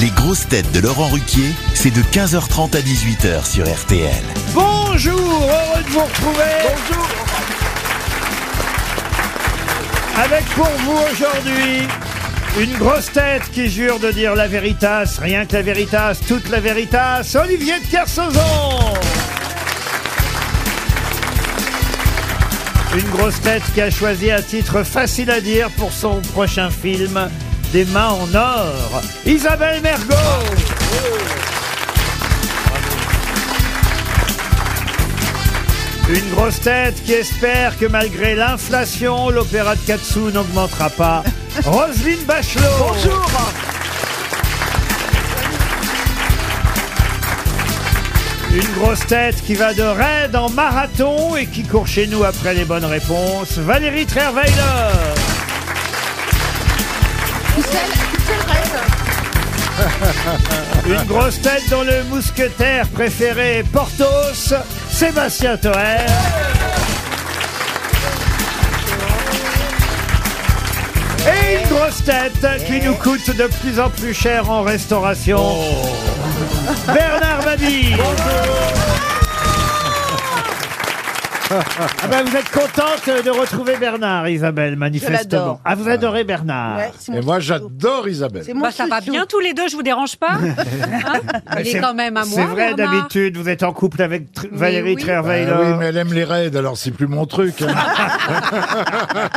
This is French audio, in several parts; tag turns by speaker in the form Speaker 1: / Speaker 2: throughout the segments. Speaker 1: Les grosses têtes de Laurent Ruquier, c'est de 15h30 à 18h sur RTL.
Speaker 2: Bonjour, heureux de vous retrouver. Bonjour. Avec pour vous aujourd'hui une grosse tête qui jure de dire la véritas, rien que la véritas, toute la véritas, Olivier de Kersauzon. Une grosse tête qui a choisi un titre facile à dire pour son prochain film, Des mains en or, Isabelle Mergot. Une grosse tête qui espère que malgré l'inflation, l'opéra de Katsu n'augmentera pas. Roselyne Bachelot. Bonjour. Une grosse tête qui va de raid en marathon et qui court chez nous après les bonnes réponses. Valérie Trierweiler. Une grosse tête dont le mousquetaire préféré est Porthos, Sébastien Toer. Et une grosse tête qui nous coûte de plus en plus cher en restauration. Bernard Mabille. Ah ben, vous êtes contente de retrouver Bernard, Isabelle, manifestement.
Speaker 3: l'adore.
Speaker 2: Ah, vous adorez Bernard.
Speaker 3: Ouais, c'est mon
Speaker 4: Et moi,
Speaker 3: chouchou.
Speaker 4: j'adore Isabelle.
Speaker 3: C'est mon
Speaker 5: Bah, ça va
Speaker 3: chouchou.
Speaker 5: bien tous les deux, je vous dérange pas Hein Il est
Speaker 2: C'est-
Speaker 5: quand même à moi.
Speaker 2: C'est vrai,
Speaker 5: Bernard.
Speaker 2: d'habitude, vous êtes en couple avec Tr- Valérie
Speaker 5: oui.
Speaker 4: Ah
Speaker 2: Trierweiler.
Speaker 4: oui, mais elle aime les raids, alors c'est plus mon truc. hein.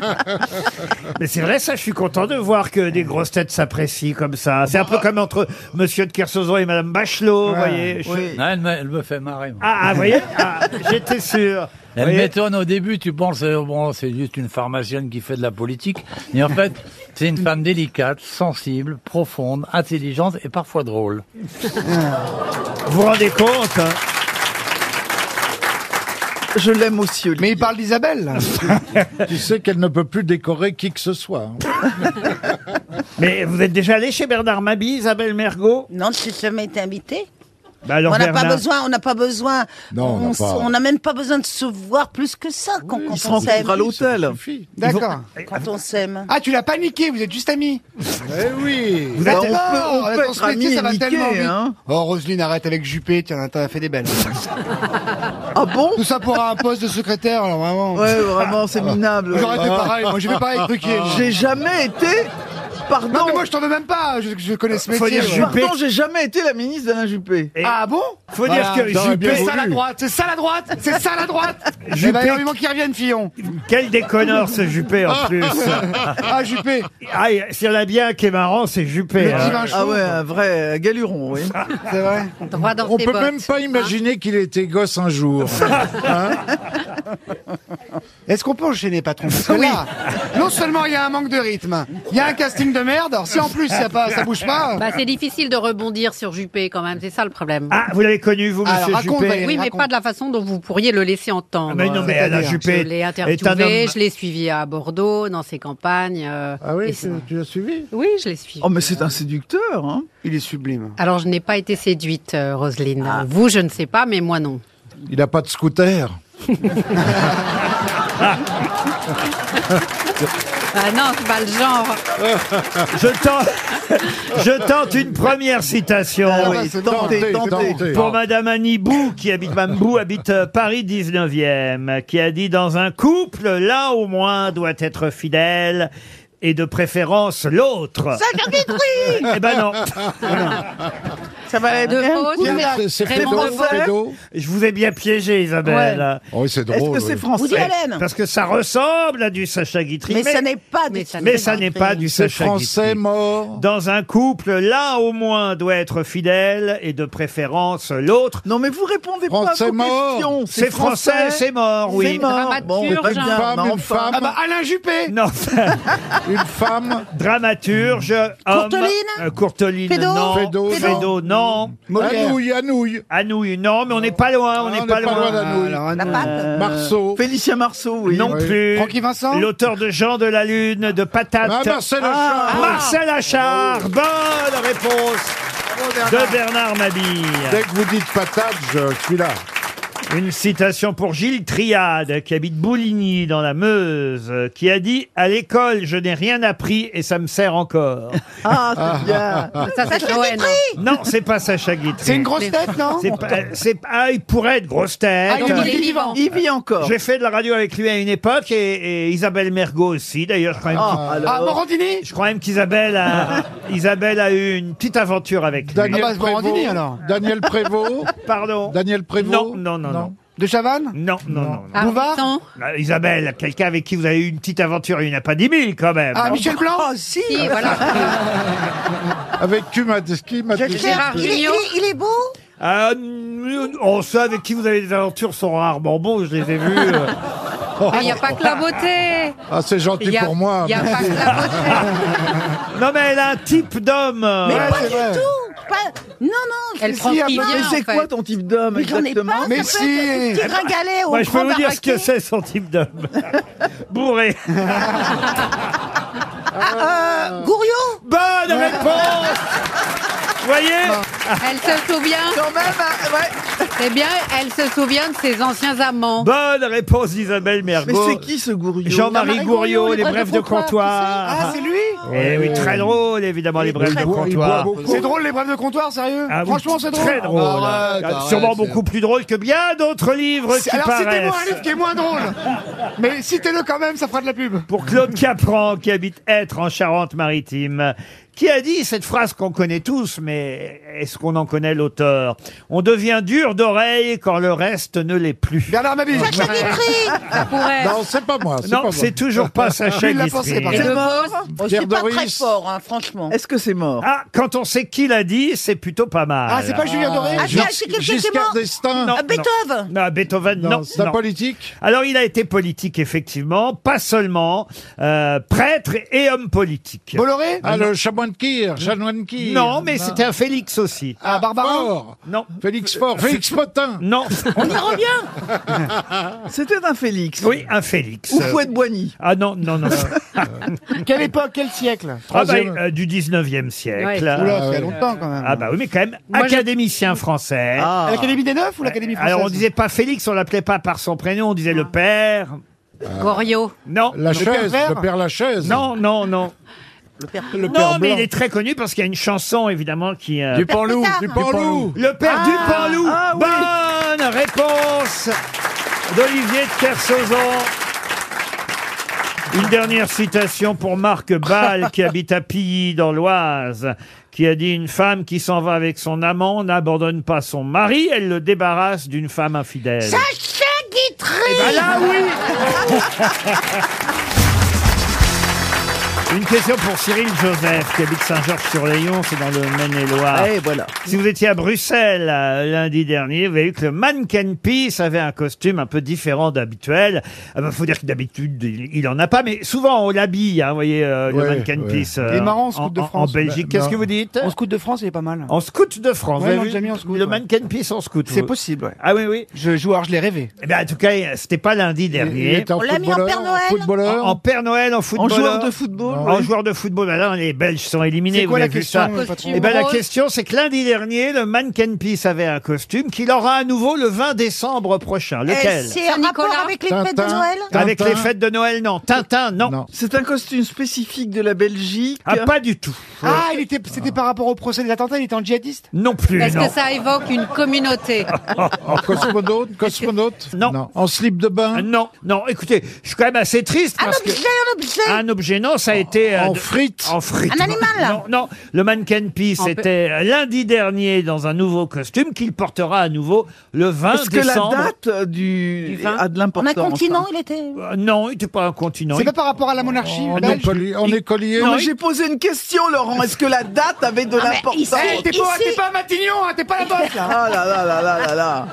Speaker 2: Mais c'est vrai, ça, je suis content de voir que des grosses têtes s'apprécient comme ça. C'est un peu comme entre Monsieur de Kersauzon et Madame Bachelot, vous voyez. Je-
Speaker 6: Non, elle, me, elle me fait marrer. moi.
Speaker 2: Ah, ah, vous voyez Ah, J'étais sûr. Vous
Speaker 6: Elle
Speaker 2: voyez
Speaker 6: m'étonne au début, tu penses, euh, bon, c'est juste une pharmacienne qui fait de la politique. Mais en fait, c'est une femme délicate, sensible, profonde, intelligente et parfois drôle.
Speaker 2: Vous vous rendez compte hein
Speaker 7: Je l'aime aussi, Olivier. Mais il parle d'Isabelle.
Speaker 4: tu sais qu'elle ne peut plus décorer qui que ce soit. hein.
Speaker 2: Mais vous êtes déjà allé chez Bernard Mabille, Isabelle Mergot
Speaker 3: Non, je n'ai jamais été invité.
Speaker 2: Bah alors,
Speaker 3: On n'a
Speaker 2: Bernard,
Speaker 3: pas besoin, on n'a pas besoin.
Speaker 4: Non, on n'a
Speaker 3: s-
Speaker 4: pas.
Speaker 3: on n'a même pas besoin de se voir plus que ça quand, quand on s'aime.
Speaker 7: à l'hôtel.
Speaker 4: Fille.
Speaker 7: D'accord.
Speaker 3: Quand on s'aime.
Speaker 7: Ah, tu l'as paniqué, vous êtes juste amis.
Speaker 4: Eh oui
Speaker 2: Vous êtes-
Speaker 7: on peut, on peut être amis
Speaker 8: et
Speaker 7: ça va
Speaker 8: niquer,
Speaker 7: tellement vite.
Speaker 8: hein.
Speaker 7: Oh, Roselyne, arrête avec Juppé, tiens, t'as fait des belles. ah bon Tout ça pour un poste de secrétaire, alors vraiment. Ah.
Speaker 8: Ouais, vraiment, c'est minable.
Speaker 7: J'aurais fait pareil, moi j'ai fait pareil avec Ruquier.
Speaker 8: J'ai jamais été.
Speaker 7: Non,
Speaker 8: Pardon.
Speaker 7: mais moi je t'en veux même pas, je, je connais ce
Speaker 2: Faut
Speaker 7: métier.
Speaker 2: dire
Speaker 7: moi.
Speaker 2: Juppé.
Speaker 8: Pardon, j'ai jamais été la ministre d'Alain Juppé.
Speaker 7: Ah bon
Speaker 2: faut dire
Speaker 4: Voilà,
Speaker 2: que
Speaker 4: j'aurais bien
Speaker 2: Juppé,
Speaker 7: C'est ça la
Speaker 4: voulu.
Speaker 7: droite, c'est ça la droite, c'est ça la droite
Speaker 2: Juppé.
Speaker 7: Eh ben, il manque qu'il revienne, Fillon.
Speaker 2: quel déconneur ce Juppé en plus.
Speaker 7: Ah, Juppé,
Speaker 2: Ah, et s'il y en a bien un qui est marrant, c'est Juppé.
Speaker 7: le
Speaker 2: hein.
Speaker 7: divin
Speaker 8: Ah
Speaker 7: chou,
Speaker 8: ouais, un vrai euh, galuron, oui.
Speaker 7: c'est vrai.
Speaker 5: Droit Bah, dans
Speaker 4: Ah. On
Speaker 5: tes
Speaker 4: peut
Speaker 5: bottes.
Speaker 4: même pas imaginer qu'il était gosse un jour. Hein
Speaker 7: Est-ce qu'on peut enchaîner, patron Parce que là, non seulement il y a un manque de rythme, il y a un casting de merde, alors si en plus ça, pas, ça bouge pas...
Speaker 5: Bah, c'est difficile de rebondir sur Juppé quand même, c'est ça le problème.
Speaker 2: Ah, vous l'avez connu, vous,
Speaker 7: Alors,
Speaker 2: monsieur
Speaker 7: raconte,
Speaker 2: Juppé
Speaker 7: Valérie.
Speaker 5: oui, mais
Speaker 7: raconte.
Speaker 5: pas de la façon dont vous pourriez le laisser entendre.
Speaker 2: Ah, mais non, mais
Speaker 5: Euh,
Speaker 2: Alain Juppé
Speaker 5: Je l'ai
Speaker 2: est un
Speaker 5: interviewé,
Speaker 2: homme-
Speaker 5: je l'ai suivi à Bordeaux, dans ses campagnes. euh,
Speaker 4: Ah
Speaker 5: et
Speaker 4: oui,
Speaker 5: c'est-
Speaker 4: tu tu l'as suivi
Speaker 5: Oui, je l'ai suivi.
Speaker 8: Oh, mais c'est un séducteur, hein.
Speaker 7: Il est sublime.
Speaker 5: Alors, je n'ai pas été séduite, euh, Roselyne.
Speaker 2: Ah.
Speaker 5: Vous, je ne sais pas, mais moi non.
Speaker 4: Il n'a pas de scooter.
Speaker 5: Ah non, c'est pas le genre.
Speaker 2: Je tente, je tente une première citation.
Speaker 8: Ah
Speaker 7: oui,
Speaker 8: ouais,
Speaker 7: c'est
Speaker 8: tenté,
Speaker 4: tenté,
Speaker 8: tenté.
Speaker 4: tenté.
Speaker 2: Pour Madame Annie Bou, qui habite Mambou, habite euh, Paris 19e, qui a dit dans un couple, l'un au moins doit être fidèle et de préférence l'autre. Eh ben non,
Speaker 8: Ça va aller
Speaker 5: De
Speaker 2: Hein
Speaker 8: bien.
Speaker 5: Paul, mais-
Speaker 4: C'est- C'est
Speaker 5: Raymond
Speaker 4: Pédo,
Speaker 5: Devos.
Speaker 4: Pédo.
Speaker 2: je vous ai bien piégé, Isabelle.
Speaker 4: Oh oui, c'est
Speaker 8: Est-ce
Speaker 4: drôle.
Speaker 8: que c'est
Speaker 4: oui.
Speaker 8: français
Speaker 3: Woody Allen.
Speaker 2: Parce que ça ressemble à du Sacha Guitry,
Speaker 3: Mais,
Speaker 2: mais,
Speaker 3: ça n'est pas du
Speaker 5: mais ça
Speaker 2: mais ça n'est pas du
Speaker 4: C'est
Speaker 2: Sacha
Speaker 4: français
Speaker 2: Guitry.
Speaker 4: mort.
Speaker 2: Dans un couple, l'un au moins doit être fidèle et de préférence l'autre.
Speaker 8: Non, mais vous répondez
Speaker 4: Français
Speaker 8: pas aux
Speaker 4: mort.
Speaker 8: questions.
Speaker 2: C'est français, c'est mort, oui.
Speaker 8: C'est mort.
Speaker 5: Dramaturge.
Speaker 8: Bon, très
Speaker 5: Une
Speaker 8: bien.
Speaker 4: femme,
Speaker 8: mais
Speaker 4: une
Speaker 8: enfin.
Speaker 4: femme.
Speaker 7: Ah bah Alain Juppé
Speaker 2: Non.
Speaker 4: Une femme.
Speaker 2: Dramaturge, homme.
Speaker 3: Courteline
Speaker 2: Euh, Courteline,
Speaker 3: Pédo
Speaker 2: non.
Speaker 4: Pédo,
Speaker 2: Pédo, non.
Speaker 7: Molière.
Speaker 4: Anouille, Anouille.
Speaker 2: Anouille, non, mais on n'est pas loin, on
Speaker 4: Ah,
Speaker 2: n'est pas, loin.
Speaker 4: d'Anouille.
Speaker 7: Alors, un-
Speaker 3: La patte
Speaker 8: Euh,
Speaker 4: Marceau.
Speaker 8: Félicien Marceau, oui.
Speaker 2: Non
Speaker 4: Oui.
Speaker 2: plus.
Speaker 7: Francky Vincent
Speaker 2: L'auteur de Jean de la Lune, de Patate.
Speaker 4: Ah, Marcel Achard.
Speaker 2: Marcel Achard. Bonne réponse de Bernard Mabille.
Speaker 4: Dès que vous dites patate, je suis là.
Speaker 2: Une citation pour Gilles Triade, qui habite Bouligny, dans la Meuse, qui a dit « À l'école, je n'ai rien appris et ça me sert encore
Speaker 8: Ah, c'est bien.
Speaker 5: Ça, c'est Cohen. hein. ».
Speaker 2: Non, c'est pas Sacha Guitry.
Speaker 7: C'est une grosse tête, non
Speaker 2: C'est pas- c'est- ah, il pourrait être grosse tête.
Speaker 7: Ah, il est
Speaker 5: Il est vivant.
Speaker 8: Il vit encore.
Speaker 2: J'ai fait de la radio avec lui à une époque et, et Isabelle Mergot aussi. D'ailleurs, je crois même,
Speaker 8: Ah, alors.
Speaker 7: Ah, Morandini
Speaker 2: je crois même qu'Isabelle a, Isabelle a eu une petite aventure avec lui.
Speaker 7: Ah
Speaker 4: Daniel
Speaker 7: bah, c'est Morandini, alors.
Speaker 4: Prévost. Daniel Prévost.
Speaker 2: Pardon.
Speaker 4: Daniel Prévost.
Speaker 2: Non, non, non, non.
Speaker 7: De Chavannes
Speaker 2: Non, non, non. non.
Speaker 5: Ah,
Speaker 7: Bouvard
Speaker 5: Vincent.
Speaker 2: Ah, Isabelle, quelqu'un avec qui vous avez eu une petite aventure, il n'y en a pas 10 000 quand même.
Speaker 7: Ah,
Speaker 2: Non.
Speaker 7: Michel Blanc
Speaker 8: Oh, si.
Speaker 5: Si, voilà.
Speaker 4: Avec Kumadeski,
Speaker 5: Gérard
Speaker 3: Il est, il
Speaker 5: Junior.
Speaker 3: est- il est beau
Speaker 2: Ah, mm, on sait avec qui vous avez des aventures sont rarement bons, je les ai vus. euh.
Speaker 5: Ah, Il n'y a pas que la beauté.
Speaker 4: Ah, c'est
Speaker 5: Il
Speaker 4: gentil
Speaker 5: y a-
Speaker 4: pour moi.
Speaker 5: Il n'y a pas que la beauté.
Speaker 2: non mais elle a un type d'homme. euh,
Speaker 3: Mais
Speaker 7: Ouais,
Speaker 3: pas
Speaker 7: c'est
Speaker 3: du
Speaker 7: vrai.
Speaker 3: tout pas- Non, non
Speaker 5: Elle
Speaker 8: Si,
Speaker 5: transpire
Speaker 8: ah bah,
Speaker 5: bien,
Speaker 8: Mais
Speaker 5: en
Speaker 8: c'est
Speaker 5: fait.
Speaker 8: quoi ton type d'homme
Speaker 3: mais j'en ai pas,
Speaker 8: exactement
Speaker 3: ça
Speaker 7: Mais
Speaker 3: peut
Speaker 7: si.
Speaker 3: être des petits ringalets au
Speaker 2: Moi, je peux
Speaker 3: grand
Speaker 2: vous dire ce que
Speaker 3: baraquet.
Speaker 2: c'est son type d'homme. Bourré.
Speaker 3: Gouriot
Speaker 2: Bonne réponse Vous voyez
Speaker 5: Elle se souvient,
Speaker 8: Quand même, ah,
Speaker 7: hein,
Speaker 8: ouais.
Speaker 5: c'est bien, elle se souvient de ses anciens amants.
Speaker 2: Bonne réponse d'Isabelle
Speaker 8: Mais
Speaker 2: Mergo.
Speaker 8: c'est qui ce gouriot
Speaker 2: Jean-Marie Gouriot, les brèves de comptoir.
Speaker 7: Ah, c'est lui
Speaker 2: Eh oui, très drôle, évidemment, les brèves de
Speaker 4: Il boit- il boit
Speaker 2: comptoir.
Speaker 4: beaucoup.
Speaker 7: C'est drôle, les brèves de comptoir, sérieux
Speaker 2: Ah oui,
Speaker 7: Franchement, c'est drôle. Ah
Speaker 2: Très drôle. Ah,
Speaker 7: Arrête, arrête,
Speaker 2: Sûrement
Speaker 7: c'est-
Speaker 2: beaucoup plus drôle que bien d'autres livres qui
Speaker 7: C'est- Alors, citez-moi un
Speaker 2: paraissent.
Speaker 7: livre qui est moins drôle. Mais citez-le quand même, ça fera de la pub.
Speaker 2: Pour Claude Capran, qui habite Être en Charente-Maritime, qui a dit cette phrase qu'on connaît tous, mais est-ce qu'on en connaît l'auteur On devient dur d'oreille quand le reste ne l'est plus.
Speaker 7: Bernard Mabille.
Speaker 3: Sacha Guitry
Speaker 5: Ça pourrait.
Speaker 4: Non, c'est pas moi. c'est pas
Speaker 2: Non,
Speaker 4: moi.
Speaker 2: c'est toujours pas Sacha
Speaker 7: Il l'a
Speaker 2: Guitry.
Speaker 7: pensé, par
Speaker 5: Et
Speaker 7: contre.
Speaker 5: de Beauce,
Speaker 3: Oh,
Speaker 4: Pierre
Speaker 3: C'est pas très
Speaker 4: Doris.
Speaker 3: fort, hein, franchement.
Speaker 8: Est-ce que c'est mort
Speaker 2: Ah, quand on sait qui l'a dit, c'est plutôt pas mal.
Speaker 7: Ah, c'est pas Julien Doré
Speaker 3: Ah,
Speaker 4: Giscard-
Speaker 3: c'est quelqu'un qui est
Speaker 4: Giscard
Speaker 3: mort.
Speaker 4: d'Estaing.
Speaker 2: Non,
Speaker 3: Ah, Beethoven
Speaker 2: Non, Beethoven, non.
Speaker 4: c'est la
Speaker 2: non.
Speaker 4: politique.
Speaker 2: Alors, il a été politique, effectivement, pas seulement euh, prêtre et homme politique.
Speaker 7: Bolloré
Speaker 4: Ah, le chanoine de Kir, chanoine de Kir.
Speaker 2: non, mais c'était un Félix aussi.
Speaker 7: Ah, Barbara
Speaker 4: Fort.
Speaker 2: Non,
Speaker 4: Félix Fort, Félix Potin.
Speaker 2: non,
Speaker 3: On y revient
Speaker 8: C'était un Félix.
Speaker 2: oui, un Félix.
Speaker 8: Ou Fouet de Boigny.
Speaker 2: Ah non, non, non. non.
Speaker 7: Quelle époque, quel siècle
Speaker 2: Ah, bah,
Speaker 4: Troisième.
Speaker 2: euh, du 19e
Speaker 5: Ouais.
Speaker 2: siècle.
Speaker 7: Oula,
Speaker 4: Ah
Speaker 7: ça fait
Speaker 4: ouais.
Speaker 7: longtemps quand même.
Speaker 2: Ah bah oui, mais quand même
Speaker 5: Moi, je- Ah.
Speaker 2: académicien français.
Speaker 7: À L'Académie des Neufs ou l'Académie française
Speaker 2: eh, Alors, on disait pas Félix, on l'appelait pas par son prénom, on disait le père.
Speaker 5: Ah.
Speaker 7: Ah.
Speaker 5: Goriot.
Speaker 2: Non.
Speaker 4: La chaise,
Speaker 7: pervers.
Speaker 4: le père Lachaise.
Speaker 2: Non, non, non.
Speaker 4: le
Speaker 2: Non,
Speaker 4: père
Speaker 2: mais
Speaker 4: blanc.
Speaker 2: il est très connu parce qu'il y a une chanson, évidemment, qui... euh,
Speaker 4: Du Panlou,
Speaker 3: Pétard.
Speaker 4: du Panlou.
Speaker 2: Le père du Panlou.
Speaker 8: ah
Speaker 2: Bonne réponse d'Olivier de Kersauzon. Une dernière citation pour Marc Ball, qui habite à Pilly, dans l'Oise, qui a dit Une femme qui s'en va avec son amant n'abandonne pas son mari, elle le débarrasse d'une femme infidèle.
Speaker 3: Sacha Guitry
Speaker 2: Ah ben. là, oui Une question pour Cyril Joseph, qui habite Saint-Georges-sur-Layon, c'est dans le Maine-et-Loire.
Speaker 8: Eh, voilà.
Speaker 2: Si vous étiez à Bruxelles euh, lundi dernier, vous avez vu que le Mannequin Peace avait un costume un peu différent d'habituel. Il faut dire que d'habitude, il il en a pas, mais souvent on l'habille, hein, vous voyez, euh, le
Speaker 4: Ouais,
Speaker 2: Mannequin
Speaker 4: ouais.
Speaker 2: Peace. euh,
Speaker 7: Il est marrant, en
Speaker 2: en,
Speaker 7: scout de
Speaker 2: en- en
Speaker 7: France.
Speaker 2: Belgique.
Speaker 4: Bah,
Speaker 2: Qu'est-ce
Speaker 4: non.
Speaker 2: que vous dites
Speaker 7: On scout de France, il est pas mal.
Speaker 2: En scout de France.
Speaker 7: Ouais,
Speaker 2: vous
Speaker 7: non,
Speaker 2: avez
Speaker 7: j'ai mis en scout,
Speaker 2: le
Speaker 7: ouais.
Speaker 2: Mannequin Peace en scout.
Speaker 7: C'est
Speaker 2: vous.
Speaker 7: possible, ouais.
Speaker 2: Ah oui, oui.
Speaker 7: Je joueur, je l'ai rêvé.
Speaker 2: Eh bien, en tout cas, c'était pas lundi
Speaker 4: Il
Speaker 2: dernier.
Speaker 4: était en
Speaker 3: On l'a mis en
Speaker 4: footballeur,
Speaker 3: Père Noël.
Speaker 4: footballeur.
Speaker 2: En, en Père Noël, en
Speaker 8: En
Speaker 2: footballeur.
Speaker 8: joueur de football
Speaker 2: En joueur de football, bah là, les Belges sont éliminés.
Speaker 7: C'est quoi
Speaker 2: vous
Speaker 7: la
Speaker 2: avez vu
Speaker 7: question,
Speaker 2: ça
Speaker 7: euh, patron
Speaker 5: Costume
Speaker 2: Eh ben, la
Speaker 5: rose.
Speaker 2: question, c'est que lundi dernier, le Mannequin Peace avait un costume qu'il aura à nouveau le 20 décembre prochain. Lequel
Speaker 3: Eh, C'est un rapport
Speaker 5: Nicolas.
Speaker 3: avec les fêtes de
Speaker 4: Tintin.
Speaker 3: Noël
Speaker 2: Avec
Speaker 4: Tintin.
Speaker 2: les fêtes de Noël, non. Tintin, non.
Speaker 4: Non.
Speaker 8: C'est un costume spécifique de la Belgique.
Speaker 2: Ah, pas du tout.
Speaker 7: Ah, il était, c'était par rapport au procès des attentats, il était en djihadiste
Speaker 2: Non plus,
Speaker 5: Est-ce
Speaker 2: non. Oh,
Speaker 5: que ça évoque une communauté
Speaker 4: En cosmonaute, cosmonaute.
Speaker 2: Non.
Speaker 4: En slip de
Speaker 2: Ah,
Speaker 4: bain.
Speaker 2: Non, non, écoutez, je suis quand même assez triste
Speaker 3: Un
Speaker 2: parce que...
Speaker 3: objet, un objet
Speaker 2: Un objet, non, ça a été... euh,
Speaker 4: En
Speaker 2: de-
Speaker 4: frites.
Speaker 2: En frites.
Speaker 3: Un animal.
Speaker 2: Non, non. Le Mannequin Peace
Speaker 5: En pe-
Speaker 2: était euh, lundi dernier dans un nouveau costume qu'il portera à nouveau le 20
Speaker 8: Est-ce que la
Speaker 2: décembre.
Speaker 8: date euh, du,
Speaker 5: vin
Speaker 8: a de
Speaker 3: On
Speaker 8: l'importance
Speaker 3: a continent,
Speaker 8: hein
Speaker 3: il était...
Speaker 2: Euh, Non, il n'était pas un continent. Il-
Speaker 7: C'est
Speaker 2: Oh,
Speaker 7: pas par rapport à la monarchie
Speaker 4: En
Speaker 7: belge
Speaker 4: écolier. En écolier.
Speaker 8: Non, mais
Speaker 2: Non, il-
Speaker 8: j'ai posé une question, Laurent. Est-ce que la date avait de
Speaker 3: mais
Speaker 8: l'importance
Speaker 3: ici-
Speaker 7: Eh, T'es pas,
Speaker 3: Ici-
Speaker 7: t'es pas à Matignon, hein, t'es pas la bosse là
Speaker 8: Ah là là là là là là.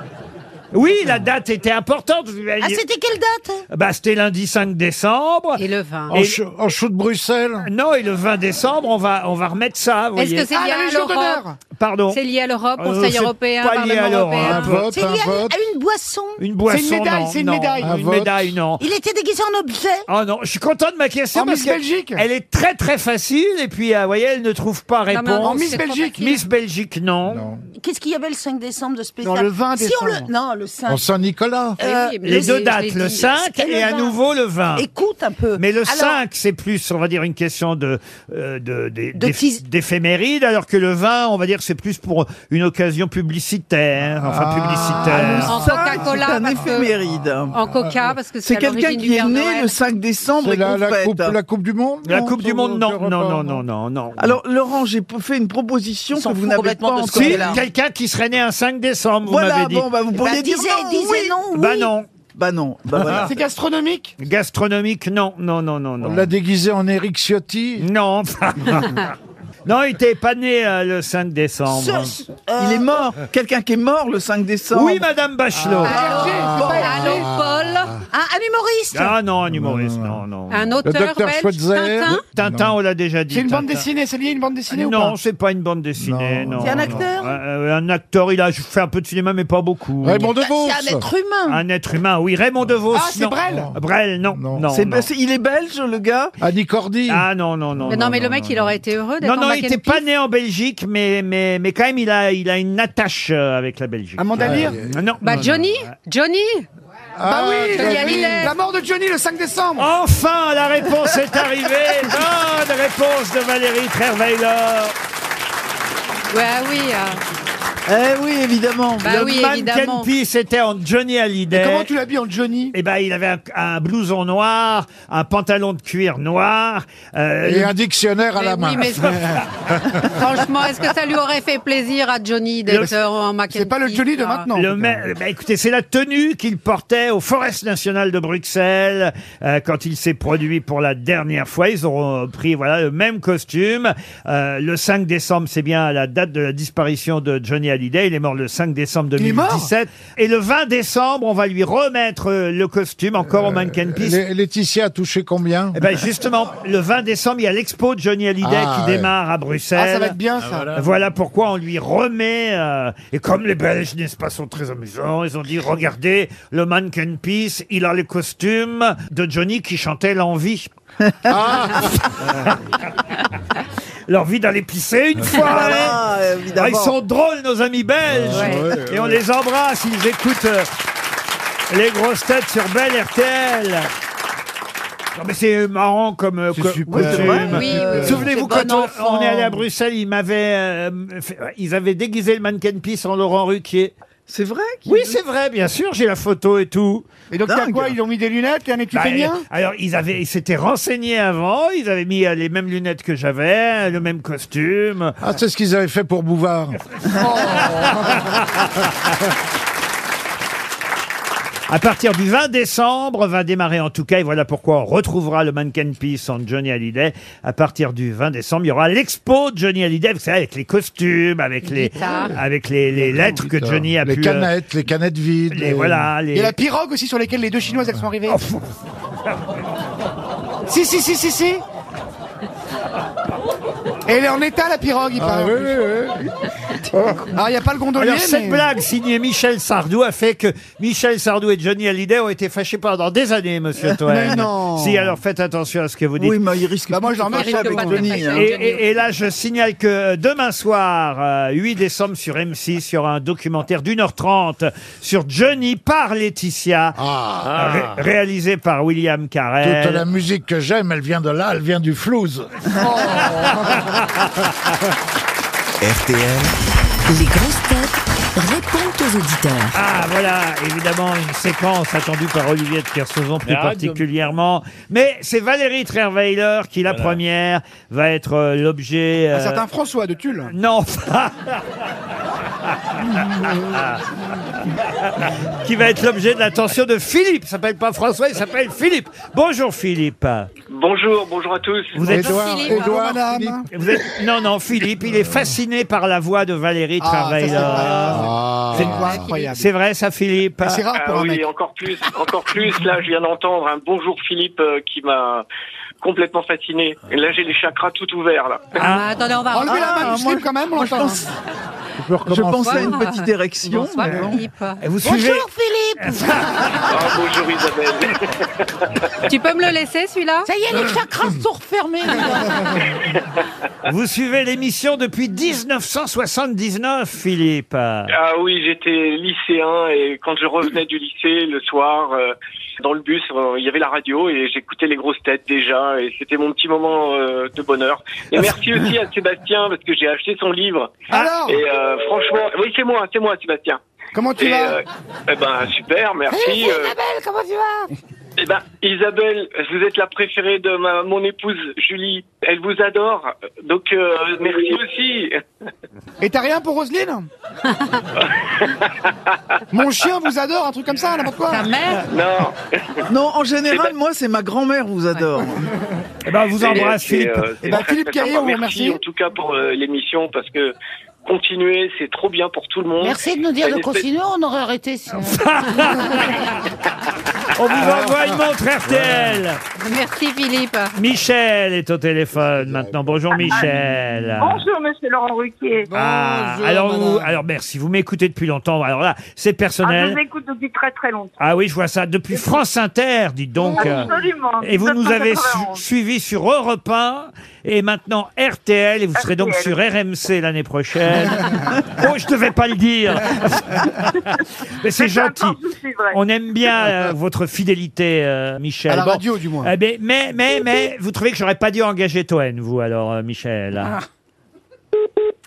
Speaker 2: Oui, la date était importante.
Speaker 3: Ah, c'était quelle date
Speaker 2: Bah, c'était lundi 5 décembre.
Speaker 5: Et le vin.
Speaker 4: En
Speaker 2: Et-
Speaker 4: chou en chou de Bruxelles.
Speaker 2: Non, et le 20 décembre, on va, on va remettre ça, vous
Speaker 5: Est-ce
Speaker 2: voyez.
Speaker 5: que c'est
Speaker 7: Ah,
Speaker 5: lié
Speaker 7: la
Speaker 5: à
Speaker 7: Légion
Speaker 5: l'Europe
Speaker 7: d'honneur
Speaker 2: Pardon.
Speaker 5: C'est lié à l'europe
Speaker 2: Euh,
Speaker 5: Conseil
Speaker 2: c'est
Speaker 5: européen,
Speaker 2: pas lié à
Speaker 5: Parlement
Speaker 2: l'Europe, hein.
Speaker 4: Un
Speaker 5: européen
Speaker 4: vote,
Speaker 3: C'est
Speaker 4: un
Speaker 3: lié à,
Speaker 4: vote.
Speaker 3: à une boisson
Speaker 2: Une boisson,
Speaker 7: C'est une médaille,
Speaker 2: non,
Speaker 7: c'est une
Speaker 2: non.
Speaker 7: médaille.
Speaker 4: Un
Speaker 2: une
Speaker 4: vote.
Speaker 2: médaille, non.
Speaker 3: Il était déguisé en objet
Speaker 2: Oh non, je suis content de ma question
Speaker 7: En
Speaker 2: parce
Speaker 7: Miss
Speaker 2: que
Speaker 7: Belgique
Speaker 2: elle est très très facile et puis, ah, vous voyez, elle ne trouve pas
Speaker 5: Non, mais en
Speaker 2: réponse.
Speaker 5: Miss
Speaker 7: Belgique.
Speaker 5: Belgique.
Speaker 2: Miss Belgique, non.
Speaker 4: Non.
Speaker 3: Qu'est-ce qu'il y avait le 5 décembre de spécial
Speaker 7: Non, le 20
Speaker 3: Si on le-
Speaker 7: décembre.
Speaker 3: Non, le 5.
Speaker 4: En Saint-Nicolas
Speaker 3: Euh,
Speaker 5: Eh oui, mais
Speaker 2: Les
Speaker 5: je
Speaker 2: deux
Speaker 5: l'ai-
Speaker 2: dates,
Speaker 5: je l'ai
Speaker 2: le
Speaker 5: dit.
Speaker 2: 5
Speaker 3: Et le
Speaker 2: et à
Speaker 3: 20.
Speaker 2: nouveau le 20.
Speaker 3: Écoute un peu.
Speaker 2: Mais le
Speaker 3: Alors,
Speaker 2: 5, c'est plus, on va dire, une question de euh, de- de-
Speaker 3: De
Speaker 2: d'éph-
Speaker 3: teas-
Speaker 2: d'éphéméride, alors que le 20, on va dire, c'est plus pour une occasion publicitaire, enfin
Speaker 8: Ah,
Speaker 2: publicitaire.
Speaker 5: En Coca-Cola,
Speaker 2: Ah,
Speaker 8: C'est un
Speaker 5: parce que-
Speaker 8: éphéméride.
Speaker 5: En coca, parce que
Speaker 8: C'est
Speaker 5: c'est à
Speaker 8: quelqu'un
Speaker 5: l'origine du
Speaker 8: qui est
Speaker 5: Père
Speaker 8: né
Speaker 5: Noël.
Speaker 8: le 5 décembre
Speaker 4: C'est
Speaker 8: et
Speaker 4: la,
Speaker 8: qu'on
Speaker 4: la
Speaker 8: fête.
Speaker 4: coupe, la Coupe du Monde
Speaker 2: La Coupe du
Speaker 4: sur-
Speaker 2: Monde, non,
Speaker 4: sur
Speaker 2: non,
Speaker 4: Europe
Speaker 2: non,
Speaker 4: un,
Speaker 2: non, non, non.
Speaker 8: Alors, Laurent, j'ai p- fait une proposition
Speaker 3: s'en
Speaker 8: que vous
Speaker 3: fout
Speaker 8: n'avez
Speaker 3: complètement
Speaker 8: pas
Speaker 3: de ce
Speaker 2: Si,
Speaker 8: entendue.
Speaker 3: côté-là.
Speaker 2: quelqu'un qui serait né un 5 décembre, vous
Speaker 8: Voilà,
Speaker 2: m'avez dit.
Speaker 8: bon, bah, vous
Speaker 3: bah,
Speaker 8: pourriez dire
Speaker 3: disais,
Speaker 8: non,
Speaker 3: disais
Speaker 8: oui.
Speaker 3: non, oui.
Speaker 2: Bah non. Ah.
Speaker 8: Bah non, bah voilà.
Speaker 7: C'est gastronomique
Speaker 2: Gastronomique, non, non, non, non,
Speaker 4: On
Speaker 2: non.
Speaker 4: l'a déguisé en Eric Ciotti.
Speaker 2: Non, enfin, non, il n'était pas né euh, le 5 décembre.
Speaker 3: ce- ce- euh,
Speaker 8: Il est mort. Quelqu'un qui est mort le 5 décembre.
Speaker 2: Oui, Madame Bachelot.
Speaker 5: Ah,
Speaker 7: Hergé, c'est pas Hergé.
Speaker 5: Allô, Paul
Speaker 3: un, Ah. un humoriste.
Speaker 2: Ah non, un humoriste, non, non.
Speaker 5: Un
Speaker 4: Le
Speaker 5: auteur
Speaker 4: docteur
Speaker 5: belge,
Speaker 4: Schweitzer.
Speaker 5: Tintin
Speaker 2: Tintin, on l'a déjà dit.
Speaker 7: C'est une bande
Speaker 2: Tintin.
Speaker 7: dessinée, c'est lié à une bande dessinée ou pas
Speaker 2: Non, c'est pas une bande dessinée. Non.
Speaker 4: Non.
Speaker 3: C'est un
Speaker 2: non.
Speaker 3: acteur
Speaker 2: Euh, Un acteur, il a fait un peu de cinéma, mais pas beaucoup.
Speaker 4: Raymond DeVos
Speaker 3: C'est un être humain.
Speaker 2: Un être humain, oui. Raymond DeVos.
Speaker 7: Ah, c'est
Speaker 2: non.
Speaker 7: Brel
Speaker 2: Brel, non.
Speaker 4: Non.
Speaker 2: non,
Speaker 8: C'est-
Speaker 2: non.
Speaker 8: bah, c'est- il est belge, le gars.
Speaker 4: Annie Cordy.
Speaker 2: Ah non, non, non.
Speaker 5: Mais non, mais le mec,
Speaker 2: non,
Speaker 5: il
Speaker 2: non.
Speaker 5: aurait été heureux d'être
Speaker 2: Non, non,
Speaker 5: en
Speaker 2: il
Speaker 5: Mac and
Speaker 2: n'était pas
Speaker 5: Peace.
Speaker 2: né en Belgique, mais, mais, mais quand même, il a, il a une attache euh, avec la Belgique. Ah,
Speaker 7: Amanda Lear
Speaker 2: Non, non.
Speaker 5: Bah,
Speaker 2: non.
Speaker 5: Johnny Johnny
Speaker 4: Ah,
Speaker 7: Bah oui,
Speaker 5: Johnny
Speaker 7: la-
Speaker 5: Hallyday.
Speaker 7: la mort de Johnny le 5 décembre
Speaker 2: Enfin, la réponse est arrivée. Bonne réponse de Valérie Trerweiler.
Speaker 5: Ouais, oui. euh,
Speaker 8: Eh oui, évidemment.
Speaker 5: Bah
Speaker 2: le
Speaker 5: oui, évidemment.
Speaker 2: mannequin Peace était en Johnny Hallyday.
Speaker 7: Et comment tu l'habilles en Johnny
Speaker 2: Eh ben, il avait un, un blouson noir, un pantalon de cuir noir. euh,
Speaker 4: Et un dictionnaire à
Speaker 5: mais
Speaker 4: la
Speaker 5: oui,
Speaker 4: main.
Speaker 5: mais- euh, Franchement, est-ce que ça lui aurait fait plaisir à Johnny d'être
Speaker 2: Le-
Speaker 5: euh, en Mac
Speaker 7: C'est
Speaker 5: and
Speaker 7: pas le
Speaker 5: Peace,
Speaker 7: Johnny de
Speaker 5: là
Speaker 7: maintenant.
Speaker 2: le ma- bah, écoutez, c'est la tenue qu'il portait aux Forêts nationales de Bruxelles euh, quand il s'est produit pour la dernière fois. Ils ont euh, pris voilà le même costume. Euh, le 5 décembre, c'est bien la date de la disparition de Johnny Hallyday. Il est mort le 5 décembre
Speaker 7: Il est mort
Speaker 2: 2017. Et le 20 décembre, on va lui remettre euh, le costume encore au Mannequin Peace.
Speaker 4: Lé- Laetitia a touché combien
Speaker 2: Eh ben justement, le 20 décembre, il y a l'expo de Johnny Hallyday
Speaker 4: Ah,
Speaker 2: qui
Speaker 4: ouais.
Speaker 2: démarre à
Speaker 7: Ah,
Speaker 2: Bruxelles.
Speaker 7: ça va être bien ça.
Speaker 6: voilà.
Speaker 2: Voilà pourquoi on lui remet. euh, et comme les Belges, n'est-ce pas, sont très amusants, ils ont dit regardez, le mannequin Peace, il a le costume de Johnny qui chantait l'envie. l'envie d'aller pisser une fois. hein.
Speaker 8: Voilà,
Speaker 2: Ah,
Speaker 8: évidemment.
Speaker 2: ils sont drôles, nos amis belges.
Speaker 5: Ouais.
Speaker 2: Et on les embrasse, ils écoutent euh, les grosses têtes sur Belle RTL. Non, mais c'est marrant comme euh,
Speaker 4: C'est
Speaker 2: co-
Speaker 4: super.
Speaker 2: costume.
Speaker 8: c'est vrai.
Speaker 5: Oui, oui, oui.
Speaker 2: Souvenez-vous
Speaker 8: C'est
Speaker 2: quand
Speaker 8: bon
Speaker 2: on-
Speaker 8: enfant.
Speaker 2: on est allé à Bruxelles, ils m'avaient, euh, fait- ils avaient déguisé le mannequin Peace en Laurent Ruquier.
Speaker 8: C'est vrai qu'il-
Speaker 2: Oui, c'est vrai, bien sûr, j'ai la photo et tout.
Speaker 7: Et donc, t'as
Speaker 8: Dingue.
Speaker 7: quoi Ils ont mis des lunettes et un
Speaker 2: Bah,
Speaker 7: équipénien
Speaker 2: euh, alors ils avaient, ils s'étaient renseignés avant, ils avaient mis euh, les mêmes lunettes que j'avais, le même costume.
Speaker 4: Ah, c'est ce qu'ils avaient fait pour Bouvard.
Speaker 2: À partir du 20 décembre va démarrer en tout cas, et voilà pourquoi on retrouvera le Mannequin Peace en Johnny Hallyday. À partir du 20 décembre, il y aura l'expo de Johnny Hallyday, vous savez, avec les costumes, avec les,
Speaker 5: Guitare.
Speaker 2: avec les, les lettres que Johnny a
Speaker 4: les
Speaker 2: pu... euh,
Speaker 4: canettes, les canettes vides.
Speaker 2: les, voilà, les...
Speaker 7: Il y a la pirogue aussi sur laquelle les deux chinoises elles sont
Speaker 2: Oh,
Speaker 7: arrivées. si, si, si, si, si. Et elle est en état la pirogue, il
Speaker 4: Ah,
Speaker 7: paraît.
Speaker 4: oui, oui, oui.
Speaker 7: Alors, il n'y a pas le gondolier.
Speaker 2: Alors cette
Speaker 7: mais-
Speaker 2: blague signée Michel Sardou a fait que Michel Sardou et Johnny Hallyday ont été fâchés pendant des années, Monsieur Toen.
Speaker 7: Mais non.
Speaker 2: Si alors faites attention à ce que vous dites.
Speaker 8: Oui, mais il risque.
Speaker 7: Bah, moi, je leur
Speaker 8: pas
Speaker 7: mets
Speaker 8: ça
Speaker 5: ça
Speaker 8: avec
Speaker 5: avec
Speaker 8: Johnny.
Speaker 5: Johnny.
Speaker 8: hein.
Speaker 2: Et, et- et là, je signale que demain soir, euh, 8 décembre sur M6, il y aura un documentaire d'une heure trente sur Johnny par Laetitia,
Speaker 4: Ah,
Speaker 2: ré- réalisé par William Carell.
Speaker 4: toute la musique que j'aime, elle vient de là, elle vient du flouze.
Speaker 1: RTL,
Speaker 9: Les grosses têtes répondent aux auditeurs.
Speaker 2: Ah voilà, évidemment une séquence attendue par Olivier de Kersauzon plus
Speaker 6: Mais arrête de-
Speaker 2: particulièrement. Mais c'est Valérie Trierweiler qui la première va être euh, l'objet. euh,
Speaker 7: Un certain François de Tulle.
Speaker 2: Non. qui va être l'objet de l'attention de Philippe. Il s'appelle pas François, il s'appelle Philippe. Bonjour Philippe.
Speaker 10: Bonjour, bonjour à tous.
Speaker 2: Vous êtes,
Speaker 4: Édouard,
Speaker 5: Philippe,
Speaker 4: Édouard,
Speaker 7: madame.
Speaker 4: Philippe.
Speaker 2: vous êtes- non non Philippe, il est fasciné par la voix de Valérie
Speaker 7: Ah, ça, c'est
Speaker 2: Trierweiler.
Speaker 4: Ah,
Speaker 7: C'est quoi incroyable.
Speaker 2: C'est vrai ça Philippe.
Speaker 7: C'est rare pour
Speaker 10: Ah
Speaker 7: un
Speaker 10: oui,
Speaker 7: mec.
Speaker 10: encore plus, encore plus. Là, je viens d'entendre un bonjour Philippe euh, qui m'a complètement fasciné. Et là, j'ai les chakras tout ouverts là.
Speaker 5: Ah, attendez, on va.
Speaker 7: Enlevez la main du slip quand même, on l'entend. hein.
Speaker 4: peux recommencer.
Speaker 8: Je pense à une petite érection.
Speaker 5: Bonsoir,
Speaker 8: mais bon.
Speaker 5: Philippe.
Speaker 2: Et Vous suivez
Speaker 3: Philippe
Speaker 10: Ah, bonjour Isabelle.
Speaker 5: Tu peux me le laisser celui-là
Speaker 3: Ça y est, les chakras sont refermés.
Speaker 2: Vous suivez l'émission depuis 1979, Philippe.
Speaker 10: Ah oui, j'étais lycéen et quand je revenais du lycée le soir, euh, dans le bus, euh, il y avait la radio et j'écoutais les grosses têtes déjà et c'était mon petit moment euh, de bonheur. Et merci aussi à Sébastien parce que j'ai acheté son livre
Speaker 7: Ah. Alors,
Speaker 10: et euh, franchement, oui c'est moi, c'est moi Sébastien.
Speaker 7: comment tu
Speaker 10: Et,
Speaker 7: vas
Speaker 10: euh, eh ben super, merci. euh,
Speaker 3: comment tu vas
Speaker 10: eh ben, Isabelle, vous êtes la préférée de ma, mon épouse Julie. Elle vous adore, donc euh, merci aussi.
Speaker 7: Et t'as rien pour Roselyne Mon chien vous adore, un truc comme ça, n'importe quoi.
Speaker 5: Ta mère
Speaker 10: Non.
Speaker 8: Non, en général, moi, c'est ma grand-mère vous adore.
Speaker 2: ben- Eh ben, on vous embrasse,
Speaker 10: Et,
Speaker 2: Philippe.
Speaker 10: euh, c'est
Speaker 7: Eh ben,
Speaker 10: très, très
Speaker 7: Philippe
Speaker 10: sympa.
Speaker 7: Caillé, on vous
Speaker 10: merci,
Speaker 7: remercie.
Speaker 10: en tout cas pour euh, l'émission parce que continuer, c'est trop bien pour tout le monde.
Speaker 3: Merci de nous dire
Speaker 10: Une
Speaker 3: de
Speaker 10: espèce-
Speaker 3: continuer, on aurait arrêté sinon.
Speaker 2: On vous
Speaker 11: Ah.
Speaker 2: envoie une montre RTL.
Speaker 5: Merci Philippe.
Speaker 2: Michel est au téléphone maintenant. Bonjour, Michel.
Speaker 11: Ah. Bonjour, monsieur Laurent Ruquier.
Speaker 2: Ah,
Speaker 7: Bonjour,
Speaker 2: alors, vous-
Speaker 7: madame.
Speaker 2: alors merci, vous m'écoutez depuis longtemps. Alors là, c'est
Speaker 11: Ah, je
Speaker 2: personnel.
Speaker 11: vous écoute depuis très très longtemps.
Speaker 2: Ah oui, je vois ça depuis France Inter, dites donc. euh,
Speaker 11: Ah, Absolument.
Speaker 2: Et vous nous avez su-
Speaker 11: 1991.
Speaker 2: suivi sur Europe 1 et maintenant RTL et vous serez donc
Speaker 11: RTL.
Speaker 2: sur RMC l'année prochaine. oh, je devais pas le dire. Mais c'est
Speaker 11: Mais peu importe,
Speaker 2: gentil.
Speaker 11: je vous suivrai.
Speaker 2: On aime bien euh, votre fidélité, euh, Michel.
Speaker 7: À la
Speaker 2: Bon.
Speaker 7: radio, du moins.
Speaker 2: Eh ben, mais, mais, mais, vous trouvez que j'aurais pas dû engager Toen, vous, alors, euh, Michel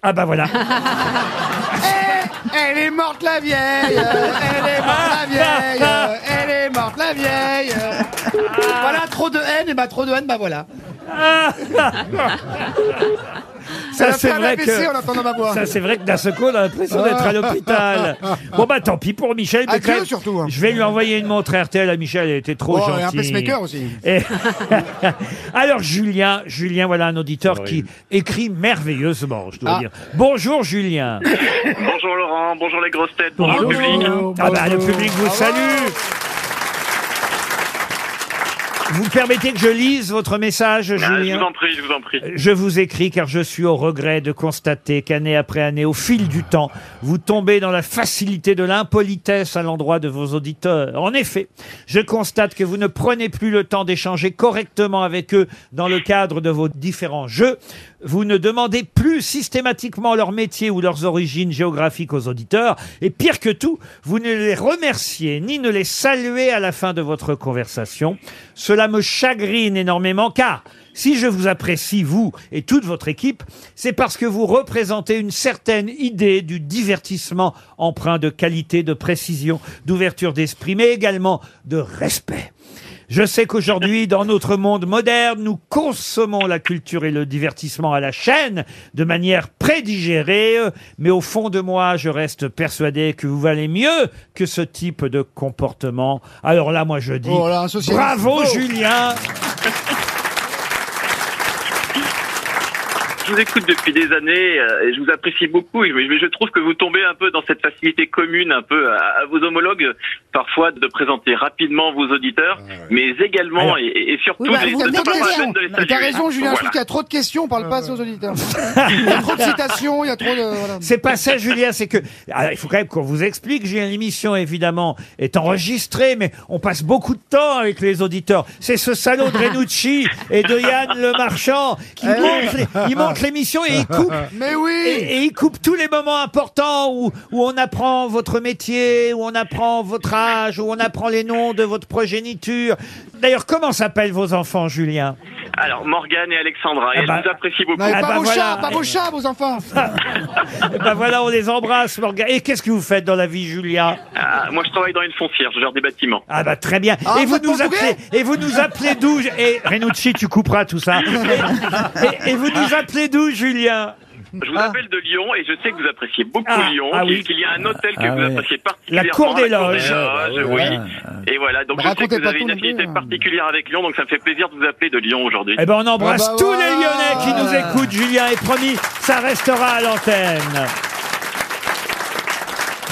Speaker 2: Ah bah voilà.
Speaker 7: Eh, Elle est morte la vieille, euh, elle est morte la vieille, euh, elle est morte la vieille. euh. Voilà, trop de haine, et bah trop de haine, bah voilà. Ça
Speaker 2: c'est
Speaker 7: faire
Speaker 2: vrai
Speaker 7: la
Speaker 2: que-
Speaker 7: que... en entendant ma voix.
Speaker 2: Ça, c'est vrai que d'un seul coup, on a l'impression d'être à l'hôpital. Bon, bah, tant pis pour Michel. mais
Speaker 7: Adieu,
Speaker 2: quand même,
Speaker 7: surtout, hein.
Speaker 2: Je vais lui envoyer une montre RTL à Michel. Elle était trop
Speaker 7: Oh,
Speaker 2: gentille.
Speaker 7: et un pacemaker aussi.
Speaker 2: Et- Alors, Julien, Julien, voilà un auditeur qui écrit merveilleusement, je dois
Speaker 7: Ah.
Speaker 2: dire. Bonjour, Julien.
Speaker 10: Bonjour Laurent, bonjour les grosses têtes, bonjour le public.
Speaker 2: Ah, bah, le public vous salue. Vous permettez que je lise votre message,
Speaker 10: Ah, je
Speaker 2: Julien
Speaker 10: vous en prie, je vous en prie.
Speaker 2: Euh, Je vous écris car je suis au regret de constater qu'année après année, au fil du temps, vous tombez dans la facilité de l'impolitesse à l'endroit de vos auditeurs. En effet, je constate que vous ne prenez plus le temps d'échanger correctement avec eux dans le cadre de vos différents jeux. Vous ne demandez plus systématiquement leur métier ou leurs origines géographiques aux auditeurs. Et pire que tout, vous ne les remerciez ni ne les saluez à la fin de votre conversation. Cela me chagrine énormément car si je vous apprécie, vous et toute votre équipe, c'est parce que vous représentez une certaine idée du divertissement empreint de qualité, de précision, d'ouverture d'esprit, mais également de respect. Je sais qu'aujourd'hui, dans notre monde moderne, nous consommons la culture et le divertissement à la chaîne de manière prédigérée, euh, mais au fond de moi, je reste persuadé que vous valez mieux que ce type de comportement. Alors là, moi, je dis,
Speaker 7: Oh là, un socialiste.
Speaker 2: bravo
Speaker 7: Oh.
Speaker 2: Julien
Speaker 10: Je vous écoute depuis des années euh, et je vous apprécie beaucoup. Et- Mais je trouve que vous tombez un peu dans cette facilité commune, un peu à, à vos homologues, parfois de présenter rapidement vos auditeurs, mais également
Speaker 2: Ah Alors-
Speaker 10: et, et surtout
Speaker 3: Oui, bah,
Speaker 10: de les-
Speaker 3: vous
Speaker 10: de
Speaker 3: avez
Speaker 10: pas
Speaker 7: T'as
Speaker 10: la
Speaker 3: raison.
Speaker 10: peine de les
Speaker 7: Mais T'as
Speaker 10: saluer.
Speaker 7: raison, Julien, je
Speaker 10: Voilà.
Speaker 7: trouve qu'il y a trop de questions, on parle pas assez aux auditeurs. Il y a trop de citations, il y a trop de. voilà.
Speaker 2: C'est pas ça, Julien, c'est que. Alors, il faut quand même qu'on vous explique, Julien. L'émission, évidemment, est enregistrée, mais on passe beaucoup de temps avec les auditeurs. C'est ce salaud de Renucci et de Yann Le Marchand qui monte les- il monte l'émission et il coupe.
Speaker 7: Mais oui
Speaker 2: Et, et il coupe tous les moments importants où, où on apprend votre métier, où on apprend votre âge, où on apprend les noms de votre progéniture. D'ailleurs, comment s'appellent vos enfants, Julien
Speaker 10: Alors Morgane et Alexandra, et
Speaker 2: Ah
Speaker 10: elles
Speaker 2: bah-
Speaker 10: vous apprécient beaucoup.
Speaker 7: Non, mais
Speaker 2: Ah
Speaker 7: pas
Speaker 2: bah
Speaker 7: vos
Speaker 2: voilà.
Speaker 7: chats, pas vos chats, vos enfants
Speaker 2: Eh Ben voilà, on les embrasse, Morgan. Et qu'est-ce que vous faites dans la vie, Julien
Speaker 10: Ah, moi, je travaille dans une foncière, je gère des bâtiments.
Speaker 2: Ah bah très bien.
Speaker 7: Ah,
Speaker 2: et vous
Speaker 7: vous êtes
Speaker 2: nous
Speaker 7: portugais
Speaker 2: appelez et vous nous appelez d'où je- et Renucci tu couperas tout ça. Et, et- et vous nous appelez d'où Julien
Speaker 10: Je vous appelle de Lyon et je sais que vous appréciez beaucoup
Speaker 2: Ah,
Speaker 10: Lyon,
Speaker 2: ah oui.
Speaker 10: et qu'il y a un hôtel que
Speaker 6: Ah
Speaker 10: vous
Speaker 6: oui.
Speaker 10: appréciez particulièrement.
Speaker 2: La Cour des Loges.
Speaker 10: Loges, oui. Et voilà, donc
Speaker 7: Mais
Speaker 10: je sais
Speaker 7: racontez
Speaker 10: que vous
Speaker 7: pas
Speaker 10: avez
Speaker 7: tout
Speaker 10: une
Speaker 7: non plus,
Speaker 10: affinité
Speaker 7: hein.
Speaker 10: particulière avec Lyon, donc ça me fait plaisir de vous appeler de Lyon aujourd'hui.
Speaker 2: Eh ben on embrasse
Speaker 7: Ah bah
Speaker 2: tous
Speaker 7: voilà.
Speaker 2: les Lyonnais qui nous écoutent Julien et promis ça restera à l'antenne.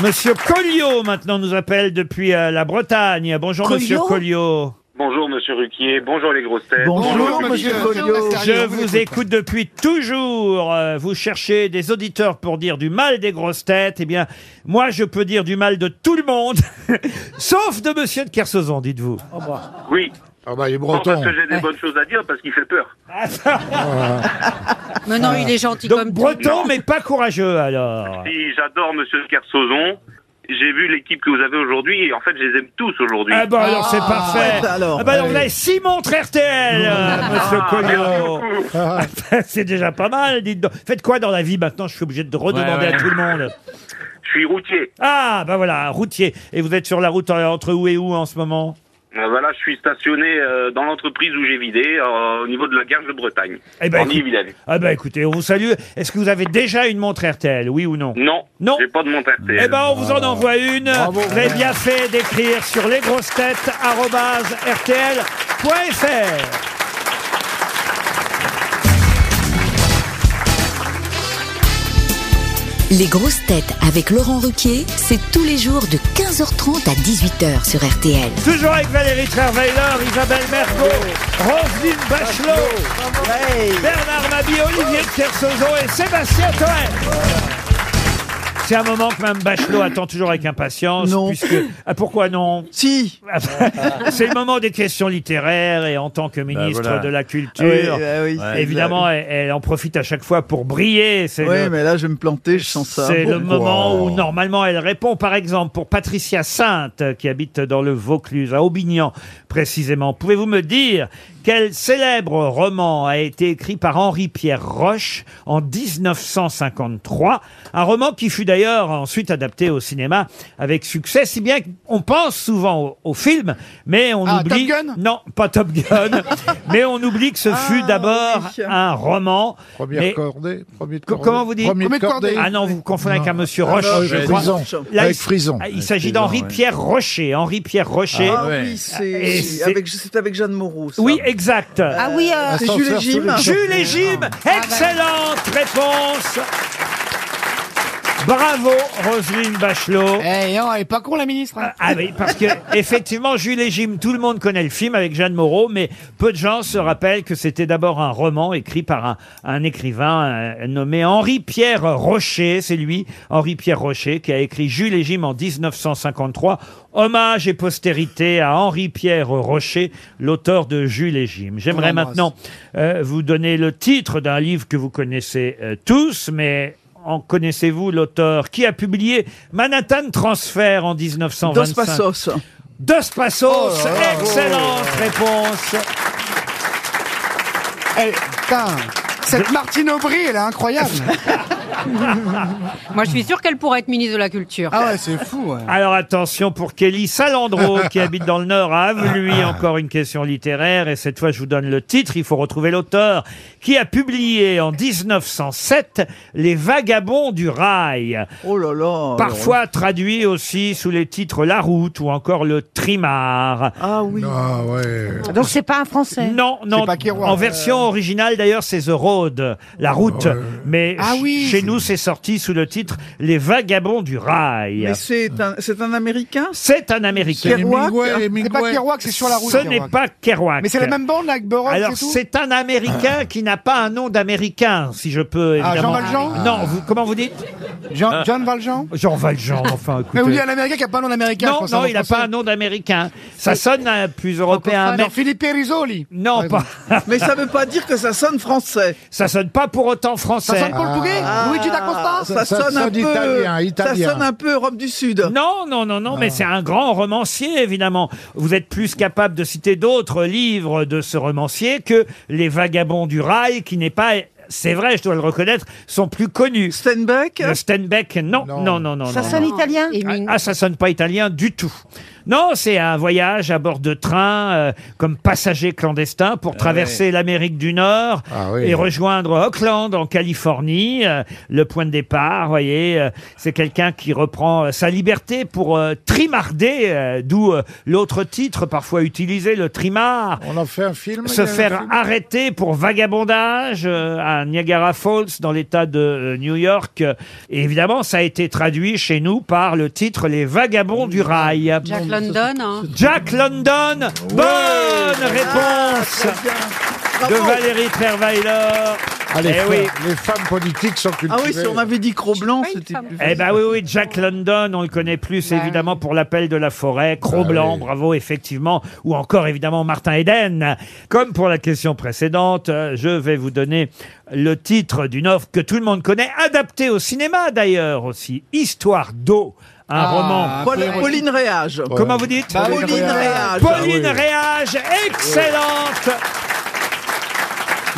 Speaker 2: Monsieur Colliot maintenant nous appelle depuis euh, la Bretagne. Bonjour
Speaker 3: Colliot
Speaker 2: Monsieur Colliot.
Speaker 10: Bonjour Monsieur Ruquier, bonjour les grosses têtes.
Speaker 2: Je vous écoute depuis toujours. Euh, Vous cherchez des auditeurs pour dire du mal des grosses têtes. Eh bien, moi, je peux dire du mal de tout le monde, sauf de Monsieur de Kersauzon, dites-vous.
Speaker 10: Oui.
Speaker 4: Ah bah, il est
Speaker 10: Non, parce que j'ai des bonnes choses à dire parce qu'il fait peur.
Speaker 5: Mais non, il est gentil
Speaker 2: Donc,
Speaker 5: comme tout.
Speaker 2: breton, mais pas courageux, alors.
Speaker 10: Si j'adore Monsieur Kersozon, j'ai vu l'équipe que vous avez aujourd'hui et en fait je les aime tous aujourd'hui.
Speaker 2: Ah bah alors c'est parfait. Ah bah on a six montres RTL, euh, Monsieur
Speaker 10: Ah,
Speaker 2: Cognot. c'est déjà pas mal. Dites donc. Faites quoi dans la vie maintenant Je suis obligé de redemander
Speaker 10: Ouais, ouais.
Speaker 2: à tout le monde.
Speaker 10: Je suis routier.
Speaker 2: Ah bah voilà, un routier. Et vous êtes sur la route euh, entre où et où en ce moment
Speaker 10: Euh, Voilà, je suis stationné euh, dans l'entreprise où j'ai vidé, euh, au niveau de la gare de Bretagne.
Speaker 2: Eh ben,
Speaker 10: en
Speaker 2: écoute-
Speaker 10: Ille-et-Vilaine.
Speaker 2: Ah bah écoutez, on vous salue. Est-ce que vous avez déjà une montre RTL Oui ou non
Speaker 10: Non,
Speaker 2: non.
Speaker 10: j'ai pas de montre RTL.
Speaker 2: Eh ben on vous en envoie une. vous avez bien fait d'écrire sur lesgrossetêtes@rtl.fr.
Speaker 9: Les grosses têtes avec Laurent Ruquier, c'est tous les jours de 15h30 à 18h sur RTL.
Speaker 2: Toujours avec Valérie Trierweiler, Isabelle Mergot, Roselyne Bachelot, Bernard Mabie, Olivier de Kersozo et Sébastien Toer. C'est un moment que Mme Bachelot attend toujours avec impatience.
Speaker 8: Non.
Speaker 2: Puisque... Ah, pourquoi non
Speaker 8: Si
Speaker 2: C'est le moment des questions littéraires et en tant que ministre
Speaker 8: Bah, voilà.
Speaker 2: de la Culture,
Speaker 8: Ah oui, ah oui. Ouais.
Speaker 2: évidemment, elle, elle en profite à chaque fois pour briller. C'est
Speaker 8: Oui,
Speaker 2: le-
Speaker 8: mais là, je vais me planter, je sens ça.
Speaker 2: c'est le
Speaker 8: Pourquoi
Speaker 2: moment où normalement elle répond. Par exemple, pour Patricia Sainte, qui habite dans le Vaucluse, à Aubignan précisément, pouvez-vous me dire quel célèbre roman a été écrit par Henri-Pierre Roche en 1953 Un roman qui fut d'ailleurs ensuite adapté au cinéma avec succès, si bien qu'on pense souvent au, au film, mais on
Speaker 7: Ah,
Speaker 2: oublie...
Speaker 7: Top Gun Ah,
Speaker 2: non, pas Top Gun, mais on oublie que ce fut d'abord
Speaker 4: oui.
Speaker 2: un roman.
Speaker 4: Première
Speaker 2: mais-
Speaker 4: cordée, premier de
Speaker 2: Co-
Speaker 4: cordée.
Speaker 2: Comment vous dites
Speaker 4: Premier de cordée.
Speaker 2: Ah non, vous vous confondez avec
Speaker 4: Non.
Speaker 2: un monsieur
Speaker 4: Ah
Speaker 2: Roche.
Speaker 4: non,
Speaker 2: je
Speaker 4: avec
Speaker 2: crois.
Speaker 4: Frison.
Speaker 2: Là,
Speaker 4: Avec
Speaker 2: il-
Speaker 4: Frison.
Speaker 2: ah, Il
Speaker 4: Avec
Speaker 2: s'agit
Speaker 4: Frison,
Speaker 2: d'Henri
Speaker 4: ouais.
Speaker 2: Pierre Rocher. Henri Pierre Rocher.
Speaker 8: Ah
Speaker 2: Et
Speaker 8: oui, c'est
Speaker 2: c'est-
Speaker 8: avec, c'est avec Jeanne Moreau. ça.
Speaker 2: Oui, exact.
Speaker 3: Ah oui, euh,
Speaker 8: c'est Jules et Jim.
Speaker 2: Jules et
Speaker 4: Ah,
Speaker 2: Jim. Excellente réponse. Bravo, Roselyne Bachelot.
Speaker 7: Eh, non, elle est pas con, la ministre. hein.
Speaker 2: Ah oui, parce que effectivement, Jules et Jim, tout le monde connaît le film avec Jeanne Moreau, mais peu de gens se rappellent que c'était d'abord un roman écrit par un, un écrivain euh, nommé Henri-Pierre Rocher. C'est lui, Henri-Pierre Rocher, qui a écrit Jules et Jim en 1953. Hommage et postérité à Henri-Pierre Rocher, l'auteur de Jules et Jim. J'aimerais
Speaker 7: On l'embrasse.
Speaker 2: maintenant euh, vous donner le titre d'un livre que vous connaissez euh, tous, mais en connaissez-vous l'auteur qui a publié Manhattan Transfer en 1925
Speaker 8: Dos Passos. Oh
Speaker 2: Dos Passos, excellente réponse.
Speaker 7: Eh, putain. Cette Martine Aubry, elle est incroyable.
Speaker 5: Moi, je suis sûre qu'elle pourrait être ministre de la Culture.
Speaker 7: Ah ouais, c'est fou. ouais.
Speaker 2: Alors attention pour Kelly Salandro qui habite dans le Nord à Lui, encore une question littéraire et cette fois je vous donne le titre, il faut retrouver l'auteur qui a publié en 1907 Les Vagabonds du Rail.
Speaker 8: Oh là là.
Speaker 2: Parfois traduit aussi sous les titres La Route ou encore Le Trimard.
Speaker 8: Ah oui.
Speaker 4: Ah ouais.
Speaker 3: donc c'est pas un français.
Speaker 2: Non, non.
Speaker 7: pas Kerouac. Euh.
Speaker 2: en version originale, d'ailleurs, c'est The Road,
Speaker 4: Ah,
Speaker 2: la route. Mais
Speaker 7: Ah
Speaker 2: ch-
Speaker 7: oui.
Speaker 2: chez nous, c'est sorti sous le titre Les Vagabonds du Rail.
Speaker 8: Mais c'est un, c'est un Américain
Speaker 2: C'est un Américain.
Speaker 4: C'est
Speaker 8: Kerouac.
Speaker 4: Hemingway,
Speaker 7: C'est pas
Speaker 4: Hemingway.
Speaker 7: Kerouac, c'est sur la route.
Speaker 2: Ce
Speaker 7: Kerouac.
Speaker 2: n'est pas Kerouac.
Speaker 7: Mais c'est la même bande, là, que Borough,
Speaker 2: Alors,
Speaker 7: c'est tout
Speaker 2: c'est un Américain qui n'a pas un nom d'Américain, si je peux,
Speaker 7: Ah,
Speaker 2: évidemment.
Speaker 7: Jean Valjean
Speaker 2: Non, vous, comment vous dites
Speaker 7: Jean, John Valjean
Speaker 2: Jean Valjean, enfin, écoutez.
Speaker 7: Mais vous dites un Américain qui a pas un nom d'Américain. je
Speaker 2: non,
Speaker 7: pense,
Speaker 2: non,
Speaker 7: un
Speaker 2: il n'a
Speaker 7: Français.
Speaker 2: pas un nom d'Américain. Ça sonne euh, plus européen. mais-
Speaker 7: Jean-Philippe Risoli.
Speaker 2: Non, pas.
Speaker 8: Mais ça veut pas dire que ça sonne français.
Speaker 2: Ça sonne pas pour autant français.
Speaker 7: Ça sent le portugais Luigi da Costa
Speaker 8: Ah, Ça,
Speaker 4: Ah, Ça- ça
Speaker 8: sonne un
Speaker 4: sonne
Speaker 8: peu.
Speaker 4: italien, italien.
Speaker 8: Ça sonne un peu Europe du Sud.
Speaker 2: Non, non, non,
Speaker 7: Ah.
Speaker 2: non, mais c'est un grand romancier, évidemment. Vous êtes plus capable de citer d'autres livres de ce romancier que Les Vagabonds du Rail, qui n'est pas, c'est vrai, je dois le reconnaître, sont plus connus.
Speaker 8: Steinbeck.
Speaker 2: Le Steinbeck, non, non,
Speaker 4: Non.
Speaker 2: non, non. non,
Speaker 3: Ça
Speaker 2: non.
Speaker 3: sonne italien
Speaker 5: Et Mine-
Speaker 2: Ah, ça sonne pas italien du tout. Non, c'est un voyage à bord de train euh, comme passager clandestin pour traverser l'Amérique du Nord
Speaker 4: Ah oui.
Speaker 2: et rejoindre Oakland en Californie. euh, le point de départ, voyez, euh, c'est quelqu'un qui reprend euh, sa liberté pour euh, trimarder, euh, d'où euh, l'autre titre parfois utilisé, le trimard
Speaker 4: On en fait un film il y
Speaker 2: se
Speaker 4: a un
Speaker 2: faire
Speaker 4: film
Speaker 2: arrêter pour vagabondage euh, à Niagara Falls dans l'État de euh, New York. Et évidemment, ça a été traduit chez nous par le titre Les Vagabonds du Rail.
Speaker 5: Jack London. London. hein.
Speaker 2: Jack London. Bonne réponse de
Speaker 8: Ah, Bravo.
Speaker 2: Valérie Trierweiler.
Speaker 4: Ah, les,
Speaker 2: Eh
Speaker 4: femmes,
Speaker 2: oui.
Speaker 4: les femmes politiques sont cultivées.
Speaker 8: Ah oui, si on avait dit Cro-Blanc, c'était plus
Speaker 2: Eh
Speaker 8: facile.
Speaker 2: ben oui, oui, Jack London, on le connaît plus évidemment pour l'appel de la forêt, Cro-Blanc, bravo, effectivement, ou encore évidemment Martin Eden. Comme pour la question précédente, euh, je vais vous donner le titre d'une offre que tout le monde connaît, adaptée au cinéma d'ailleurs aussi, Histoire d'eau, un
Speaker 7: Ah,
Speaker 2: roman.
Speaker 8: Paul-
Speaker 7: Ouais.
Speaker 8: Pauline Réage.
Speaker 2: Comment vous dites
Speaker 7: Bah,
Speaker 8: Pauline Réage. Ah
Speaker 2: Pauline
Speaker 12: Ah
Speaker 2: Réage, excellente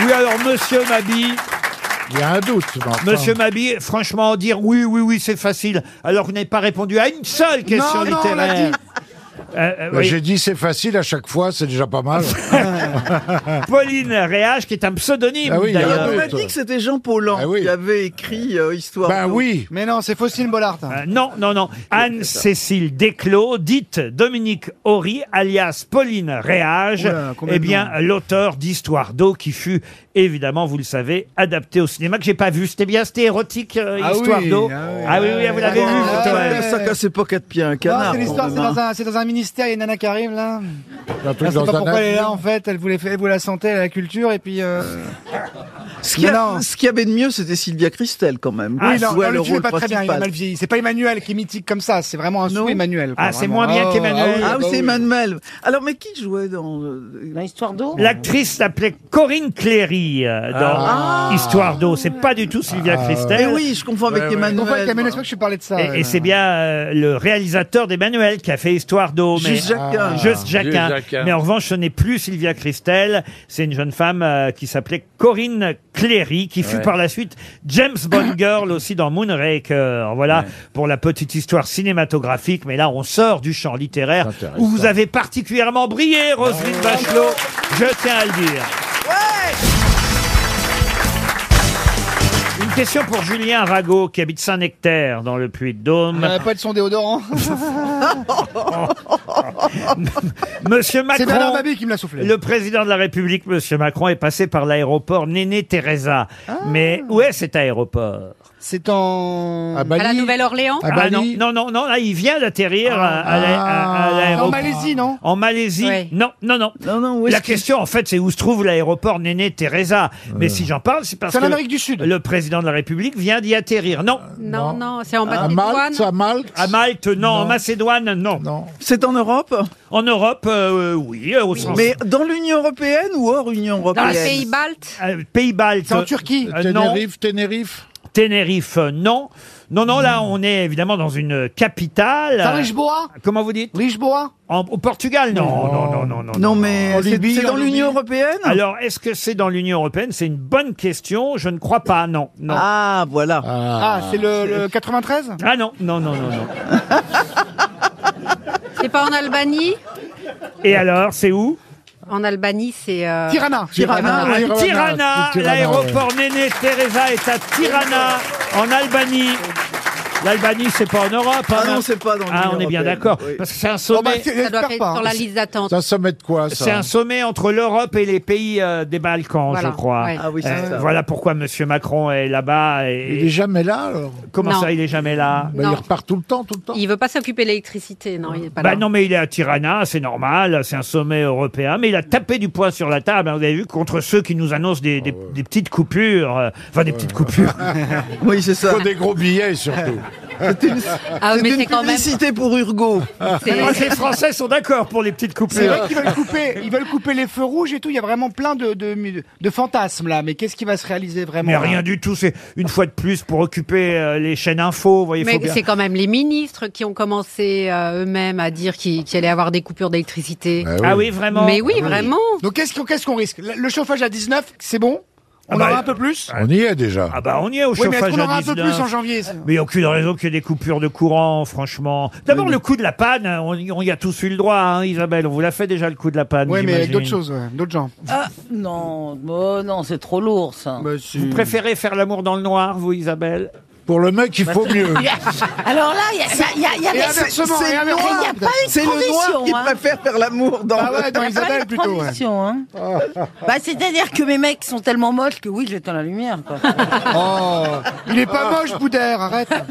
Speaker 2: Oui, alors, monsieur Mabi...
Speaker 4: Il y a un doute. mais enfin.
Speaker 2: Monsieur Mabi, franchement, dire oui, oui, oui, c'est facile, alors que vous n'avez pas répondu à une seule question
Speaker 7: Non, non, on l'a
Speaker 2: littéraire. Euh, euh,
Speaker 4: Bah,
Speaker 2: oui.
Speaker 4: J'ai dit c'est facile à chaque fois, c'est déjà pas mal.
Speaker 2: Pauline Réage, qui est un pseudonyme
Speaker 4: Ah oui, il y a un
Speaker 8: On
Speaker 2: ben, d'ailleurs.
Speaker 4: doute.
Speaker 8: m'a dit que c'était Jean Paulhan
Speaker 4: Ah oui.
Speaker 8: qui avait écrit euh, Histoire.
Speaker 4: ben
Speaker 8: d'eau.
Speaker 4: oui.
Speaker 7: Mais non, c'est Faustine Bollard.
Speaker 2: Euh, non, non, non. Anne-Cécile Desclos, dite Dominique Horry, alias Pauline Réage,
Speaker 7: Oula, combien
Speaker 2: eh
Speaker 7: de
Speaker 2: bien, l'auteur d'Histoire d'eau qui fut, évidemment, vous le savez, adapté au cinéma, que j'ai pas vu. C'était bien, c'était érotique, euh,
Speaker 7: Ah
Speaker 2: Histoire
Speaker 7: oui,
Speaker 2: d'eau.
Speaker 7: ah
Speaker 2: Ah
Speaker 7: oui,
Speaker 2: oui,
Speaker 7: ah
Speaker 2: oui,
Speaker 7: oui.
Speaker 2: vous l'avez
Speaker 7: Ah
Speaker 2: vu,
Speaker 7: oui,
Speaker 2: votre-
Speaker 7: ah oui.
Speaker 8: Ça cassait pas quatre pieds à un
Speaker 7: Non,
Speaker 8: canard.
Speaker 7: c'est l'histoire, c'est
Speaker 8: Romain.
Speaker 7: dans, un, c'est dans un ministère, il y a une nana qui arrive là.
Speaker 4: Un
Speaker 7: Je
Speaker 4: truc
Speaker 7: sais pas
Speaker 4: dans un
Speaker 7: pourquoi elle est là
Speaker 4: avion.
Speaker 7: en fait, elle voulait, elle voulait la santé, elle a la culture et puis. euh,
Speaker 8: Ce qu'il y,
Speaker 7: Mais
Speaker 8: a-
Speaker 7: non. Ah
Speaker 8: ce qu'il y avait de mieux, c'était Sylvia Christel quand même.
Speaker 2: Ah,
Speaker 7: Oui,
Speaker 8: Elle
Speaker 7: non,
Speaker 8: jouait
Speaker 7: non,
Speaker 8: le
Speaker 7: le film est
Speaker 8: rôle
Speaker 7: pas très bien, il a
Speaker 8: principal.
Speaker 7: mal vieilli. C'est pas Emmanuel qui est mythique comme ça, c'est vraiment un
Speaker 8: Non.
Speaker 7: sous Emmanuel. quoi,
Speaker 2: Ah, c'est
Speaker 7: vraiment.
Speaker 2: moins bien
Speaker 7: Oh,
Speaker 2: qu'Emmanuel.
Speaker 7: ah
Speaker 8: Ah
Speaker 7: oui,
Speaker 8: oui, c'est
Speaker 7: bah oui.
Speaker 8: Emmanuel. Alors, mais qui jouait dans. euh,
Speaker 3: Dans Histoire d'eau
Speaker 2: L'actrice s'appelait Corinne Cléry euh, dans
Speaker 8: Ah.
Speaker 2: Histoire d'eau. C'est pas du tout Sylvia Christel.
Speaker 8: Eh oui, je confonds avec
Speaker 6: Ouais, ouais.
Speaker 7: Je confonds avec
Speaker 8: Emmanuel. moi.
Speaker 7: Emmanuel, c'est vrai que je parlais de ça.
Speaker 2: Et,
Speaker 7: ouais,
Speaker 2: et c'est
Speaker 7: ouais.
Speaker 2: bien euh, le réalisateur d'Emmanuel qui a fait Histoire d'eau. mais- Ah.
Speaker 8: Juste Jacquin.
Speaker 2: Juste Jacquin.
Speaker 6: Juste Jacquin.
Speaker 2: Mais en revanche, ce n'est plus Sylvia Christel. C'est une jeune femme euh, qui s'appelait Corinne Cléry, qui fut
Speaker 6: Ouais.
Speaker 2: par la suite James Bond Girl aussi dans Moonraker. Voilà pour la petite histoire cinématographique. Mais là, on sort du champ littéraire où vous avez particulièrement brillé,
Speaker 7: Oh.
Speaker 2: Roselyne Bachelot. Je tiens à le dire. Une question pour Julien Rago, qui habite Saint-Nectaire, dans le Puy-de-Dôme.
Speaker 7: Euh, pas de son déodorant.
Speaker 2: Monsieur Macron...
Speaker 7: C'est Bernard Mabie qui me l'a soufflé.
Speaker 2: Le président de la République, M. Macron, est passé par l'aéroport Néné Teresa. Mais où est cet aéroport
Speaker 7: Ah. C'est en.
Speaker 4: À
Speaker 5: À
Speaker 4: Bali.
Speaker 5: la Nouvelle-Orléans.
Speaker 4: À
Speaker 2: non,
Speaker 4: Bali.
Speaker 2: Ah, non, non, non, là, il vient d'atterrir à- à l'a- à- à
Speaker 7: C'est en
Speaker 2: l'aéroport.
Speaker 7: Malaisie, non
Speaker 2: En Malaisie
Speaker 5: Ouais.
Speaker 2: Non, non, non.
Speaker 8: Non, non, où est-ce
Speaker 2: La question, en fait, c'est où se trouve l'aéroport Néné Teresa. Mais si j'en parle, c'est parce
Speaker 7: C'est en
Speaker 2: que
Speaker 7: Amérique du Sud.
Speaker 2: le président de la République vient d'y atterrir. Non.
Speaker 5: Ah Non, non, c'est en
Speaker 4: À
Speaker 5: bas de
Speaker 4: Malte, à Malte.
Speaker 2: À Malte, non. En Macédoine, non.
Speaker 4: Non.
Speaker 8: C'est en Europe
Speaker 2: En Europe, euh, oui, euh, au sens.
Speaker 8: Mais dans l'Union européenne ou hors Union
Speaker 5: Dans les
Speaker 8: européenne
Speaker 5: pays baltes.
Speaker 4: Ah,
Speaker 2: Euh, Pays baltes.
Speaker 7: C'est en Turquie.
Speaker 2: Euh, non.
Speaker 4: Ténérife, Ténérife.
Speaker 2: Ténérife, euh, non. Non, non, là, on est évidemment dans une capitale. Euh,
Speaker 7: C'est en Lisboa
Speaker 2: Comment vous dites
Speaker 7: Lisboa
Speaker 2: En- Au Portugal non, non, non, non, non.
Speaker 8: Non, mais
Speaker 4: En
Speaker 8: c'est
Speaker 4: Libye,
Speaker 8: c'est
Speaker 4: en
Speaker 8: dans l'Union européenne
Speaker 2: Alors, est-ce que c'est dans l'Union européenne C'est une bonne question. Je ne crois pas. Non, non. Ah,
Speaker 8: Ah, voilà.
Speaker 4: Ah.
Speaker 7: Ah, c'est le, le 93
Speaker 2: non, non, non, non, non.
Speaker 5: C'est pas en Albanie
Speaker 2: Et alors, c'est où
Speaker 5: En Albanie, c'est. euh,
Speaker 7: Tirana.
Speaker 8: Tirana,
Speaker 2: À
Speaker 8: ouais.
Speaker 4: Tirana,
Speaker 2: Tirana.
Speaker 4: c'est Tirana,
Speaker 2: L'aéroport Néné Teresa est à Tirana, en Albanie. L'Albanie, c'est pas en Europe. hein,
Speaker 8: Ah
Speaker 2: non
Speaker 8: non, c'est pas dans l'Union
Speaker 2: Ah, on est bien
Speaker 8: européenne,
Speaker 2: d'accord.
Speaker 8: oui.
Speaker 2: Parce que c'est un
Speaker 7: Bon, bah,
Speaker 2: sommet.
Speaker 7: c'est-
Speaker 5: Ça doit
Speaker 7: j'espère
Speaker 5: être
Speaker 7: pas.
Speaker 5: sur la liste d'attente.
Speaker 4: Ça, ça met de quoi, ça
Speaker 2: C'est un sommet entre l'Europe et les pays euh, des Balkans,
Speaker 5: Voilà,
Speaker 2: je crois.
Speaker 5: ouais.
Speaker 8: Ah oui, c'est
Speaker 2: Euh,
Speaker 8: ça.
Speaker 2: voilà pourquoi Monsieur Macron est là-bas.
Speaker 4: Il
Speaker 2: Et...
Speaker 4: est jamais là, alors
Speaker 2: Comment
Speaker 5: Non.
Speaker 2: ça, il est jamais là
Speaker 4: Bah,
Speaker 5: Non.
Speaker 4: Il repart tout le temps, tout le temps.
Speaker 5: Il veut pas s'occuper de l'électricité, non, il est pas
Speaker 2: Bah
Speaker 5: là.
Speaker 2: non, mais il est à Tirana, c'est normal, c'est un sommet européen, mais il a tapé du poing sur la table, hein, vous avez vu, contre ceux qui nous annoncent des, des-
Speaker 4: Ah
Speaker 2: des petites coupures, euh, enfin des petites coupures.
Speaker 8: Oui, c'est ça.
Speaker 4: Faut des gros billets, surtout.
Speaker 5: Ah oui, mais
Speaker 8: C'était
Speaker 5: c'est
Speaker 8: une
Speaker 5: quand même.
Speaker 8: publicité pour Urgo.
Speaker 5: c'est-
Speaker 2: Ah, les Français sont d'accord pour les petites
Speaker 7: C'est vrai
Speaker 2: coupures.
Speaker 7: qu'ils veulent couper, ils veulent couper les feux rouges et tout. Il y a vraiment plein de, de, de fantasmes là. Mais qu'est-ce qui va se réaliser vraiment
Speaker 2: Mais
Speaker 7: là
Speaker 2: rien du tout, c'est une fois de plus pour occuper euh, les chaînes info, vous voyez, faut
Speaker 5: Mais
Speaker 2: bien-
Speaker 5: c'est quand même les ministres qui ont commencé euh, eux-mêmes à dire qu'il qu'il allait avoir des coupures d'électricité.
Speaker 4: Bah
Speaker 2: Ah oui, vraiment
Speaker 5: Mais oui, vraiment.
Speaker 7: Donc qu'est-ce qu'on qu'est-ce qu'on risque Le le chauffage à 19, c'est bon On
Speaker 2: Ah bah,
Speaker 7: aura un peu plus
Speaker 4: On y est déjà.
Speaker 2: Ah bah on y est au
Speaker 7: Oui, mais est-ce
Speaker 2: chauffage
Speaker 7: qu'on aura
Speaker 2: à
Speaker 7: un peu plus
Speaker 2: 19.
Speaker 7: en janvier ça
Speaker 2: Mais il n'y a aucune raison qu'il y ait des coupures de courant, franchement. D'abord, le coup de la panne, hein, on y, on y a tous eu le droit, hein, Isabelle. On vous l'a fait déjà le coup de la panne.
Speaker 7: Oui, mais avec d'autres
Speaker 2: j'imagine.
Speaker 7: choses, ouais, d'autres gens.
Speaker 3: Ah, non, oh, non, c'est trop lourd ça.
Speaker 2: Vous préférez faire l'amour dans le noir, vous, Isabelle Bah,
Speaker 4: Pour le mec, il faut mieux.
Speaker 3: Alors là, il y a, ça- il y a- il y a-
Speaker 7: Et
Speaker 3: mais c'est-
Speaker 7: inversement,
Speaker 8: c'est
Speaker 7: et inversement.
Speaker 8: noir.
Speaker 3: il y a pas eu de
Speaker 8: C'est le noir
Speaker 3: transition.
Speaker 8: qui
Speaker 3: hein.
Speaker 8: préfère faire l'amour dans.
Speaker 7: Ah ouais,
Speaker 3: Il y a
Speaker 7: dans
Speaker 3: pas eu
Speaker 7: Isabelle
Speaker 3: de
Speaker 7: plutôt. ouais.
Speaker 3: transition, hein. Bah, C'est-à-dire que mes mecs sont tellement moches que oui, j'éteins la lumière. Quoi. Ah.
Speaker 7: Oh, il est pas moche, Boudère, arrête.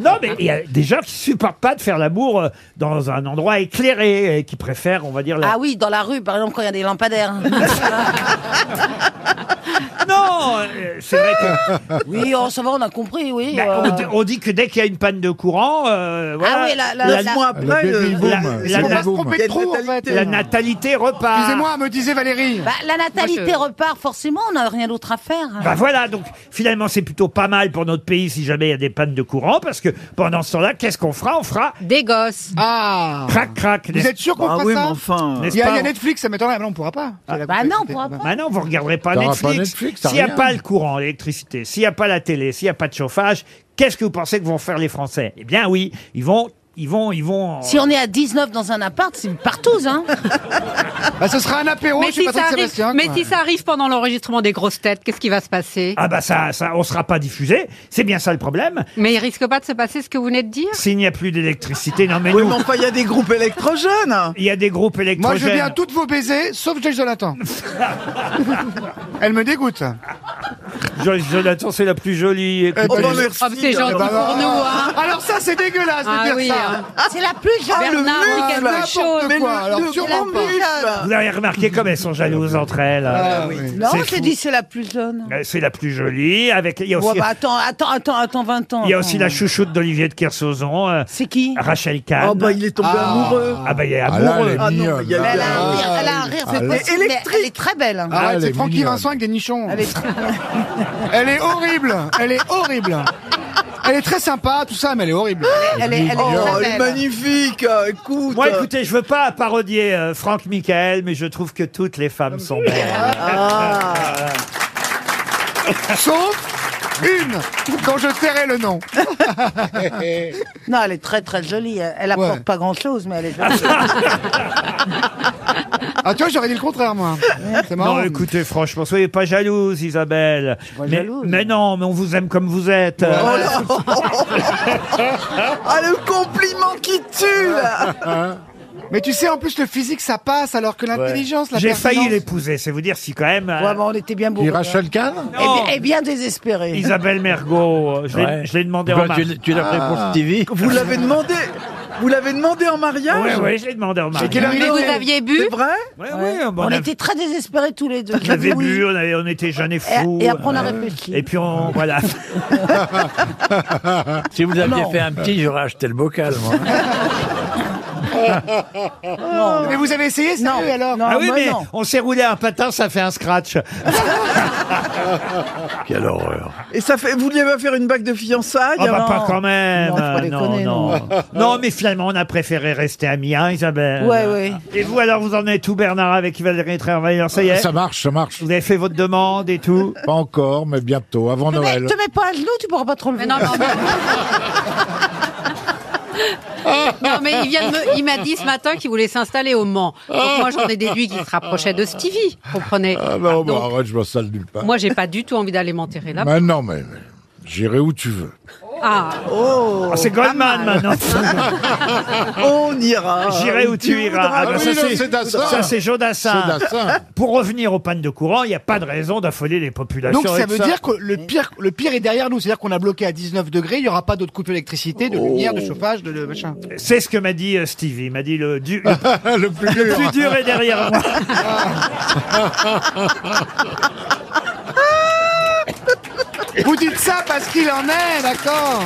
Speaker 2: Non, mais il y a des gens qui supportent pas de faire l'amour euh, dans un endroit éclairé et qui préfèrent, on va dire, la...
Speaker 3: Ah oui, dans la rue, par exemple, quand il y a des lampadaires.
Speaker 2: non, c'est vrai que...
Speaker 3: Oui, oh, ça va, on a compris, oui.
Speaker 2: Bah,
Speaker 3: euh. Ah
Speaker 2: on di- on, dit que dès qu'il y a une panne de courant, euh, voilà,
Speaker 3: oui, la- la- Laisse-moi la-
Speaker 7: après, Le baby
Speaker 2: la-
Speaker 7: boom.
Speaker 2: la-
Speaker 7: Il
Speaker 2: la-
Speaker 7: faut pas se
Speaker 2: la-
Speaker 7: tromper de trop, en fait.
Speaker 2: la natalité repart.
Speaker 7: Excusez-moi, me disait Valérie.
Speaker 3: Bah, la natalité
Speaker 7: Moi, je-
Speaker 3: repart, forcément, on n'a rien d'autre à faire.
Speaker 2: Bah voilà, donc finalement c'est plutôt pas mal pour notre pays si jamais il y a des pannes de courant, parce que pendant ce temps-là, qu'est-ce qu'on fera On fera
Speaker 5: Des gosses.
Speaker 7: Ah
Speaker 2: crac crac. Ah
Speaker 7: Vous êtes sûr qu'on
Speaker 8: Ah
Speaker 7: fera ça
Speaker 2: N'est-ce
Speaker 7: Il y, a, il y
Speaker 2: pas
Speaker 7: a Netflix, ça m'étonnerait. mais non, on pourra pas.
Speaker 2: Ah,
Speaker 3: bah non, on pourra pas.
Speaker 2: Bah non, vous regarderez pas
Speaker 4: T'auras pas
Speaker 2: Netflix.
Speaker 4: Netflix, t'as
Speaker 2: s'il n'y a
Speaker 4: rien.
Speaker 2: pas le courant, l'électricité, s'il n'y a pas la télé, s'il n'y a pas de chauffage, qu'est-ce que vous pensez que vont faire les Français Eh bien oui, ils vont, ils vont, ils vont.
Speaker 3: Si on est à 19 dans un appart, c'est partout, hein.
Speaker 7: Bah, ce sera un apéro
Speaker 5: mais
Speaker 7: chez
Speaker 5: si,
Speaker 7: Patrick
Speaker 5: ça arrive,
Speaker 7: Sébastien.
Speaker 5: mais
Speaker 7: quoi.
Speaker 5: si ça arrive pendant l'enregistrement des grosses têtes, qu'est-ce qui va se passer
Speaker 2: Ah bah ça, ça, on sera pas diffusé. C'est bien ça le problème.
Speaker 5: Mais il risque pas de se passer ce que vous venez de dire
Speaker 2: S'il n'y a plus d'électricité, non mais
Speaker 8: Oui,
Speaker 2: nous,
Speaker 8: mais enfin, il y a des groupes électrogènes.
Speaker 2: il y a des groupes
Speaker 7: Moi, je
Speaker 2: électrogènes.
Speaker 7: veux bien toutes vos baisers, sauf Jacques Jonathan. Elle me dégoûte.
Speaker 2: Jo- Jonathan, c'est la plus jolie.
Speaker 7: Eh
Speaker 8: Oh,
Speaker 7: ben,
Speaker 8: bah,
Speaker 7: je-
Speaker 8: merci.
Speaker 5: Ah, c'est gentil
Speaker 7: bah,
Speaker 5: pour nous, hein
Speaker 7: Alors ça, c'est dégueulasse de
Speaker 5: Ah
Speaker 7: dire
Speaker 5: oui,
Speaker 7: ça.
Speaker 5: hein.
Speaker 3: C'est la plus
Speaker 8: Ah, le
Speaker 3: jeune.
Speaker 5: Bernard,
Speaker 8: muscle,
Speaker 5: oui, quelque
Speaker 8: là.
Speaker 5: chose.
Speaker 8: Mais le-
Speaker 7: Quoi, alors,
Speaker 8: le
Speaker 7: sûrement
Speaker 8: grand
Speaker 7: pas.
Speaker 8: muscle.
Speaker 2: Vous avez remarqué comme elles sont jalouses entre elles.
Speaker 7: Ah, oui.
Speaker 3: Non,
Speaker 2: C'est
Speaker 3: je
Speaker 2: fou.
Speaker 3: dit c'est la plus jeune.
Speaker 2: Euh, C'est la plus jolie. Avec, il y a aussi,
Speaker 3: Ouais, bah, attends, attends, attends, attends, 20 ans.
Speaker 2: il y a aussi
Speaker 3: attends.
Speaker 2: la chouchoute d'Olivier de Kersauzon, euh,
Speaker 3: C'est qui
Speaker 2: Rachel Kahn.
Speaker 8: Oh, bah, il est tombé
Speaker 7: Ah.
Speaker 8: amoureux.
Speaker 2: Ah bah il est
Speaker 4: Ah là,
Speaker 2: amoureux.
Speaker 4: elle est
Speaker 8: Ah non,
Speaker 4: mignonne.
Speaker 8: il y a-
Speaker 3: Mais elle, a un
Speaker 7: Ah,
Speaker 3: rire, elle a un rire, c'est
Speaker 4: elle est
Speaker 3: possible, mais Elle est très belle. hein.
Speaker 7: Arrête,
Speaker 4: Ah, elle
Speaker 7: c'est
Speaker 4: est
Speaker 7: Francky
Speaker 4: mignonne.
Speaker 7: Vincent avec des nichons.
Speaker 3: Elle est très-
Speaker 7: Elle est horrible. Elle est horrible. Elle est très sympa, tout ça, mais elle est horrible.
Speaker 3: elle est, elle est
Speaker 8: Oh,
Speaker 3: très
Speaker 8: elle est
Speaker 3: belle.
Speaker 8: magnifique. euh, Écoute.
Speaker 2: Moi, écoutez, je veux pas parodier euh, Franck Michael, mais je trouve que toutes les femmes sont belles.
Speaker 8: Ah.
Speaker 3: Ah.
Speaker 7: Sauf une dont je tairai le nom.
Speaker 3: Non, elle est très très jolie. Elle elle apporte
Speaker 7: Ouais.
Speaker 3: pas grand chose, mais elle est jolie.
Speaker 7: Ah, tu vois, j'aurais dit le contraire, moi. C'est marrant.
Speaker 2: Non, écoutez, franchement, soyez pas jalouse, Isabelle. mais,
Speaker 3: jalouse.
Speaker 2: mais non, mais on vous aime comme vous êtes. Euh,
Speaker 8: Oh là. ah, le compliment qui tue, là.
Speaker 7: Mais tu sais, en plus, le physique, ça passe, alors que l'intelligence, la
Speaker 2: J'ai failli
Speaker 7: pertinence-
Speaker 2: l'épouser, c'est vous dire si quand même. euh,
Speaker 3: Ouais, bah, on était bien
Speaker 4: Il
Speaker 3: bourrés. hein.
Speaker 4: Rachel
Speaker 7: Eh
Speaker 4: Kahn
Speaker 3: Et,
Speaker 2: non,
Speaker 3: bi- et bien désespérés.
Speaker 2: Isabelle Mergot, euh, je l'ai-
Speaker 6: Ouais.
Speaker 2: je l'ai demandé en
Speaker 6: Quoi,
Speaker 2: mariage.
Speaker 6: tu, l- tu l'as fait
Speaker 3: Ah.
Speaker 6: pour Stevie
Speaker 8: Vous l'avez demandé. Vous l'avez demandé en
Speaker 2: Oui,
Speaker 8: mariage
Speaker 2: oui, je l'ai demandé en mariage.
Speaker 7: quelle heure il
Speaker 5: Mais
Speaker 7: est
Speaker 5: vous aviez bu
Speaker 8: C'est vrai
Speaker 2: Ouais,
Speaker 3: Ouais.
Speaker 2: ouais, bon,
Speaker 3: on
Speaker 2: on a-
Speaker 3: était très désespérés tous les deux.
Speaker 2: on avait
Speaker 3: Oui.
Speaker 2: bu, on, avait- on était jeunes et fous.
Speaker 3: Et, et après, on a
Speaker 2: euh,
Speaker 3: réfléchi.
Speaker 2: Et puis on voilà.
Speaker 6: Si vous
Speaker 2: Ah
Speaker 6: aviez
Speaker 3: Non.
Speaker 6: fait un petit, j'aurais acheté le bocal, moi.
Speaker 7: Mais vous avez essayé, ça
Speaker 3: Non.
Speaker 7: alors
Speaker 3: Non,
Speaker 2: ah oui
Speaker 3: moi,
Speaker 2: mais
Speaker 3: non.
Speaker 2: on s'est roulé un patin, ça fait un scratch.
Speaker 6: Quelle horreur.
Speaker 8: Et ça fait, vous lui avez offert une bague de fiançailles
Speaker 2: Ah bah
Speaker 8: avant
Speaker 2: pas quand même.
Speaker 3: Non, faut pas
Speaker 2: euh,
Speaker 3: déconner,
Speaker 2: non. Non, mais finalement on a préféré rester amis, hein, Isabelle.
Speaker 3: Ouais, ouais.
Speaker 2: Et vous alors vous en êtes tout Bernard avec Valérie Trierweiler, ça y est.
Speaker 4: Ça marche, ça marche.
Speaker 2: Vous avez fait votre demande et tout.
Speaker 4: Pas encore, mais bientôt, avant
Speaker 3: Te mets,
Speaker 4: Noël.
Speaker 3: te mets pas à genoux, tu pourras pas trop le
Speaker 5: Mais non, non, mais... non, mais il, vient de me- il m'a dit ce matin qu'il voulait s'installer au Mans. Donc moi, j'en ai déduit qu'il se rapprochait de Stevie, comprenez
Speaker 4: Ah non, bah,
Speaker 5: Donc,
Speaker 4: arrête, je m'installe nulle
Speaker 7: bah.
Speaker 4: part.
Speaker 5: Moi, j'ai pas du tout envie d'aller m'enterrer là.
Speaker 4: Mais non, mais mais j'irai où tu veux.
Speaker 5: Ah,
Speaker 2: Ah, c'est Goldman maintenant.
Speaker 8: On ira.
Speaker 2: Ah. J'irai où tu iras. Ah,
Speaker 4: Ah
Speaker 2: bah,
Speaker 4: oui,
Speaker 2: ça,
Speaker 4: non,
Speaker 2: c'est-
Speaker 4: c'est Dassin.
Speaker 2: Ça c'est Joe
Speaker 4: C'est
Speaker 2: Dassin.
Speaker 4: Dassin.
Speaker 2: Pour revenir aux pannes de courant, il n'y a pas de raison d'affoler les populations.
Speaker 7: Donc ça
Speaker 2: avec
Speaker 7: veut dire que le pire, le pire est derrière nous. C'est-à-dire qu'on a bloqué à 19 degrés, il n'y aura pas d'autres coupes d'électricité, de lumière, de chauffage, de, de machin.
Speaker 2: C'est ce que m'a dit euh, Stevie. Il m'a dit le, du- le
Speaker 4: le plus dur.
Speaker 2: plus dur est derrière moi.
Speaker 7: Vous dites ça parce qu'il en est, d'accord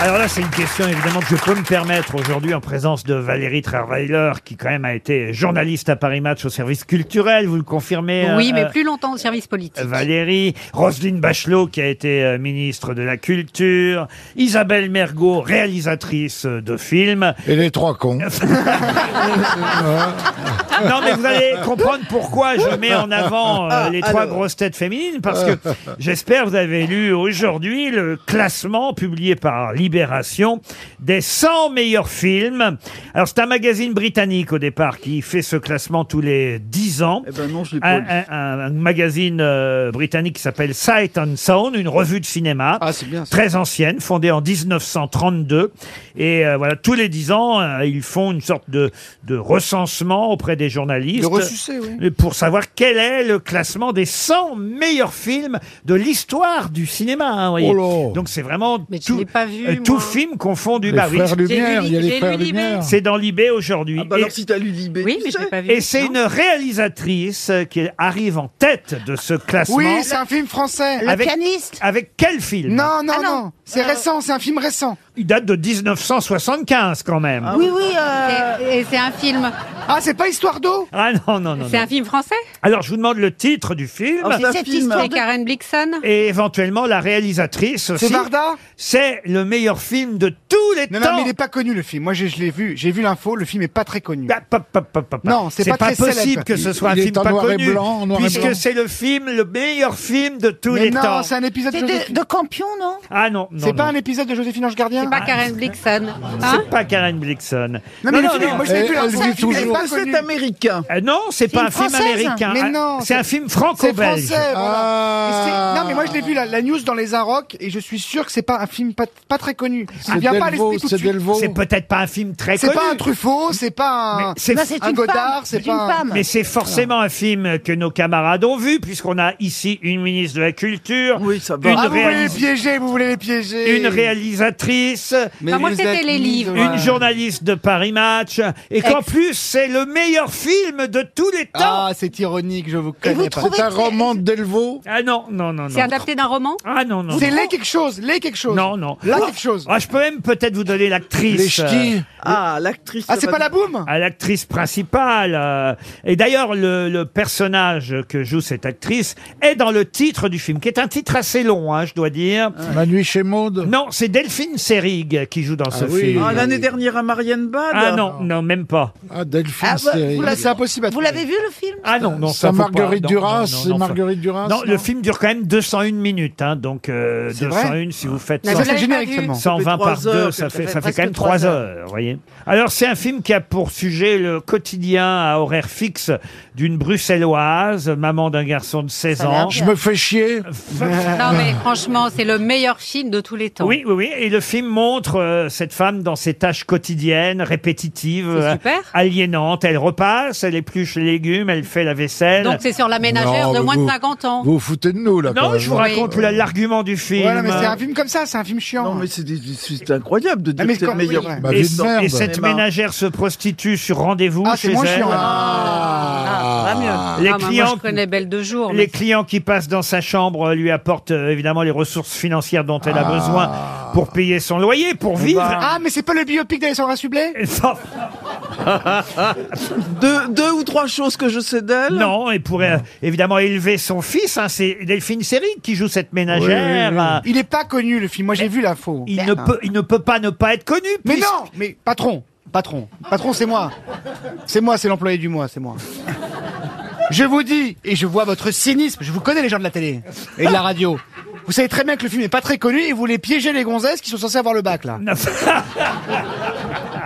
Speaker 2: Alors là, c'est une question évidemment que je peux me permettre aujourd'hui en présence de Valérie Trierweiler, qui quand même a été journaliste à Paris Match au service culturel. Vous le confirmez
Speaker 5: oui,
Speaker 2: euh,
Speaker 5: mais
Speaker 2: euh,
Speaker 5: plus longtemps au service politique.
Speaker 2: Valérie, Roselyne Bachelot qui a été euh, ministre de la Culture, Isabelle Mergot, réalisatrice euh, de films.
Speaker 4: Et les trois cons.
Speaker 2: Non mais vous allez comprendre pourquoi je mets en avant euh, les trois
Speaker 8: alors.
Speaker 2: grosses têtes féminines parce que j'espère vous avez lu aujourd'hui le classement publié par l'IFOP Libération des 100 meilleurs films. Alors c'est un magazine britannique au départ qui fait ce classement tous les 10 ans.
Speaker 8: Eh ben
Speaker 2: un, un- un magazine euh, britannique qui s'appelle Sight and Sound, une revue de cinéma
Speaker 7: Ah,
Speaker 2: très ancienne, fondée en 1932. Et euh, voilà, tous les 10 ans, euh, ils font une sorte de, de recensement auprès des journalistes
Speaker 7: De ressucé, oui.
Speaker 2: et pour savoir quel est le classement des 100 meilleurs films de l'histoire du cinéma. hein, vous voyez.
Speaker 7: Oh là.
Speaker 2: Donc c'est vraiment tout,
Speaker 7: vu,
Speaker 2: euh, tout
Speaker 7: moi.
Speaker 2: film confondu.
Speaker 7: Les
Speaker 2: Bah oui.
Speaker 7: Frères Lumière, il y a les J'ai lu- Frères j'ai lu Libé. Lumière. Ah, bah
Speaker 2: C'est dans Libé aujourd'hui. Et-
Speaker 8: Oui,
Speaker 5: mais je l'ai pas vu.
Speaker 2: et c'est une réalisatrice euh, qui arrive en tête de ce classement.
Speaker 7: Oui, c'est un film français.
Speaker 2: Avec- Avec quel film
Speaker 7: Non,
Speaker 5: Ah
Speaker 7: non, non. C'est
Speaker 5: Euh,
Speaker 7: récent, c'est un film récent.
Speaker 2: Il date de 1975 quand même.
Speaker 5: Ah
Speaker 7: oui. euh,
Speaker 5: Et, et c'est un film.
Speaker 7: Ah, c'est pas Histoire d'eau Ah,
Speaker 2: Ah non, non, non.
Speaker 5: C'est
Speaker 2: non.
Speaker 5: un film français
Speaker 2: Alors je vous demande le titre du film.
Speaker 5: C'est Karen Blixen
Speaker 2: et éventuellement la réalisatrice aussi.
Speaker 7: C'est Varda
Speaker 2: C'est le meilleur film de tous les
Speaker 7: Non,
Speaker 2: temps.
Speaker 7: non, mais il est pas connu le film. Moi, j'ai- je l'ai vu. J'ai vu l'info. Le film est pas très connu.
Speaker 2: Bah,
Speaker 7: Non, c'est
Speaker 2: C'est
Speaker 7: pas,
Speaker 2: pas,
Speaker 7: très
Speaker 2: possible
Speaker 7: célèbre.
Speaker 2: que ce soit un film pas connu, puisque c'est le film, le meilleur film de tous
Speaker 7: Mais
Speaker 2: les
Speaker 7: non,
Speaker 2: temps.
Speaker 7: c'est un épisode de Joséphine.
Speaker 3: Campion, non
Speaker 2: Ah non, non,
Speaker 7: C'est
Speaker 2: non.
Speaker 7: pas
Speaker 2: Ah,
Speaker 7: un épisode de Joséphine Ange Gardien C'est
Speaker 5: pas Karen Blixen.
Speaker 7: Hein
Speaker 2: C'est pas Karen Blixon.
Speaker 7: Non, mais le film, moi, je l'ai vu, Elle- l'info, elle vit il est toujours. pas
Speaker 8: C'est américain.
Speaker 2: Euh, non, c'est
Speaker 7: une
Speaker 2: pas un film
Speaker 7: Française
Speaker 2: américain.
Speaker 7: Mais
Speaker 2: Ah,
Speaker 7: non,
Speaker 2: c'est un film
Speaker 7: C'est
Speaker 2: franco-belge.
Speaker 7: français,
Speaker 2: Ah.
Speaker 7: voilà. Et c'est- Non, mais moi je l'ai vu la, la news dans les Arocs et je suis sûr que c'est pas un film pas, pas très connu. Il
Speaker 2: C'est
Speaker 7: vient pas à
Speaker 2: Delvaux,
Speaker 7: l'esprit tout
Speaker 2: c'est
Speaker 7: de suite.
Speaker 2: Delvaux. C'est peut-être pas un film très
Speaker 7: C'est pas
Speaker 2: connu.
Speaker 7: un Truffaut, c'est pas un,
Speaker 2: c'est- Non, c'est
Speaker 7: un
Speaker 2: une
Speaker 7: Godard,
Speaker 2: femme,
Speaker 7: c'est
Speaker 2: c'est une
Speaker 7: pas un...
Speaker 2: Mais c'est forcément un film que nos camarades ont vu, puisqu'on a ici une ministre de la Culture,
Speaker 7: Ah,
Speaker 2: une,
Speaker 7: vous voulez les
Speaker 2: réalis-
Speaker 7: piéger, vous voulez les piéger.
Speaker 2: une réalisatrice,
Speaker 7: Mais Non, moi, vous c'était êtes les livres.
Speaker 2: une
Speaker 7: ouais.
Speaker 2: journaliste de Paris Match, et qu'en plus, c'est le meilleur film de tous les temps.
Speaker 7: Ah, c'est ironique, je vous connais pas.
Speaker 2: un roman de Delvaux Ah non, non, non, non.
Speaker 5: C'est adapté d'un roman
Speaker 2: Ah non, non.
Speaker 7: C'est les quelque chose, les quelque chose.
Speaker 2: Non, non.
Speaker 7: Là, quelque chose.
Speaker 2: Ah, je peux même peut-être vous donner l'actrice.
Speaker 7: Les ch'tis.
Speaker 8: Ah, l'actrice.
Speaker 7: Ah, c'est pas la boum
Speaker 2: à l'actrice principale. euh, Et d'ailleurs, le, le personnage que joue cette actrice est dans le titre du film, qui est un titre assez long, hein, je dois dire.
Speaker 4: Ma nuit chez Maude
Speaker 2: Non, c'est Delphine Seyrig qui joue dans ce film.
Speaker 8: Ah, L'année dernière à Marianne Bad.
Speaker 2: Ah non, non, même pas.
Speaker 4: Ah, Delphine
Speaker 8: Ah, bah,
Speaker 4: Seyrig.
Speaker 8: vous la-
Speaker 7: C'est impossible à
Speaker 3: Vous l'avez vu le film
Speaker 2: Ah non, non,
Speaker 4: C'est
Speaker 2: ça faut pas.
Speaker 4: Marguerite
Speaker 2: Non,
Speaker 4: Duras,
Speaker 2: non, non,
Speaker 4: c'est
Speaker 2: non, faut-
Speaker 4: Marguerite Duras.
Speaker 2: Non, le film dure quand même 201 minutes, hein, donc euh,
Speaker 4: C'est vrai
Speaker 2: 201 si vous faites
Speaker 7: Mais ça, c'est le générique
Speaker 2: Ça
Speaker 7: seulement.
Speaker 2: fait 120 par
Speaker 7: trois
Speaker 2: 2,
Speaker 7: heures,
Speaker 2: ça
Speaker 7: ça
Speaker 2: fait,
Speaker 7: fait
Speaker 2: ça fait
Speaker 7: presque
Speaker 2: quand même
Speaker 7: trois
Speaker 2: 3
Speaker 7: heures.
Speaker 2: heures, vous voyez. Alors c'est un film qui a pour sujet le quotidien à horaire fixe d'une bruxelloise, maman d'un garçon de 16
Speaker 5: Ça a l'air
Speaker 2: ans.
Speaker 5: bien. Je me
Speaker 4: fais chier.
Speaker 5: Non, mais franchement, c'est le meilleur film de tous les temps.
Speaker 2: Oui, oui, oui. Et le film montre euh, cette femme dans ses tâches quotidiennes, répétitives,
Speaker 5: C'est
Speaker 2: euh,
Speaker 5: super.
Speaker 2: aliénantes. Elle repasse, elle épluche les légumes, elle fait la vaisselle.
Speaker 5: Donc c'est sur la ménagère
Speaker 2: Non,
Speaker 5: de
Speaker 2: mais
Speaker 5: moins de
Speaker 2: vous-
Speaker 5: 50 ans.
Speaker 4: Vous vous foutez de nous, là.
Speaker 2: Non,
Speaker 4: quand même.
Speaker 2: je vous raconte la- l'argument du film. euh,
Speaker 7: Voilà, mais c'est un film comme ça, c'est un film chiant. Non, mais
Speaker 8: c'est incroyable de
Speaker 7: dire
Speaker 8: c'est le meilleur. Bah,
Speaker 2: et,
Speaker 8: vie de merde.
Speaker 2: et cette
Speaker 8: Emma.
Speaker 2: ménagère se prostitue sur rendez-vous
Speaker 7: Ah, c'est
Speaker 2: chez
Speaker 7: moins
Speaker 2: elle.
Speaker 7: chiant, là.
Speaker 5: Ah, va mieux.
Speaker 2: Les
Speaker 5: Ah, bah, moi,
Speaker 2: clients-
Speaker 5: je connais Belle de jour.
Speaker 2: Les
Speaker 5: mais-
Speaker 2: clients qui passent dans sa chambre euh, lui apportent euh, évidemment les ressources financières dont elle a
Speaker 7: Ah.
Speaker 2: besoin pour payer son loyer, pour vivre.
Speaker 7: Ah, mais c'est pas le biopic d'Alessandra Sublet
Speaker 2: Eh,
Speaker 8: deux, deux ou trois choses que je sais d'elle.
Speaker 2: Non, et pour euh, évidemment élever son fils, hein, c'est Delphine Seyrig qui joue cette ménagère. hein.
Speaker 7: Il est pas connu le film, moi j'ai vu l'info.
Speaker 2: Il ne, peut, il ne peut pas ne pas être connu.
Speaker 7: Mais
Speaker 2: puisque-
Speaker 7: non, mais patron, patron, patron, c'est moi. C'est moi, c'est l'employé du mois, c'est moi. Je vous dis, et je vois votre cynisme, je vous connais les gens de la télé et de la radio. Vous savez très bien que le film n'est pas très connu et vous voulez piéger les gonzesses qui sont censées avoir le bac là.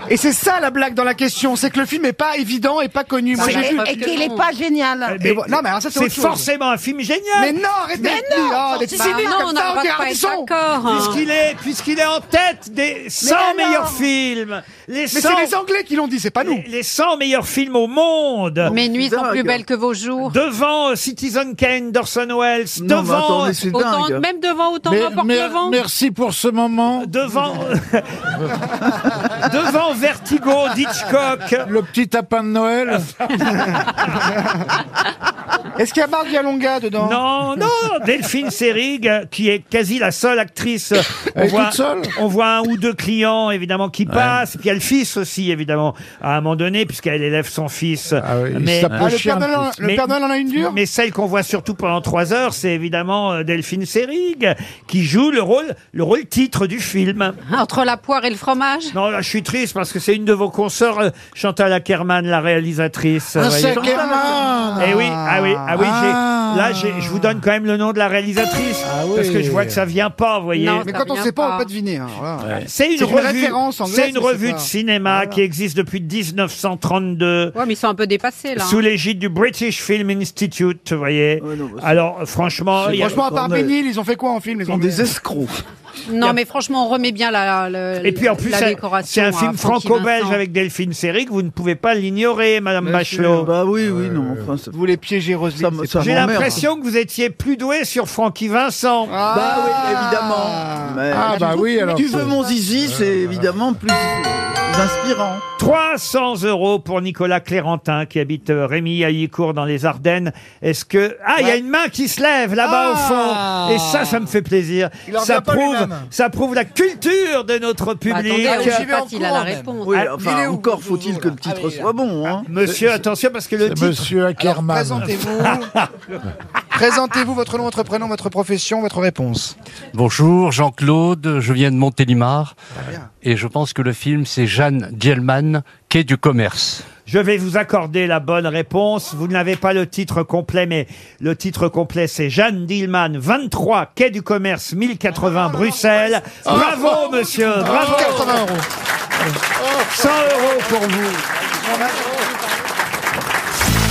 Speaker 7: et c'est ça la blague dans la question, c'est que le film n'est pas évident et pas connu. Moi
Speaker 3: Et-
Speaker 7: j'ai vu.
Speaker 3: Et qu'il est pas génial.
Speaker 7: Et vo- non Ah, mais alors ça c'est
Speaker 2: c'est
Speaker 7: autre chose.
Speaker 2: forcément un film génial.
Speaker 7: Mais non, arrêtez
Speaker 3: Mais
Speaker 7: avec lui,
Speaker 3: non,
Speaker 7: oh, d'être
Speaker 3: c'est-
Speaker 7: cynique
Speaker 3: bah non,
Speaker 7: comme
Speaker 3: on
Speaker 7: ça,
Speaker 3: va
Speaker 7: on dirait
Speaker 3: pas
Speaker 7: un
Speaker 3: être
Speaker 7: son.
Speaker 5: d'accord, hein.
Speaker 2: Puisqu'il est, puisqu'il est en tête des 100
Speaker 7: alors
Speaker 2: meilleurs films. Les
Speaker 7: Mais
Speaker 2: 100,
Speaker 7: c'est les Anglais qui l'ont dit, c'est pas nous.
Speaker 2: les, 100 meilleurs films au monde.
Speaker 5: Mes nuits sont plus belles que vos jours.
Speaker 2: Devant euh, Citizen Kane d'Orson Welles.
Speaker 8: Non, mais
Speaker 2: devant.
Speaker 8: attendez, c'est
Speaker 5: Autant- même devant, autant
Speaker 4: Mais-
Speaker 5: n'importe
Speaker 4: mer-
Speaker 5: devant.
Speaker 4: merci pour ce moment.
Speaker 2: Devant, devant Vertigo d'Hitchcock.
Speaker 4: Le petit tapin de Noël.
Speaker 7: Est-ce qu'il y a Marc Dialonga dedans
Speaker 2: Ah, Non, non, Delphine Seyrig, euh, qui est quasi la seule actrice. euh,
Speaker 4: Elle est toute seule
Speaker 2: on voit un ou deux clients, évidemment, qui passent. Puis il y a le fils aussi, évidemment, à un moment donné, puisqu'elle élève son fils.
Speaker 4: il se tape le Ah, le chien, Père Noël
Speaker 7: en- le Père Noël en a une dure
Speaker 2: Mais celle qu'on voit surtout pendant trois heures, c'est évidemment euh, Delphine Seyrig, qui joue le rôle, le rôle titre du film.
Speaker 5: Entre la poire et le fromage.
Speaker 2: Non, là, je suis triste parce que c'est une de vos consoeurs, euh, Chantal Ackerman, la réalisatrice. euh,
Speaker 4: Ah,
Speaker 2: voyez.
Speaker 4: c'est Ackerman
Speaker 2: Eh oui, ah oui, ah oui, j'ai- Là, j'ai- je vous donne quand même le nom de la réalisatrice. Parce que je vois que ça vient pas, vous voyez.
Speaker 7: Ah mais quand on sait pas, on peut pas deviner. hein, voilà.
Speaker 2: C'est une, revue,
Speaker 7: référence anglaise.
Speaker 2: c'est une
Speaker 7: mais
Speaker 2: revue
Speaker 7: pas-
Speaker 2: de cinéma qui existe depuis 1932
Speaker 5: Ouais, mais ils sont un peu dépassés, là. hein.
Speaker 2: sous l'égide du British Film Institute, vous voyez. Alors franchement, il y a-
Speaker 7: bah, Franchement, à part Bénil, ils ont fait quoi en film Ils sont des
Speaker 8: escrocs.
Speaker 5: Non, mais franchement, on remet bien la, la-
Speaker 2: Et puis en
Speaker 5: la-
Speaker 2: plus,
Speaker 5: la
Speaker 2: c'est-
Speaker 5: décoration
Speaker 2: c'est un
Speaker 5: à
Speaker 2: film
Speaker 5: Francky
Speaker 2: franco-belge
Speaker 5: Vincent.
Speaker 2: avec Delphine Seyrig, vous ne pouvez pas l'ignorer, Madame
Speaker 8: Bien sûr,
Speaker 2: Bachelot.
Speaker 8: Bah oui, oui, non. Enfin, ça-
Speaker 7: Vous voulez piéger Roselyne c'est pas-
Speaker 2: J'ai l'impression que vous étiez plus doué sur Francky Vincent.
Speaker 7: Ah.
Speaker 8: Bah oui, évidemment. Mais-
Speaker 4: Ah, bah oui, alors
Speaker 8: Tu veux
Speaker 4: c'est-
Speaker 8: mon zizi, c'est
Speaker 7: Euh.
Speaker 8: évidemment plus inspirant.
Speaker 2: 300 euros pour Nicolas Clérentin qui habite euh, Rémy Haillicourt dans les Ardennes. Est-ce que ah il y a une main qui se lève là-bas
Speaker 7: Ah.
Speaker 2: au fond et ça ça me fait plaisir.
Speaker 7: Il en
Speaker 2: Ça
Speaker 7: revient pas
Speaker 2: prouve
Speaker 7: lui-même.
Speaker 2: ça prouve la culture de notre public.
Speaker 5: Attendez, ah oui, je sais
Speaker 8: vais
Speaker 5: pas
Speaker 8: en
Speaker 5: s'il a
Speaker 8: courant,
Speaker 5: la
Speaker 8: même.
Speaker 5: réponse.
Speaker 8: Oui,
Speaker 2: Ah, il est
Speaker 8: enfin,
Speaker 2: où, Ah
Speaker 8: encore faut-il que le titre soit bon. hein.
Speaker 2: Monsieur attention parce que le titre
Speaker 4: Monsieur Ackerman.
Speaker 7: Présentez-vous. Présentez-vous votre nom, votre prénom, votre profession, votre réponse.
Speaker 13: Bonjour, Jean-Claude, je viens de Montélimar. Et je pense que le film, c'est Jeanne Dielman, Quai du commerce.
Speaker 2: Je vais vous accorder la bonne réponse. Vous n'avez pas le titre complet, mais le titre complet, c'est Jeanne Dillman, 23, Quai du Commerce, 1080,
Speaker 7: Ah,
Speaker 2: Bruxelles. Bravo, monsieur, bravo.
Speaker 7: 80 euros.
Speaker 2: 100 euros pour vous.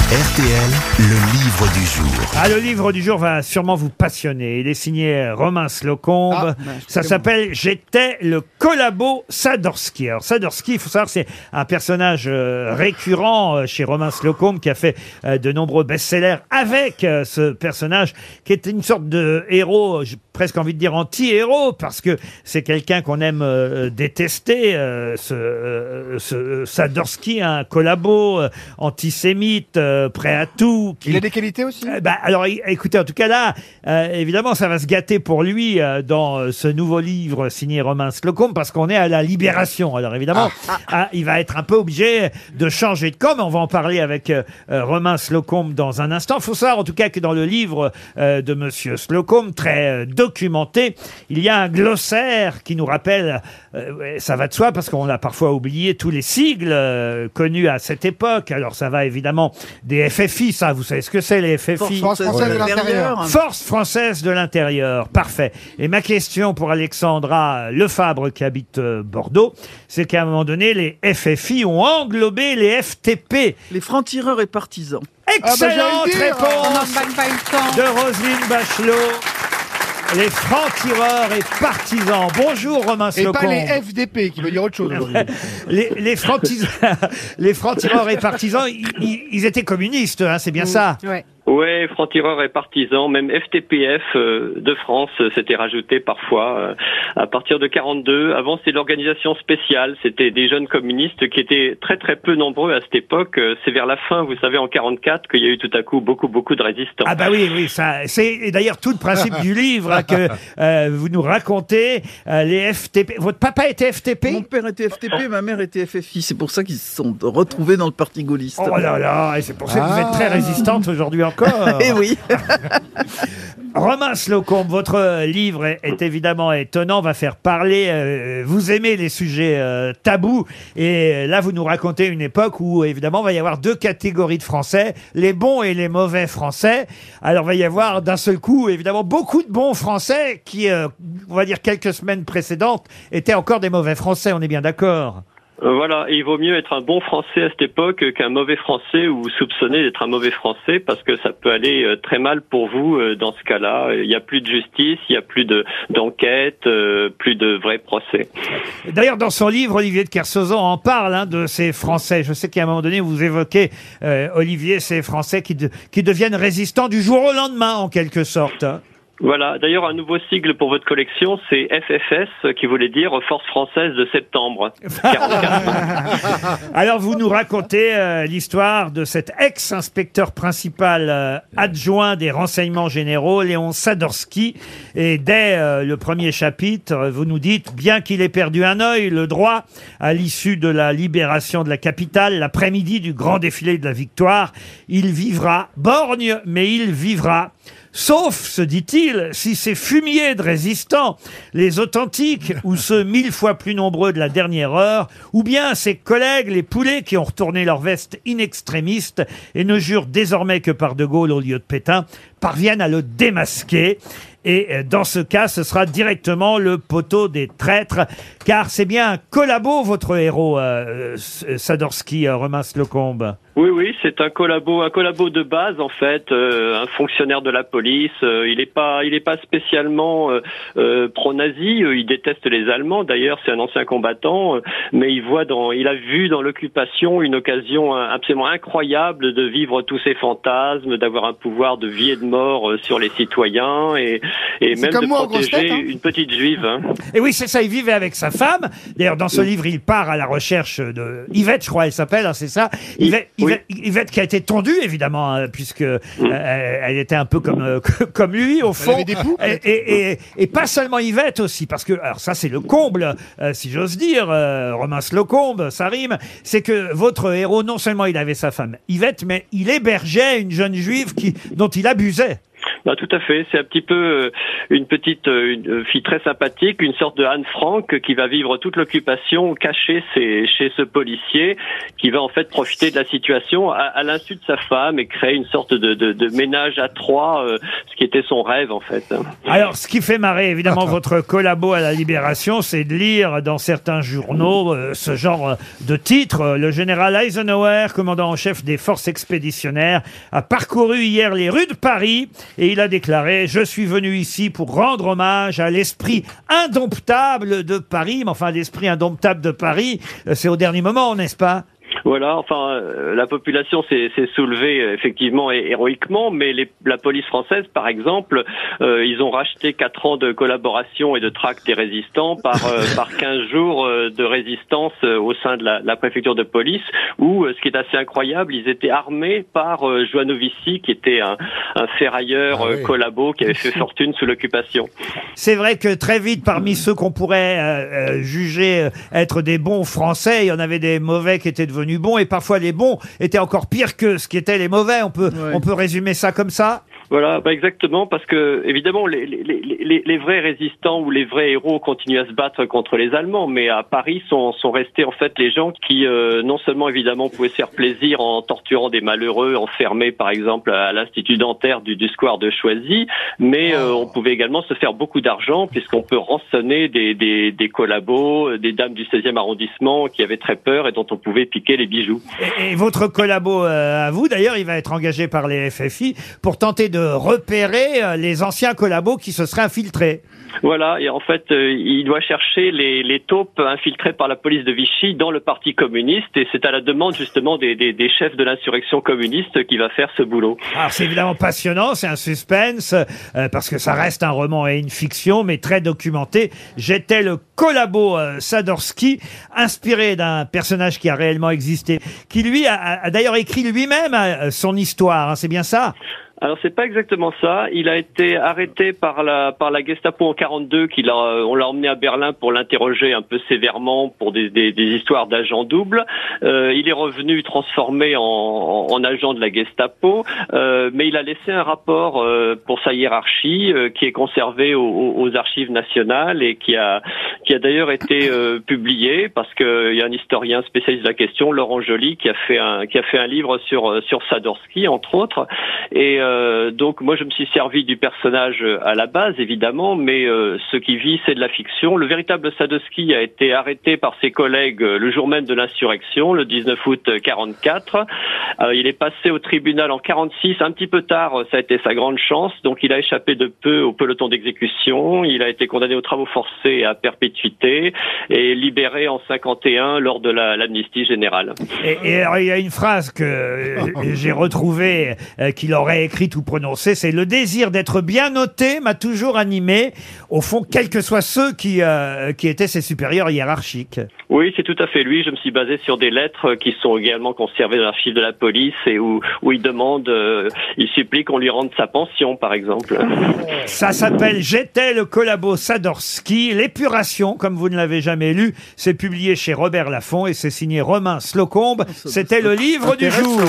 Speaker 1: RTL, le livre du jour.
Speaker 2: Ah, le livre du jour va sûrement vous passionner. Il est signé Romain Slocombe.
Speaker 7: Ah, ben,
Speaker 2: Ça s'appelle J'étais le collabo Sadorski. Alors, Sadorski, il faut savoir, c'est un personnage euh, récurrent euh, chez Romain Slocombe qui a fait euh, de nombreux best-sellers avec euh, ce personnage qui est une sorte de héros, euh, j'ai presque envie de dire anti-héros, parce que c'est quelqu'un qu'on aime euh, détester, euh, ce, euh, ce Sadorski, un collabo euh, antisémite, euh, prêt à tout. qui-
Speaker 7: Il a des qualités aussi
Speaker 2: eh ben, alors, é- écoutez, en tout cas là, euh, évidemment, ça va se gâter pour lui euh, dans euh, ce nouveau livre signé Romain Slocum, parce qu'on est à la libération. Alors évidemment, ah, il va être un peu obligé de changer de com. On va en parler avec euh, euh, Romain Slocum dans un instant. Faut savoir, en tout cas, que dans le livre euh, de Monsieur Slocum, très euh, documenté, il y a un glossaire qui nous rappelle, euh, ouais, ça va de soi, parce qu'on a parfois oublié tous les sigles euh, connus à cette époque. Alors ça va évidemment des FFI, ça, vous savez ce que c'est les FFI
Speaker 8: Force
Speaker 7: France française de l'intérieur.
Speaker 2: Force française de l'intérieur, parfait. Et ma question pour Alexandra Lefabre qui habite euh, Bordeaux, c'est qu'à un moment donné, les FFI ont englobé les FTP.
Speaker 8: Les francs-tireurs et partisans.
Speaker 7: bah, j'allais
Speaker 2: Excellente
Speaker 7: le dire.
Speaker 5: On n'en
Speaker 2: réponse
Speaker 5: gagne pas eu le temps.
Speaker 2: de Roselyne Bachelot. Les francs-tireurs et partisans. Bonjour Romain
Speaker 7: Et pas
Speaker 2: Slocon.
Speaker 7: les FDP, qui veut dire autre chose. aujourd'hui.
Speaker 2: Les, les francs-tis- les francs-tireurs et partisans, ils, ils- ils étaient communistes, hein, c'est bien ça
Speaker 5: Ouais.
Speaker 10: Ouais, franc-tireur et partisan, même FTPF euh, de France euh, s'était rajouté parfois euh, à partir de 42. Avant, c'était l'organisation spéciale, c'était des jeunes communistes qui étaient très très peu nombreux à cette époque. Euh, C'est vers la fin, vous savez, en 44, qu'il y a eu tout à coup beaucoup beaucoup de résistants.
Speaker 2: Ah bah oui, oui, ça, c'est et d'ailleurs tout le principe du livre hein, que euh, vous nous racontez, euh, les FTP. Votre papa était
Speaker 8: Mon
Speaker 2: FTP
Speaker 8: père était FTP,
Speaker 2: Oh.
Speaker 8: ma mère était FFI. C'est pour ça qu'ils se sont retrouvés dans le parti gaulliste. Ah.
Speaker 2: Oh là là, et c'est pour ça que vous êtes très résistante aujourd'hui encore.
Speaker 8: Eh oui.
Speaker 2: Romain Slocombe, votre euh, livre est, est évidemment étonnant, va faire parler. euh, vous aimez les sujets euh, tabous. Et euh, là, vous nous racontez une époque où, évidemment, va y avoir deux catégories de Français, les bons et les mauvais Français. Alors, va y avoir d'un seul coup, évidemment, beaucoup de bons Français qui, euh, on va dire, quelques semaines précédentes, étaient encore des mauvais Français, on est bien d'accord.
Speaker 10: Euh, Voilà, et il vaut mieux être un bon Français à cette époque euh, qu'un mauvais Français ou soupçonné d'être un mauvais Français parce que ça peut aller euh, très mal pour vous euh, dans ce cas-là. Euh, Il n'y a plus de justice, il n'y a plus de d'enquête, euh, plus de vrais procès.
Speaker 2: D'ailleurs, dans son livre, Olivier de Kersauzon en parle hein, de ces Français. Je sais qu'à un moment donné, vous évoquez, euh, Olivier, ces Français qui, de- qui deviennent résistants du jour au lendemain, en quelque sorte. hein.
Speaker 10: Voilà. D'ailleurs, un nouveau sigle pour votre collection, c'est FFS, euh, qui voulait dire Force française de septembre. 44.
Speaker 2: Alors, vous nous racontez euh, l'histoire de cet ex-inspecteur principal euh, adjoint des renseignements généraux, Léon Sadorski. Et dès euh, le premier chapitre, euh, vous nous dites, bien qu'il ait perdu un œil, le droit, à l'issue de la libération de la capitale, l'après-midi du grand défilé de la victoire, il vivra, borgne, mais il vivra. Sauf, se dit-il, si ces fumiers de résistants, les authentiques ou ceux mille fois plus nombreux de la dernière heure, ou bien ses collègues, les poulets qui ont retourné leur veste inextrémiste et ne jurent désormais que par De Gaulle au lieu de Pétain, parviennent à le démasquer. Et euh, dans ce cas, ce sera directement le poteau des traîtres, car c'est bien un collabo, votre héros, euh, euh, Sadorski, euh, Romain Slocombe.
Speaker 14: Oui, oui, c'est un collabo, un collabo de base en fait, euh, un fonctionnaire de la police. euh, il n'est pas, il est pas spécialement euh, euh, pro-nazi. euh, il déteste les Allemands. D'ailleurs, c'est un ancien combattant, euh, mais il voit dans, il a vu dans l'occupation une occasion euh, absolument incroyable de vivre tous ses fantasmes, d'avoir un pouvoir de vie et de mort euh, sur les citoyens et, et
Speaker 2: C'est
Speaker 14: même
Speaker 2: comme
Speaker 14: de
Speaker 2: moi, en grosses
Speaker 14: protéger
Speaker 2: têtes, hein.
Speaker 14: une petite juive. hein.
Speaker 2: Et oui, c'est ça, il vivait avec sa femme. D'ailleurs, dans ce
Speaker 14: Oui.
Speaker 2: livre, il part à la recherche de Yvette, je crois, elle s'appelle, hein, c'est ça. Yvette, Yvette- Yvette qui a été tendue, évidemment, hein, puisque euh, elle elle était un peu comme, euh, comme lui, au fond.
Speaker 7: Mm. avait des poux,
Speaker 2: et, et- et- et pas seulement Yvette aussi, parce que, alors ça, c'est le comble, euh, si j'ose dire, euh, Romain Slocombe, ça rime, c'est que votre héros, non seulement il avait sa femme Yvette, mais il hébergeait une jeune juive qui, dont il abusait.
Speaker 14: Bah, tout à fait. C'est un petit peu euh, une petite euh, une, euh, fille très sympathique, une sorte de Anne Frank euh, qui va vivre toute l'occupation cachée chez, chez ce policier, qui va en fait profiter de la situation à, à l'insu de sa femme et créer une sorte de, de, de ménage à trois, euh, ce qui était son rêve en fait.
Speaker 2: Alors, ce qui fait marrer évidemment votre collabo à la Libération, c'est de lire dans certains journaux euh, ce genre euh, de titre. Euh, Le général Eisenhower, commandant en chef des forces expéditionnaires, a parcouru hier les rues de Paris et il a déclaré Je suis venu ici pour rendre hommage à l'esprit indomptable de Paris. Mais enfin, l'esprit indomptable de Paris, euh, c'est au dernier moment, n'est-ce pas
Speaker 14: Voilà, enfin, euh, la population s'est s'est soulevée euh, effectivement hé- héroïquement, mais les- la police française, par exemple, euh, ils ont racheté quatre ans de collaboration et de tract des résistants par, euh, par 15 jours euh, de résistance euh, au sein de la, la préfecture de police, où, euh, ce qui est assez incroyable, ils étaient armés par euh, Joanovici, qui était un, un ferrailleur euh, collabo qui avait fait fortune sous l'occupation.
Speaker 2: C'est vrai que très vite, parmi ceux qu'on pourrait euh, euh, juger euh, être des bons Français, il y en avait des mauvais qui étaient devenus bons, et parfois les bons étaient encore pires que ce qui étaient les mauvais. On peut, on peut résumer ça comme ça
Speaker 14: Voilà, bah exactement, parce que évidemment, les, les, les- les, les vrais résistants ou les vrais héros continuent à se battre contre les Allemands, mais à Paris sont, sont restés en fait les gens qui, euh, non seulement évidemment, pouvaient se faire plaisir en torturant des malheureux, enfermés par exemple à l'Institut dentaire du, du square de Choisy, mais euh, on pouvait également se faire beaucoup d'argent puisqu'on peut rançonner des, des, des collabos, euh, des dames du 16e arrondissement qui avaient très peur et dont on pouvait piquer les bijoux.
Speaker 2: Et, et votre collabo euh, à vous, d'ailleurs, il va être engagé par les FFI pour tenter de repérer euh, les anciens collabos qui se seraient infiltrés.
Speaker 14: Voilà, et en fait, euh, il doit chercher les, les taupes infiltrées par la police de Vichy dans le Parti communiste, et c'est à la demande justement des, des, des chefs de l'insurrection communiste qui va faire ce boulot.
Speaker 2: Alors c'est évidemment passionnant, c'est un suspense, euh, parce que ça reste un roman et une fiction, mais très documenté. J'étais le collabo euh, Sadorski, inspiré d'un personnage qui a réellement existé, qui lui a, a- a d'ailleurs écrit lui-même euh, son histoire, hein, c'est bien ça
Speaker 14: Alors c'est pas exactement ça. Il a été arrêté par la par la Gestapo en 42. Qu'il a, on l'a emmené à Berlin pour l'interroger un peu sévèrement pour des, des, des histoires d'agents doubles. Euh, il est revenu transformé en, en, en agent de la Gestapo, euh, mais il a laissé un rapport euh, pour sa hiérarchie euh, qui est conservé au- au- aux archives nationales et qui a qui a d'ailleurs été euh, publié parce que il y a un historien spécialiste de la question, Laurent Joly, qui a fait un qui a fait un livre sur euh, sur Sadorski entre autres. Et euh, donc moi je me suis servi du personnage euh, à la base évidemment, mais euh, ce qui vit c'est de la fiction. Le véritable Sadowski a été arrêté par ses collègues euh, le jour même de l'insurrection, le 19 août 44. Euh, il est passé au tribunal en 46, un petit peu tard, euh, ça a été sa grande chance. Donc il a échappé de peu au peloton d'exécution, il a été condamné aux travaux forcés à perpétuité et libéré en 51 lors de la- l'amnistie générale.
Speaker 2: Et, et alors, il y a une phrase que euh, j'ai retrouvée, euh, qu'il aurait écrite ou prononcée, c'est « Le désir d'être bien noté m'a toujours animé, au fond, quels que soient ceux qui, euh, qui étaient ses supérieurs hiérarchiques ».
Speaker 14: Oui, c'est tout à fait lui. Je me suis basé sur des lettres euh, qui sont également conservées dans l'archive de la police et où, où il demande, euh, il supplie qu'on lui rende sa pension, par exemple.
Speaker 2: Ça s'appelle J'étais le collabo Sadorski, l'épuration, comme vous ne l'avez jamais lu. C'est publié chez Robert Laffont et c'est signé Romain Slocombe.
Speaker 8: Oh, hein.
Speaker 2: C'était le livre du jour.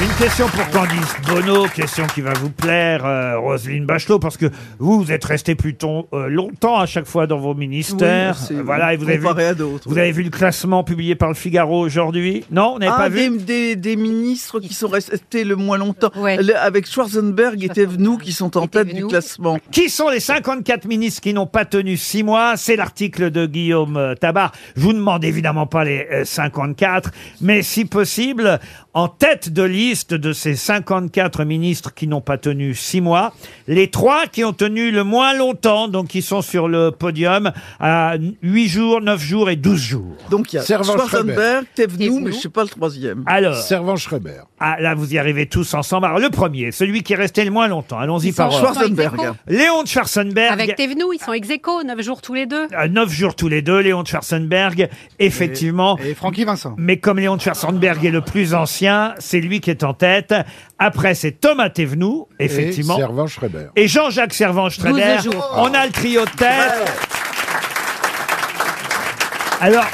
Speaker 2: Une question pour Candice Bono, question qui va vous plaire, euh, Roselyne Bachelot, parce que vous, vous êtes resté plutôt euh, longtemps à chaque fois dans vos ministères.
Speaker 8: Oui, merci,
Speaker 2: Euh,
Speaker 8: oui.
Speaker 2: voilà, et vous avez, vu,
Speaker 8: Comparé à d'autres,
Speaker 2: vous
Speaker 8: oui.
Speaker 2: avez vu le classement publié par le Figaro aujourd'hui Non, vous n'avez
Speaker 8: Ah,
Speaker 2: pas vu
Speaker 8: des, des- des ministres qui sont restés le moins longtemps. Le- avec Schwarzenberg et Thévenoud qui sont en tête du classement.
Speaker 2: Qui sont les 54 ministres qui n'ont pas tenu six mois C'est l'article de Guillaume euh, Tabar. Je vous demande évidemment pas les euh, 54, mais si possible, en tête de liste de ces 54 ministres qui n'ont pas tenu six mois, les trois qui ont tenu le moins longtemps, donc qui sont sur le podium, à 8 jours, 9 jours et 12 jours.
Speaker 8: Donc il y a Schwarzenberg, Thévenoud, mais je ne sais pas le troisième.
Speaker 2: Alors.
Speaker 8: Servant
Speaker 2: Schreiber. Ah, là, vous y arrivez tous ensemble. Alors, le premier, celui qui est resté le moins longtemps. Allons-y
Speaker 5: Ils sont
Speaker 2: par ordre.
Speaker 5: Schwarzenberg.
Speaker 2: Léon de Schwarzenberg.
Speaker 5: Avec tes venous, ils sont ex aequo, 9 jours tous les deux.
Speaker 2: à neuf jours tous les deux, Léon de Schwarzenberg, effectivement. Et, Francky Vincent. Mais comme Léon de Schwarzenberg est le plus ancien, c'est lui qui est en tête. Après, c'est Thomas Thévenoud, effectivement.
Speaker 4: Et Servan Schreiber.
Speaker 2: Et Jean-Jacques Servan-Schreiber.
Speaker 4: 12 jours.
Speaker 2: On a le trio de tête. Alors,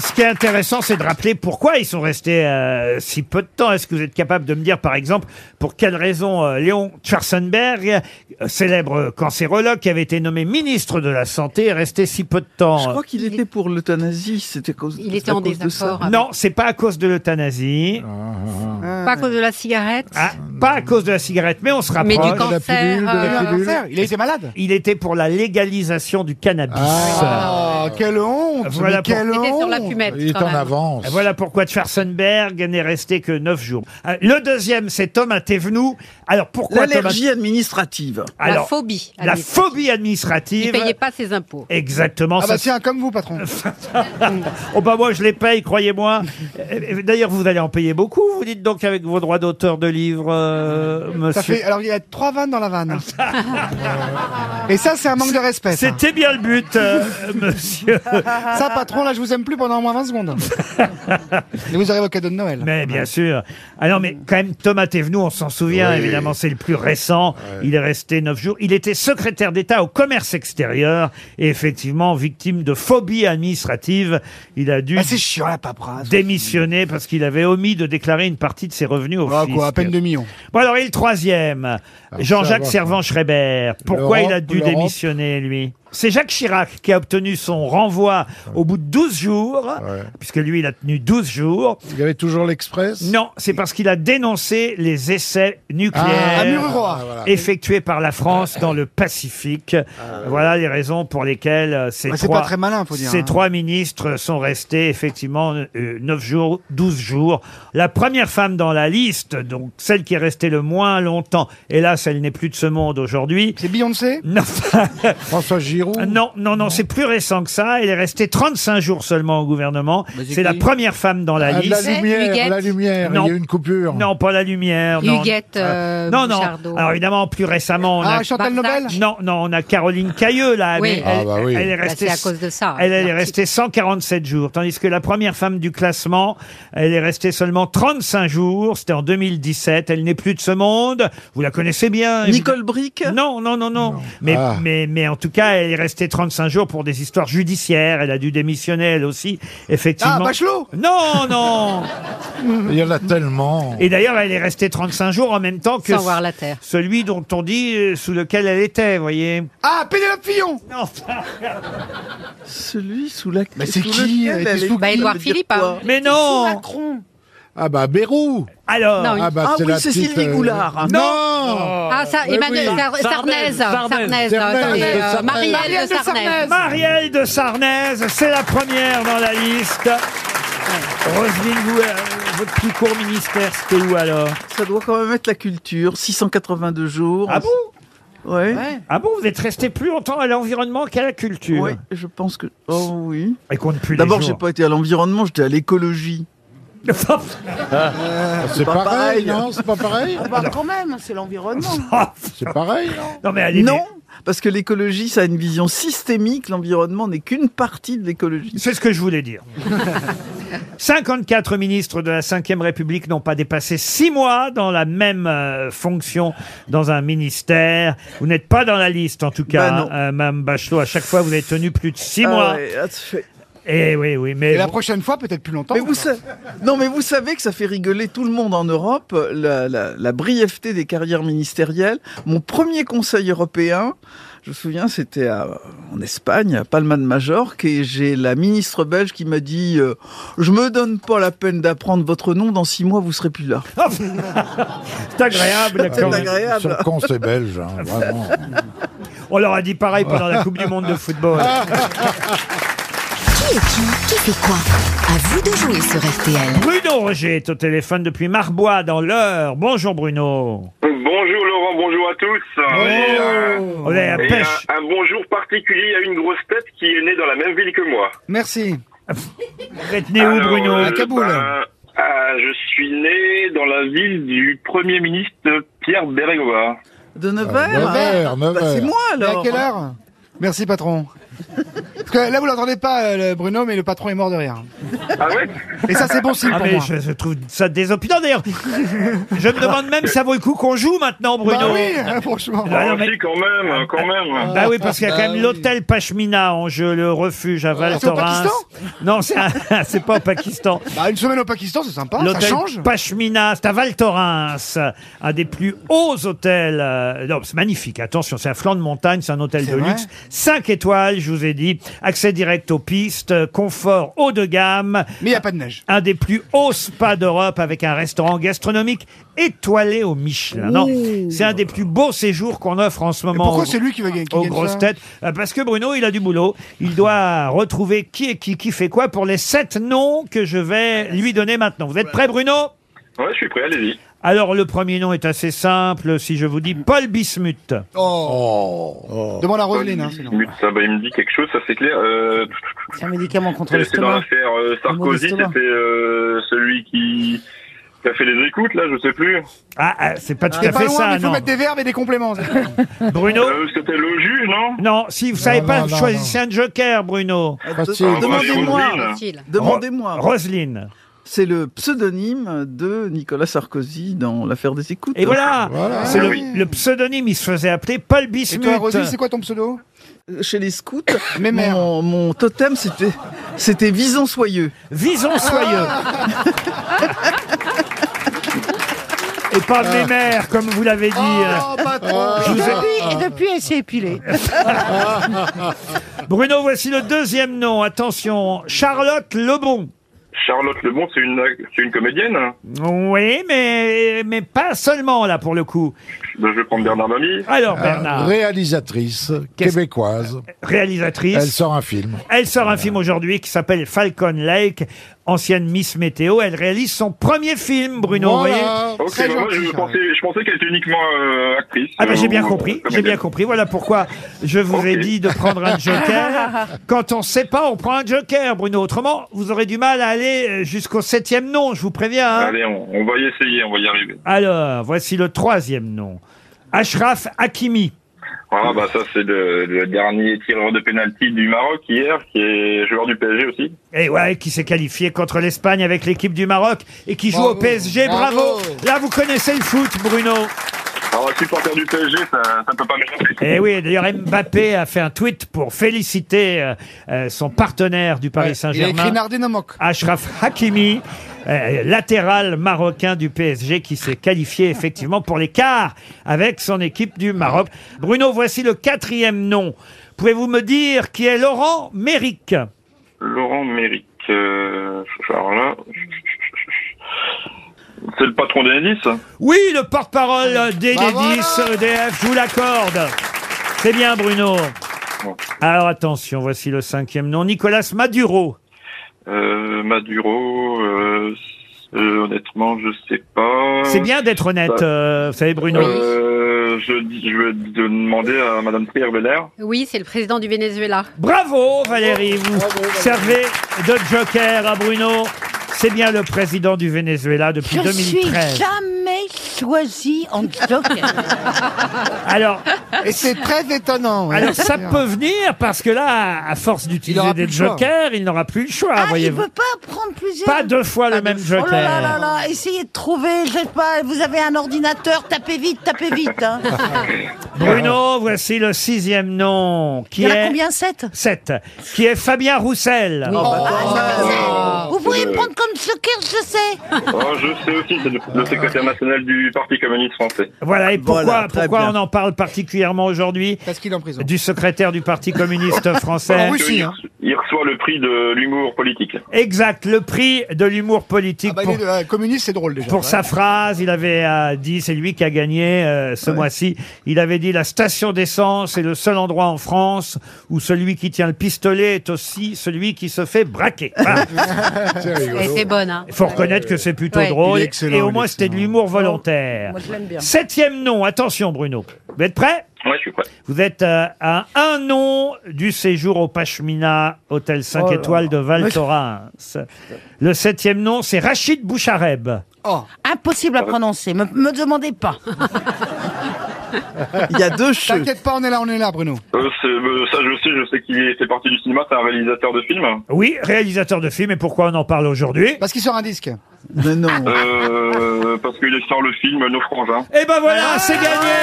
Speaker 2: ce qui est intéressant, c'est de rappeler pourquoi ils sont restés euh, si peu de temps. Est-ce que vous êtes capable de me dire, par exemple, pour quelle raison euh, Léon Schwarzenberg, euh, célèbre cancérologue qui avait été nommé ministre de la Santé, est resté si peu de temps euh
Speaker 8: Je crois qu'il était pour l'euthanasie, c'était à cause
Speaker 5: Il
Speaker 8: c'est
Speaker 5: était
Speaker 8: à
Speaker 5: en
Speaker 8: cause de ça. Ah,
Speaker 5: désaccord.
Speaker 2: Non, c'est pas à cause de l'euthanasie.
Speaker 7: Ah.
Speaker 5: Pas à cause de la cigarette.
Speaker 2: Ah, pas à cause de la cigarette, mais on se rapproche.
Speaker 5: Mais du cancer, De la pilule, de la euh,
Speaker 2: Il
Speaker 5: pilule.
Speaker 2: était malade. Il était pour la légalisation du cannabis.
Speaker 7: Ah, quelle honte
Speaker 2: Voilà
Speaker 7: mais quelle
Speaker 5: Il était sur la
Speaker 7: honte.
Speaker 5: fumette, Il est quand en même. avance.
Speaker 2: Voilà pourquoi Schwarzenberg n'est resté que 9 jours. Euh, Le deuxième, c'est Thomas Thévenoud. Alors pourquoi
Speaker 8: L'allergie
Speaker 2: administrative.
Speaker 5: La phobie
Speaker 2: La
Speaker 5: administrative.
Speaker 2: phobie
Speaker 5: Ils
Speaker 2: administrative.
Speaker 5: payaient pas ses impôts.
Speaker 2: Exactement.
Speaker 7: Ah
Speaker 2: ça-
Speaker 7: bah tiens, comme vous, patron.
Speaker 2: oh bah moi je les paye, croyez-moi. Euh, D'ailleurs vous allez en payer beaucoup, vous dites donc avec vos droits d'auteur de livres, euh, monsieur.
Speaker 7: Ça fait, alors, il y a trois vannes dans la vanne. Et ça, c'est un manque de respect. ça.
Speaker 2: C'était bien le but, euh, monsieur.
Speaker 7: Ça, patron, là, je vous aime plus pendant au moins 20 secondes.
Speaker 2: Et vous aurez vos cadeaux de Noël. Mais bien sûr. Ah non, mais quand même, Thomas Thévenoud, on s'en souvient,
Speaker 12: Oui.
Speaker 2: évidemment, c'est le plus récent. Il est resté neuf jours. Il était secrétaire d'État au commerce extérieur et effectivement, victime de phobie administrative. Il a dû
Speaker 7: Ah,
Speaker 2: démissionner parce qu'il avait omis de déclarer une partie de ses revenus au
Speaker 7: Ah,
Speaker 2: fisc.
Speaker 7: quoi, à peine 2 millions.
Speaker 2: Bon, alors, et le troisième, Jean-Jacques
Speaker 7: Ah, ça va.
Speaker 2: Servan-Schreiber. Pourquoi
Speaker 7: Laurent-
Speaker 2: il a dû
Speaker 7: Laurent-
Speaker 2: démissionner, lui C'est Jacques Chirac qui a obtenu son renvoi au bout de 12 jours, puisque lui, il a tenu 12 jours. Il y avait toujours l'Express Non, c'est parce qu'il a dénoncé les essais nucléaires
Speaker 7: Ah, à Mururoa. Ah, voilà.
Speaker 2: effectués par la France dans le Pacifique. Voilà les raisons pour lesquelles euh, ces
Speaker 7: Ouais, c'est
Speaker 2: trois-
Speaker 7: pas très malin, faut dire,
Speaker 2: ces
Speaker 7: hein.
Speaker 2: trois trois ministres sont restés effectivement 9 jours, 12 jours. La première femme dans la liste, donc celle qui est restée le moins longtemps, hélas, elle n'est plus de ce monde aujourd'hui. C'est Beyoncé Non. François Giroud Non, non, non, c'est plus récent que ça. Elle est restée 35 jours seulement au gouvernement.
Speaker 4: Mais c'est
Speaker 2: C'est la
Speaker 4: qui
Speaker 2: première femme dans la
Speaker 4: Ah, de
Speaker 2: liste.
Speaker 4: la lumière, Huguette. la lumière, il y a une
Speaker 2: coupure. Non, pas la lumière. non.
Speaker 5: Huguette, euh,
Speaker 2: non, non.
Speaker 5: Bouchardot.
Speaker 2: Alors évidemment, plus récemment, on
Speaker 5: Ah,
Speaker 2: a
Speaker 5: Chantal Barzac. Nobel
Speaker 2: Non, non, on a Caroline Cailleux là.
Speaker 5: Oui.
Speaker 2: mais
Speaker 5: Ah,
Speaker 2: elle-
Speaker 5: bah oui.
Speaker 2: Elle est
Speaker 5: Bah,
Speaker 2: restée.
Speaker 5: c'est à cause de ça.
Speaker 2: Elle, elle est restée 147 jours, tandis que la première femme du classement, elle est restée seulement 35 jours. C'était en 2017. Elle n'est plus de ce monde. Vous la connaissez bien. Nicole Brick Non, non, non, non. Mais,
Speaker 4: Ah.
Speaker 2: mais, mais en tout cas, elle est restée 35 jours pour des histoires judiciaires. Elle a dû démissionner elle aussi, effectivement.
Speaker 4: Ah, Bachelot
Speaker 2: Non, non.
Speaker 4: Il y en a tellement.
Speaker 2: Et d'ailleurs, elle est restée 35 jours en même temps que
Speaker 5: Sans voir la terre.
Speaker 2: celui dont on dit euh, sous lequel elle était, vous voyez.
Speaker 7: Ah, Pénélope Fillon
Speaker 2: Non
Speaker 8: Celui sous la
Speaker 4: Mais c'est qui Elle était sous
Speaker 5: Bah,
Speaker 4: qui
Speaker 5: hein.
Speaker 2: Mais non
Speaker 4: Ah bah Bérou
Speaker 2: Alors
Speaker 5: Non, oui.
Speaker 4: Ah bah
Speaker 5: Ah
Speaker 4: c'est
Speaker 5: oui,
Speaker 4: la
Speaker 5: Cécile
Speaker 4: petite, euh,
Speaker 5: Goulard.
Speaker 4: Non
Speaker 5: Ah, ça,
Speaker 4: Mais
Speaker 5: Emmanuel
Speaker 4: oui.
Speaker 5: Sar- Sarnez. Sarnez.
Speaker 4: Sarnez,
Speaker 5: c'est, euh,
Speaker 4: Sarnez.
Speaker 5: Marielle de Sarnez.
Speaker 2: Marielle de Sarnez, c'est la première dans la liste. Roselyne, vous, euh, votre plus court ministère, c'était où alors
Speaker 8: Ça doit quand même être la culture, 682 jours.
Speaker 2: Ah bon
Speaker 8: Ouais.
Speaker 2: Ah bon, vous êtes resté plus longtemps à l'environnement qu'à la culture
Speaker 8: Oui, je pense que. Oh oui.
Speaker 2: Et compte plus les
Speaker 8: D'abord,
Speaker 2: jours. Ah,
Speaker 8: j'ai pas été à l'environnement, j'étais à l'écologie.
Speaker 4: Ah, C'est pareil, non C'est pas pareil
Speaker 3: Ah bah, quand même, c'est l'environnement.
Speaker 4: C'est pareil,
Speaker 2: non mais
Speaker 8: Non, parce que l'écologie, ça a une vision systémique. L'environnement n'est qu'une partie de l'écologie.
Speaker 2: C'est ce que je voulais dire. 54 ministres de la Ve République n'ont pas dépassé six mois dans la même euh, fonction dans un ministère. Vous n'êtes pas dans la liste, en tout cas,
Speaker 8: Bah non.
Speaker 2: hein, euh, Madame Bachelot. À chaque fois, vous avez tenu plus de six
Speaker 8: Ah
Speaker 2: mois.
Speaker 8: ouais, ah, tu fais-
Speaker 2: Eh oui, oui, mais.
Speaker 7: Et la prochaine fois, peut-être plus longtemps.
Speaker 8: Mais vous sa- Non, mais vous savez que ça fait rigoler tout le monde en Europe, la, la- la brièveté des carrières ministérielles. Mon premier conseil européen, je me souviens, c'était à- en Espagne, à Palma de Majorque, et j'ai la ministre belge qui m'a dit euh, Je me donne pas la peine d'apprendre votre nom, dans six mois, vous serez plus là.
Speaker 2: C'est agréable.
Speaker 8: C'est agréable.
Speaker 4: Ils sont cons, ces Belges, hein, vraiment.
Speaker 2: On leur a dit pareil pendant la Coupe du Monde de football.
Speaker 9: Qui est qui Qui fait quoi À vous de jouer sur RTL.
Speaker 2: Bruno Roger est au téléphone depuis Marbois, dans l'heure. Bonjour Bruno.
Speaker 10: Bonjour Laurent, bonjour à tous. Et, euh,
Speaker 2: On est à
Speaker 10: et
Speaker 2: pêche.
Speaker 10: Un, un bonjour particulier à une grosse tête qui est née dans la même ville que moi.
Speaker 7: Merci.
Speaker 2: Vous êtes né où
Speaker 10: Alors,
Speaker 2: Bruno
Speaker 10: euh, ben, ah, Je suis né dans la ville du Premier ministre Pierre Bérégovoy.
Speaker 7: Ah,
Speaker 8: De
Speaker 7: Nevers,
Speaker 8: Bah, c'est moi alors.
Speaker 7: Mais à quelle heure Merci, patron. Parce que là, vous l'entendez pas, euh, le Bruno, mais le patron est mort de rire.
Speaker 10: Ah ouais
Speaker 7: Et ça, c'est bon signe
Speaker 2: Ah
Speaker 7: pour
Speaker 2: mais
Speaker 7: moi.
Speaker 2: Je, je trouve ça désopilant d'ailleurs. je me demande même si ça vaut le coup qu'on joue maintenant, Bruno.
Speaker 7: Bah oui, hein, franchement.
Speaker 2: Ah, non,
Speaker 10: Ah,
Speaker 2: mais-
Speaker 10: si, quand même, quand même.
Speaker 2: Bah oui, parce qu'il y a quand
Speaker 7: Ah,
Speaker 2: même l'hôtel Pashmina en jeu, le refuge à Val
Speaker 7: c'est au
Speaker 2: Thorens. Non, c'est un- c'est pas au Pakistan.
Speaker 7: Bah, une semaine au Pakistan, c'est sympa, ça
Speaker 2: L'hôtel
Speaker 7: change.
Speaker 2: Pashmina, c'est à Val Thorens, un des plus hauts hôtels. euh, Non, c'est magnifique. Attention, c'est un flanc de montagne, c'est un hôtel
Speaker 7: C'est
Speaker 2: de
Speaker 7: vrai
Speaker 2: luxe. 5 étoiles, je vous ai dit. Accès direct aux pistes, euh, confort haut de gamme.
Speaker 7: Mais il n'y a pas de neige.
Speaker 2: Un des plus hauts spas d'Europe avec un restaurant gastronomique étoilé au Michelin. Ah Non, c'est un des plus beaux séjours qu'on offre en ce moment.
Speaker 7: pourquoi
Speaker 2: aux-
Speaker 7: c'est lui qui va gagner- qui
Speaker 2: Aux
Speaker 7: gagne
Speaker 2: grosses
Speaker 7: ça
Speaker 2: têtes. Euh, Parce que Bruno, il a du boulot. Il doit retrouver qui est qui, qui fait quoi pour les sept noms que je vais lui donner maintenant. Vous êtes prêts, Bruno
Speaker 10: Ouais, je suis prêt, allez-y.
Speaker 2: Alors, le premier nom est assez simple. Si je vous dis Paul Bismuth.
Speaker 7: Oh. Demande à Roselyne. hein, sinon.
Speaker 10: Mute, ça, bah, il me dit quelque chose, ça c'est clair. Euh,
Speaker 3: C'est un médicament contre
Speaker 10: c'est dans
Speaker 3: l'estomac.
Speaker 10: l'affaire euh, Sarkozy,
Speaker 3: estomac.
Speaker 10: c'était euh, celui qui... qui a fait les écoutes, là, je sais plus.
Speaker 2: Ah, ah, c'est pas tout
Speaker 7: T'es
Speaker 2: à
Speaker 7: pas
Speaker 2: fait
Speaker 7: loin, mais
Speaker 2: ça,
Speaker 7: il faut
Speaker 2: non.
Speaker 7: mettre des verbes et des compléments.
Speaker 2: Bruno
Speaker 10: Euh, c'était le juge, non
Speaker 2: Non, si vous savez
Speaker 7: Non,
Speaker 2: pas,
Speaker 7: non,
Speaker 2: vous
Speaker 7: non,
Speaker 2: choisissez un joker, Bruno.
Speaker 8: De- Demandez-moi.
Speaker 5: Facile.
Speaker 8: Demandez-moi.
Speaker 2: Ro- Roselyne.
Speaker 8: C'est le pseudonyme de Nicolas Sarkozy dans l'affaire des écoutes.
Speaker 2: Et voilà,
Speaker 8: Voilà.
Speaker 2: c'est
Speaker 8: Oui.
Speaker 2: le, le pseudonyme, il se faisait appeler Paul
Speaker 7: Et
Speaker 2: Bismuth.
Speaker 7: toi, Roselyne, c'est quoi ton pseudo
Speaker 8: Euh, Chez les scouts,
Speaker 7: Mes mères.
Speaker 8: mon, mon totem, c'était, c'était Vison Soyeux.
Speaker 2: Vison soyeux.
Speaker 7: Ah,
Speaker 2: Et pas mes mères, comme vous l'avez dit.
Speaker 7: Ah. Oh, patron
Speaker 2: euh, Je
Speaker 3: Et
Speaker 2: vous ai-
Speaker 3: depuis, et depuis, elle s'est épilée.
Speaker 2: Bruno, voici le deuxième nom. Attention, Charlotte Lebon.
Speaker 10: Charlotte Lebon, c'est une, c'est une comédienne. hein.
Speaker 2: Oui, mais, mais pas seulement là pour le coup.
Speaker 10: Ben, Je vais prendre Bernard Mamie.
Speaker 2: Alors
Speaker 7: Ah,
Speaker 2: Bernard,
Speaker 4: Euh, Réalisatrice québécoise. Elle
Speaker 2: réalisatrice,
Speaker 4: sort un film.
Speaker 2: elle sort un film aujourd'hui qui s'appelle Falcon Lake, ancienne Miss Météo. Elle réalise son premier film, Bruno. vous voyez
Speaker 4: Voilà.
Speaker 10: Ok,
Speaker 7: Très
Speaker 10: bah, moi,
Speaker 7: gentil,
Speaker 10: je,
Speaker 7: Charlotte.
Speaker 10: pensais, je pensais qu'elle était uniquement euh, actrice.
Speaker 2: Ah ben j'ai bien
Speaker 4: Oh.
Speaker 10: Euh,
Speaker 2: compris, j'ai
Speaker 10: comédienne.
Speaker 2: bien compris. Voilà pourquoi je vous ai
Speaker 10: Ok.
Speaker 2: dit de prendre un joker. Quand on sait pas, on prend un joker, Bruno. Autrement, vous aurez du mal à aller euh, jusqu'au septième nom, je vous préviens. hein.
Speaker 10: Allez, on, on va y essayer, on va y arriver.
Speaker 2: Alors, voici le troisième nom. Ashraf Hakimi.
Speaker 10: Voilà, bah ça c'est le, le dernier tireur de pénalty du Maroc hier, qui est joueur du PSG aussi.
Speaker 2: Et Eh ouais, qui s'est qualifié contre l'Espagne avec l'équipe du Maroc et qui joue au
Speaker 7: Bravo,
Speaker 2: PSG. Bravo.
Speaker 7: bravo.
Speaker 2: Là, vous connaissez le foot, Bruno.
Speaker 10: Alors supporter du PSG, ça, ça peut pas m'échapper.
Speaker 2: Et Eh oui, d'ailleurs, Mbappé a fait un tweet pour féliciter euh, euh, son partenaire du Paris
Speaker 7: Il a écrit
Speaker 2: Saint-Germain.
Speaker 7: Nardin Amok.
Speaker 2: Ashraf Hakimi, euh, latéral marocain du PSG qui s'est qualifié effectivement pour les quarts avec son équipe du Maroc. Bruno, voici le quatrième nom. Pouvez-vous me dire qui est Laurent Méric
Speaker 10: Laurent Méric, euh, alors là, c'est le patron d'Enedis.
Speaker 2: Oui, le porte-parole E d'Enedis
Speaker 7: Bah voilà
Speaker 2: EDF, je vous l'accorde. C'est bien Bruno. Alors attention, voici le cinquième nom. Nicolas Maduro.
Speaker 10: Euh, Maduro, euh, euh, honnêtement, je sais pas.
Speaker 2: C'est bien d'être honnête, euh, vous savez Bruno.
Speaker 10: Euh, je, dis- je vais demander à Madame Pierre Belair.
Speaker 5: Oui, c'est le président du Venezuela.
Speaker 2: Bravo Valérie, vous servez de hein, joker à Bruno. C'est bien le président du Venezuela depuis
Speaker 3: Je suis
Speaker 2: 2013.
Speaker 3: jamais jamais choisi en stock.
Speaker 2: Alors,
Speaker 7: Et c'est très étonnant. oui.
Speaker 2: Alors ça peut venir parce que là, à force d'utiliser
Speaker 7: aura
Speaker 2: des
Speaker 7: plus le choix.
Speaker 2: jokers, il n'aura plus le choix,
Speaker 3: Ah, il
Speaker 2: voyez-vous.
Speaker 3: peut pas prendre plusieurs.
Speaker 2: Pas deux fois le même joker.
Speaker 3: Oh là là là là, essayez de trouver, je sais pas, vous avez un ordinateur, tapez vite, tapez vite. hein.
Speaker 2: Bruno, voici le sixième nom qui
Speaker 3: Il y en a
Speaker 2: est
Speaker 3: combien, sept Oh, bah,
Speaker 2: Sept. Qui est Fabien Roussel.
Speaker 3: Vous pourriez me prendre comme stocker, je sais.
Speaker 10: Oh, Euh, je sais aussi, c'est le, le secrétaire national du Parti communiste français.
Speaker 2: Voilà, et pourquoi,
Speaker 10: Voilà, très
Speaker 2: pourquoi on
Speaker 10: bien.
Speaker 2: en parle particulièrement aujourd'hui
Speaker 7: Parce qu'il est en prison. hein.
Speaker 2: Du secrétaire du Parti communiste français.
Speaker 10: Il reçoit- Il reçoit le prix de l'humour politique.
Speaker 2: Exact, le prix de l'humour politique
Speaker 7: Bah, il
Speaker 2: pour,
Speaker 7: est, euh, communiste, c'est drôle déjà.
Speaker 2: pour sa phrase. Il avait euh, dit, c'est lui qui a gagné euh, ce mois-ci, il avait dit « La station d'essence est le seul endroit en France où celui qui tient le pistolet est aussi celui qui se fait braquer. Voilà.
Speaker 5: Et c'est bonne, hein.
Speaker 2: Il faut reconnaître que c'est plutôt
Speaker 5: Ouais.
Speaker 2: drôle.
Speaker 5: Il est excellent,
Speaker 2: Et au
Speaker 5: il est
Speaker 2: moins, c'était de l'humour volontaire.
Speaker 5: Moi, je l'aime bien.
Speaker 2: Septième nom, attention Bruno. Vous êtes prêts
Speaker 10: Ouais, je suis prêt.
Speaker 2: Vous êtes euh, à un nom du séjour au Pachmina, hôtel 5
Speaker 10: Oh là
Speaker 2: étoiles de
Speaker 10: là.
Speaker 2: Val Thorens. Le septième nom, c'est Rachid Bouchareb.
Speaker 3: Oh. Impossible à prononcer, me, me demandez pas.
Speaker 8: Il y a deux
Speaker 7: choses. T'inquiète pas, on est là, on est là, Bruno.
Speaker 10: Euh, c'est- euh, ça, je sais, je sais qu'il est- fait partie du cinéma, c'est un réalisateur de films.
Speaker 2: Oui, réalisateur de films. Et pourquoi on en parle aujourd'hui
Speaker 7: Parce qu'il sort un disque.
Speaker 8: Mais non.
Speaker 2: Ah.
Speaker 10: Euh, parce qu'il est sur le film hein. Nos frangins.
Speaker 2: Et ben voilà, c'est gagné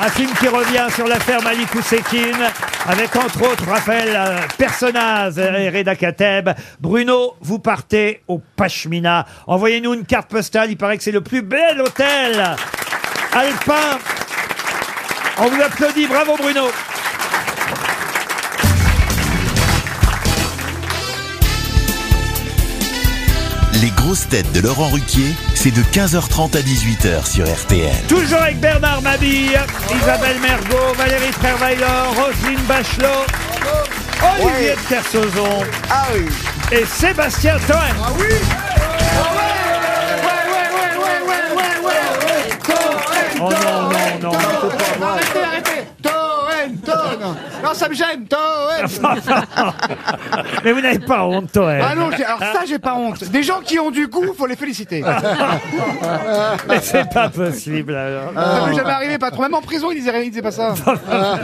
Speaker 2: Un film qui revient sur l'affaire Malik Oussekine, avec entre autres Raphaël euh, Personnaz et Reda Kateb. Bruno, vous partez au Pachmina. Envoyez-nous une carte postale, il paraît que c'est le plus bel hôtel alpin. On vous applaudit, bravo Bruno
Speaker 1: Les grosses têtes de Laurent Ruquier, c'est de 15h30 à 18h sur RTL.
Speaker 2: Toujours avec Bernard Mabille, Isabelle Mergot, Valérie Trerweiler, Roselyne Bachelot, Olivier de Kersauzon
Speaker 7: Ah
Speaker 2: et Sébastien Toen. Oh non, non, non.
Speaker 7: Arrêtez, arrêtez Toen, Toen Non, ça me gêne, Toen
Speaker 2: Mais vous n'avez pas honte, Toen.
Speaker 7: Ah non, j'ai- alors ça, j'ai pas honte. Des gens qui ont du goût, faut les féliciter.
Speaker 2: Mais c'est pas possible, alors.
Speaker 7: Ah, Ça m'est jamais arrivé, patron. Même en prison, ils disaient, ils disaient pas ça.
Speaker 2: Euh,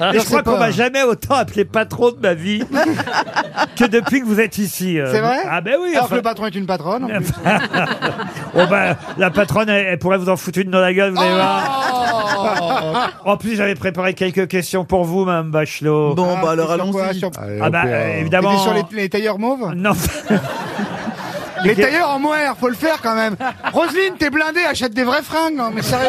Speaker 2: Mais
Speaker 7: Je
Speaker 2: je
Speaker 7: sais
Speaker 2: crois qu'on
Speaker 7: pas.
Speaker 2: m'a jamais autant appelé patron de ma vie que depuis que vous êtes ici. euh.
Speaker 7: C'est vrai
Speaker 2: Ah ben oui.
Speaker 7: Alors
Speaker 2: enfin-
Speaker 7: que le patron est une patronne. en plus.
Speaker 2: Oh ben, la patronne, elle, elle pourrait vous en foutre une dans la gueule, vous allez
Speaker 7: Ah.
Speaker 2: voir. En plus, j'avais préparé quelques questions pour vous, Mme Bachelot.
Speaker 8: Bon, bah alors
Speaker 7: sur quoi,
Speaker 8: allons-y.
Speaker 7: sur-
Speaker 2: Ah bah, euh, évidemment.
Speaker 7: T'étais sur les, les tailleurs mauves
Speaker 2: Non.
Speaker 7: les tailleurs en mohair, faut le faire quand même. Roselyne, t'es blindée, achète des vrais fringues, non mais sérieux.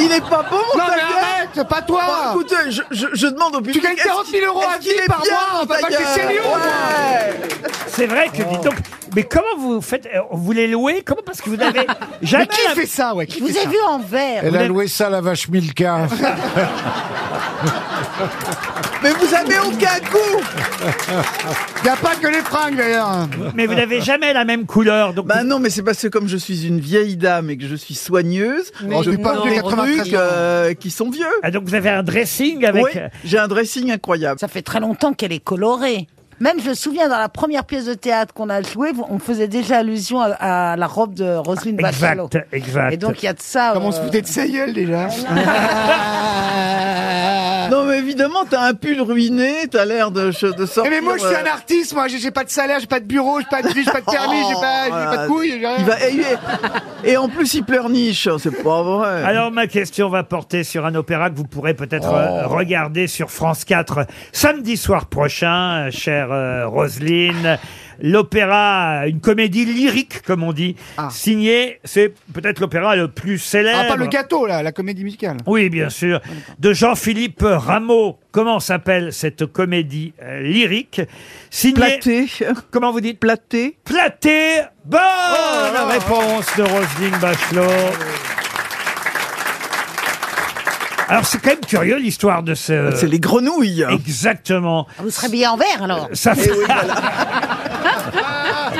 Speaker 8: Il est pas bon, mon
Speaker 7: Non mais
Speaker 8: tailleur
Speaker 7: arrête, pas toi.
Speaker 8: Bon, écoute, je, je, je demande au public.
Speaker 7: tu gagnes
Speaker 8: est-ce
Speaker 7: 40 000 euros
Speaker 8: qu'il-
Speaker 7: à
Speaker 8: est-ce qu'il
Speaker 7: vie
Speaker 8: est
Speaker 7: par
Speaker 8: bien,
Speaker 7: mois,
Speaker 8: mon
Speaker 7: papa, c'est
Speaker 8: tailleur
Speaker 7: sérieux.
Speaker 8: Ouais.
Speaker 2: C'est vrai que,
Speaker 7: Oh.
Speaker 2: dites donc, mais comment vous faites euh, Vous les louez Comment Parce que vous n'avez jamais...
Speaker 7: Mais qui
Speaker 2: la-
Speaker 7: fait ça, ouais qui
Speaker 3: Vous
Speaker 7: fait ça
Speaker 3: avez vu en vert.
Speaker 4: Elle a loué ça à la vache Milka.
Speaker 8: Mais vous avez aucun goût
Speaker 7: Y a pas que les fringues d'ailleurs.
Speaker 2: Mais vous n'avez jamais la même couleur. Donc
Speaker 8: Bah non, mais c'est parce que comme je suis une vieille dame et que je suis soigneuse,
Speaker 7: Mais
Speaker 8: je
Speaker 7: non.
Speaker 8: porte des
Speaker 7: 93
Speaker 8: trucs euh, qui sont vieux.
Speaker 2: Ah, donc vous avez un dressing avec.
Speaker 8: Oui, j'ai un dressing incroyable.
Speaker 3: Ça fait très longtemps qu'elle est colorée. Même, je me souviens, dans la première pièce de théâtre qu'on a jouée, on faisait déjà allusion à, à la robe de Roselyne Bachelot.
Speaker 2: Exact, exact.
Speaker 3: Et donc, il y a de ça.
Speaker 7: Comme on se
Speaker 3: euh,
Speaker 7: foutait de sa gueule déjà.
Speaker 3: Ah.
Speaker 8: Non, mais évidemment, t'as un pull ruiné, t'as l'air de, de sortir.
Speaker 7: Eh, mais moi je suis un
Speaker 8: euh,
Speaker 7: artiste, moi j'ai j'ai pas de salaire, j'ai pas de bureau, j'ai pas de vie, j'ai pas de permis, j'ai pas, j'ai pas de couilles, j'ai rien.
Speaker 8: Ah, Il va- et, et en plus, il pleurniche. hein, C'est pas vrai.
Speaker 2: Alors ma question va porter sur un opéra que vous pourrez peut-être
Speaker 7: Oh.
Speaker 2: euh, regarder sur France 4 samedi soir prochain, euh, chère euh, Roselyne. L'opéra, une comédie lyrique comme on dit, signée, c'est peut-être l'opéra le plus célèbre.
Speaker 7: Ah, pas le gâteau là, la comédie musicale.
Speaker 2: Oui, bien sûr. De Jean-Philippe Rameau. Comment s'appelle cette comédie euh, lyrique Signée.
Speaker 8: Platé.
Speaker 2: Comment vous dites
Speaker 8: Platé.
Speaker 2: Platé.
Speaker 8: Oh,
Speaker 2: Bonne réponse de Roselyne Bachelot.
Speaker 8: Ah
Speaker 2: Alors c'est quand même curieux l'histoire de ce.
Speaker 8: C'est les grenouilles. Ah. Eh
Speaker 2: Exactement.
Speaker 3: Vous serez bien en vert alors
Speaker 2: Ça fait...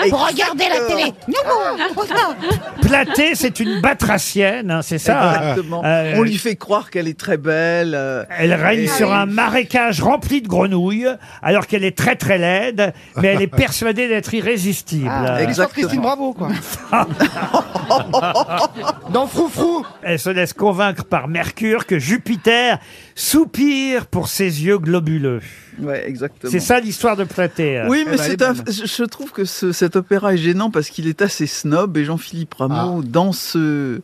Speaker 3: pour regarder la télé.
Speaker 7: Ah.
Speaker 2: Platée, c'est une batracienne, hein, c'est ça hein
Speaker 8: Exactement.
Speaker 2: Euh,
Speaker 8: On lui fait croire qu'elle est très belle. euh,
Speaker 7: Ah
Speaker 2: Elle règne
Speaker 8: et-
Speaker 2: sur un marécage rempli de grenouilles, alors qu'elle est très très laide, mais elle est persuadée d'être irrésistible.
Speaker 7: Ah, elle est sur Christine Bravo, quoi.
Speaker 2: Dans Froufrou Elle se laisse convaincre par Mercure que Jupiter soupire pour ses yeux globuleux.
Speaker 8: Ouais, exactement.
Speaker 2: C'est ça l'histoire de Platée. hein.
Speaker 8: Oui, mais c'est un- je je trouve que ce- cet opéra est gênant parce qu'il est assez snob et Jean-Philippe
Speaker 7: Ah.
Speaker 8: Rameau, dans, ce,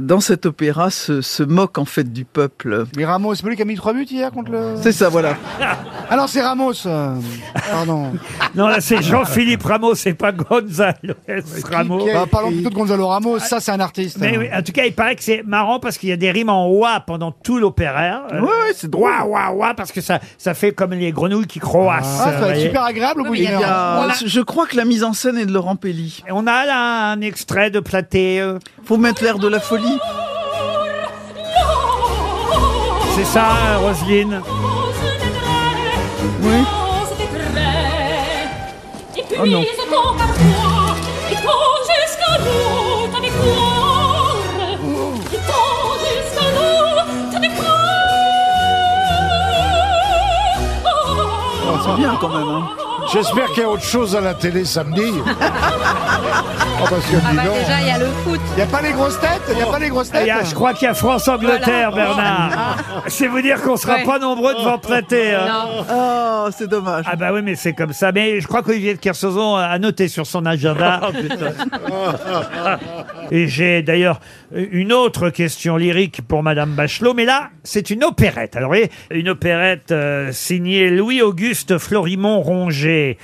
Speaker 8: dans cet opéra, se, se moque en fait du peuple.
Speaker 7: Mais Ramos, c'est pas lui qui a mis trois buts hier contre le.
Speaker 8: C'est ça, voilà.
Speaker 7: Alors c'est Ramos. euh, Pardon.
Speaker 2: Non, là c'est Jean-Philippe Rameau, c'est pas Gonzalo Rameau.
Speaker 7: Bah, parlons plutôt de Gonzalo Ramos. Ça, c'est un artiste.
Speaker 2: Ah,
Speaker 7: hein.
Speaker 2: Mais Ben oui, en tout cas, il paraît que c'est marrant parce qu'il y a des rimes en oua pendant tout l'opéra. Euh, Oui,
Speaker 8: c'est
Speaker 2: drôle. Oua, oua, oua, parce que ça, ça fait comme les grenouilles qui croassent.
Speaker 7: Ah, ça va être
Speaker 2: voyez.
Speaker 7: super agréable au bout
Speaker 8: Il y
Speaker 7: d'une
Speaker 8: a-
Speaker 7: heure.
Speaker 8: Je crois que la mise en scène est de Laurent Pelli.
Speaker 2: Et on a là un extrait de Platé. euh.
Speaker 8: Faut mettre l'air de la folie.
Speaker 2: C'est ça, hein, Roselyne
Speaker 8: Oui.
Speaker 2: Oh non.
Speaker 8: c'est bien quand même. hein.
Speaker 4: J'espère qu'il y a autre chose à la télé samedi. oh, parce que
Speaker 5: Ah
Speaker 4: dis
Speaker 5: bah
Speaker 4: donc.
Speaker 5: déjà, il y a le foot.
Speaker 7: Il n'y a pas les grosses têtes Il n'y a pas les grosses
Speaker 2: Il
Speaker 7: têtes
Speaker 2: y a- Eh, ah, je crois qu'il y a France-Angleterre,
Speaker 7: Voilà. Ah.
Speaker 2: Bernard. C'est vous dire qu'on sera
Speaker 7: Ouais.
Speaker 2: pas nombreux devant Platé. hein.
Speaker 8: Oh, c'est dommage.
Speaker 2: Ah bah oui, mais c'est comme ça. Mais je crois qu'Olivier de Kersauzon a noté sur son
Speaker 4: Ah,
Speaker 2: agenda.
Speaker 8: Oh, putain.
Speaker 2: Et j'ai d'ailleurs une autre question lyrique pour Madame Bachelot, mais là, c'est une opérette. Alors, vous voyez, une opérette euh, signée Louis-Auguste Florimond Rongé.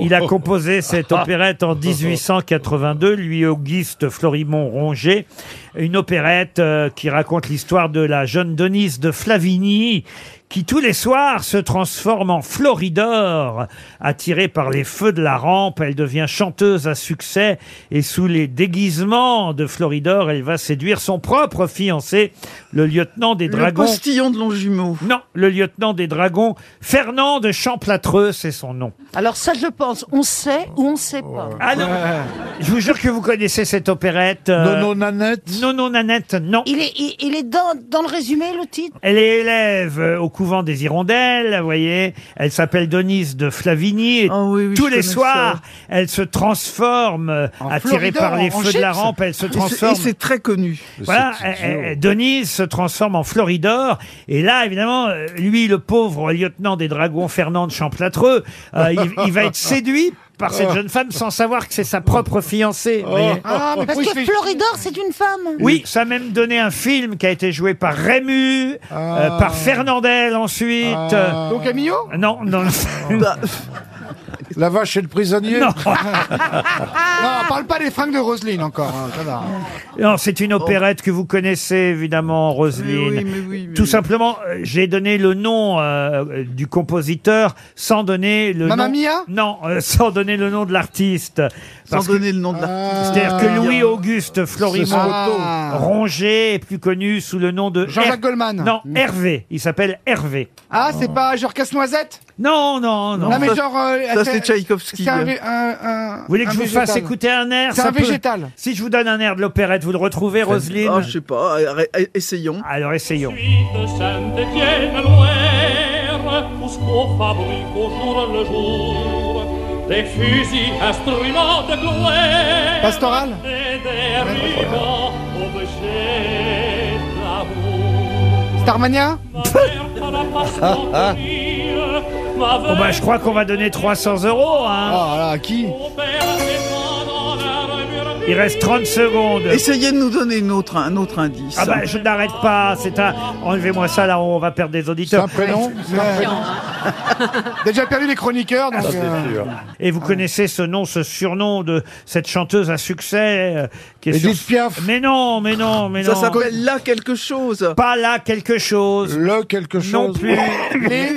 Speaker 2: Il a composé cette opérette en 1882, Louis-Auguste Florimond Rongé. Une opérette euh, qui raconte l'histoire de la jeune Denise de Flavigny, qui tous les soirs se transforme en Floridor. Attirée par les feux de la rampe, elle devient chanteuse à succès et sous les déguisements de Floridor, elle va séduire son propre fiancé, le lieutenant des
Speaker 8: Le
Speaker 2: dragons.
Speaker 8: postillon de Longjumeau.
Speaker 2: Non, le lieutenant des dragons, Fernand de Champlâtreux, c'est son nom.
Speaker 3: Alors ça, je pense, on sait ou on sait pas.
Speaker 2: Ah non Je vous jure que vous connaissez cette opérette. euh,
Speaker 4: Nono
Speaker 2: Nanette Non, non, Nanette, non.
Speaker 3: Il est, il, il est dans, dans le résumé, le titre
Speaker 2: Elle est élève euh, au couvent des Hirondelles, vous voyez. Elle s'appelle Denise de Flavigny. Et
Speaker 8: Ah oui,
Speaker 2: tous
Speaker 8: je
Speaker 2: les
Speaker 8: connais
Speaker 2: soirs, elle se transforme, euh, attirée
Speaker 8: Floridor,
Speaker 2: par les
Speaker 8: en
Speaker 2: feux de
Speaker 8: chips.
Speaker 2: la rampe, elle se
Speaker 8: Et c'est-
Speaker 2: transforme.
Speaker 8: Et c'est très connu.
Speaker 2: Voilà, elle- elle- elle- Denise se transforme en Floridor. Et là, évidemment, euh, lui, le pauvre lieutenant des dragons, Fernand de Champlâtreux, euh, il, il va être séduit par cette
Speaker 8: Ah.
Speaker 2: jeune femme sans savoir que c'est sa propre fiancée. vous voyez.
Speaker 3: Ah, mais parce que Floridor, c'est une femme.
Speaker 2: Oui, ça a même donné un film qui a été joué par Rému,
Speaker 4: Ah.
Speaker 2: euh, par Fernandel ensuite. euh,
Speaker 7: Donc Camillo
Speaker 2: Non, non.
Speaker 4: La vache et le prisonnier
Speaker 2: Non,
Speaker 5: Ah.
Speaker 7: Non, parle pas des fringues de Roselyne encore. hein, Ça va.
Speaker 2: Non, c'est une opérette que vous connaissez évidemment, Roselyne. Tout simplement, euh, j'ai donné le nom euh, du compositeur sans donner le
Speaker 7: Mamma
Speaker 2: nom.
Speaker 7: Mia
Speaker 2: Non, euh, sans donner le nom de l'artiste.
Speaker 8: Sans
Speaker 2: Parce que- Ah.
Speaker 8: donner le nom de l'artiste.
Speaker 2: C'est-à-dire que Louis-Auguste Florimond
Speaker 7: Ah.
Speaker 2: Rongé est plus connu sous le nom de
Speaker 7: Jean-Jacques
Speaker 2: Her-
Speaker 7: Goldman.
Speaker 2: Non, Hervé. Il s'appelle Hervé.
Speaker 7: Ah, c'est pas genre casse-noisette
Speaker 2: Non, non, non.
Speaker 7: Non, mais
Speaker 8: ça-
Speaker 7: genre. euh,
Speaker 8: ça, c'est Tchaïkovski.
Speaker 7: C'est un, vé- un- un-
Speaker 2: Vous voulez que
Speaker 7: un
Speaker 2: je vous
Speaker 7: végétal.
Speaker 2: fasse écouter un air
Speaker 7: C'est
Speaker 2: ça
Speaker 7: un
Speaker 2: peut-
Speaker 7: végétal.
Speaker 2: Si je vous donne un air de l'opérette, vous le retrouvez, Roselyne
Speaker 8: Ah, je sais pas. arrête- Essayons.
Speaker 2: Alors essayons.
Speaker 12: de Saint-Étienne l'ouère, jusqu'au fabrique au jour le jour, des fusils, instruments de gloire,
Speaker 7: Pastoral
Speaker 12: et des rivants objets d'amour.
Speaker 7: Starmania
Speaker 12: Par la passion rire, ma
Speaker 2: Bon bah je crois qu'on va donner 300 euros. hein.
Speaker 7: Ah là, qui
Speaker 2: Il reste 30 secondes.
Speaker 8: Essayez de nous donner une autre, un autre indice.
Speaker 2: Ah bah je n'arrête pas. C'est un. Enlevez-moi ça là, on va perdre des
Speaker 4: C'est
Speaker 2: auditeurs.
Speaker 4: un prénom C'est un prénom
Speaker 7: Déjà perdu les chroniqueurs, donc. euh,
Speaker 2: Et vous connaissez ce nom, ce surnom de cette chanteuse à succès euh, qui est
Speaker 4: Edith
Speaker 2: sur-
Speaker 4: Piaf,
Speaker 2: Mais non, mais non, mais
Speaker 8: ça
Speaker 2: non.
Speaker 8: s'appelle là quelque chose.
Speaker 2: Pas là quelque chose.
Speaker 4: le quelque chose.
Speaker 2: Non plus.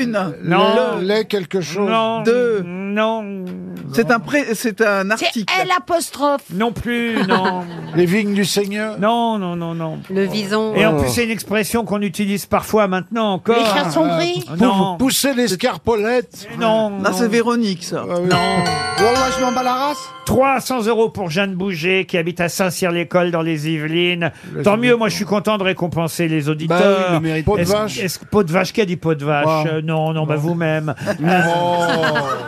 Speaker 8: Une.
Speaker 2: Non.
Speaker 4: Le, les quelque chose.
Speaker 2: Non.
Speaker 8: Deux.
Speaker 2: Non.
Speaker 8: C'est un, pré- c'est un
Speaker 3: C'est
Speaker 8: article.
Speaker 3: L apostrophe.
Speaker 2: Non plus. Non.
Speaker 4: Les vignes du Seigneur.
Speaker 2: non. Non. Non. Non.
Speaker 5: Le vison.
Speaker 7: Oh.
Speaker 2: Et en plus, c'est une expression qu'on utilise parfois maintenant encore. Euh,
Speaker 3: Les chats sont gris.
Speaker 2: Non.
Speaker 4: Pousser les Scarpolette.
Speaker 2: Non.
Speaker 8: Là, c'est Véronique, ça.
Speaker 2: Non.
Speaker 7: Ah Wallah, Oh, je m'en bats la race.
Speaker 2: 300 euros pour Jeanne Bouger, qui habite à Saint-Cyr-l'École dans les Yvelines. Tant mieux, moi je suis content de récompenser les auditeurs.
Speaker 7: Bah oui, le mérite. Pot de
Speaker 2: Est-ce-
Speaker 7: vache.
Speaker 2: est-ce que- pot de vache, qui a dit pot de vache
Speaker 7: Moi.
Speaker 2: Euh, Non, non, bah vous-même.
Speaker 7: Oh.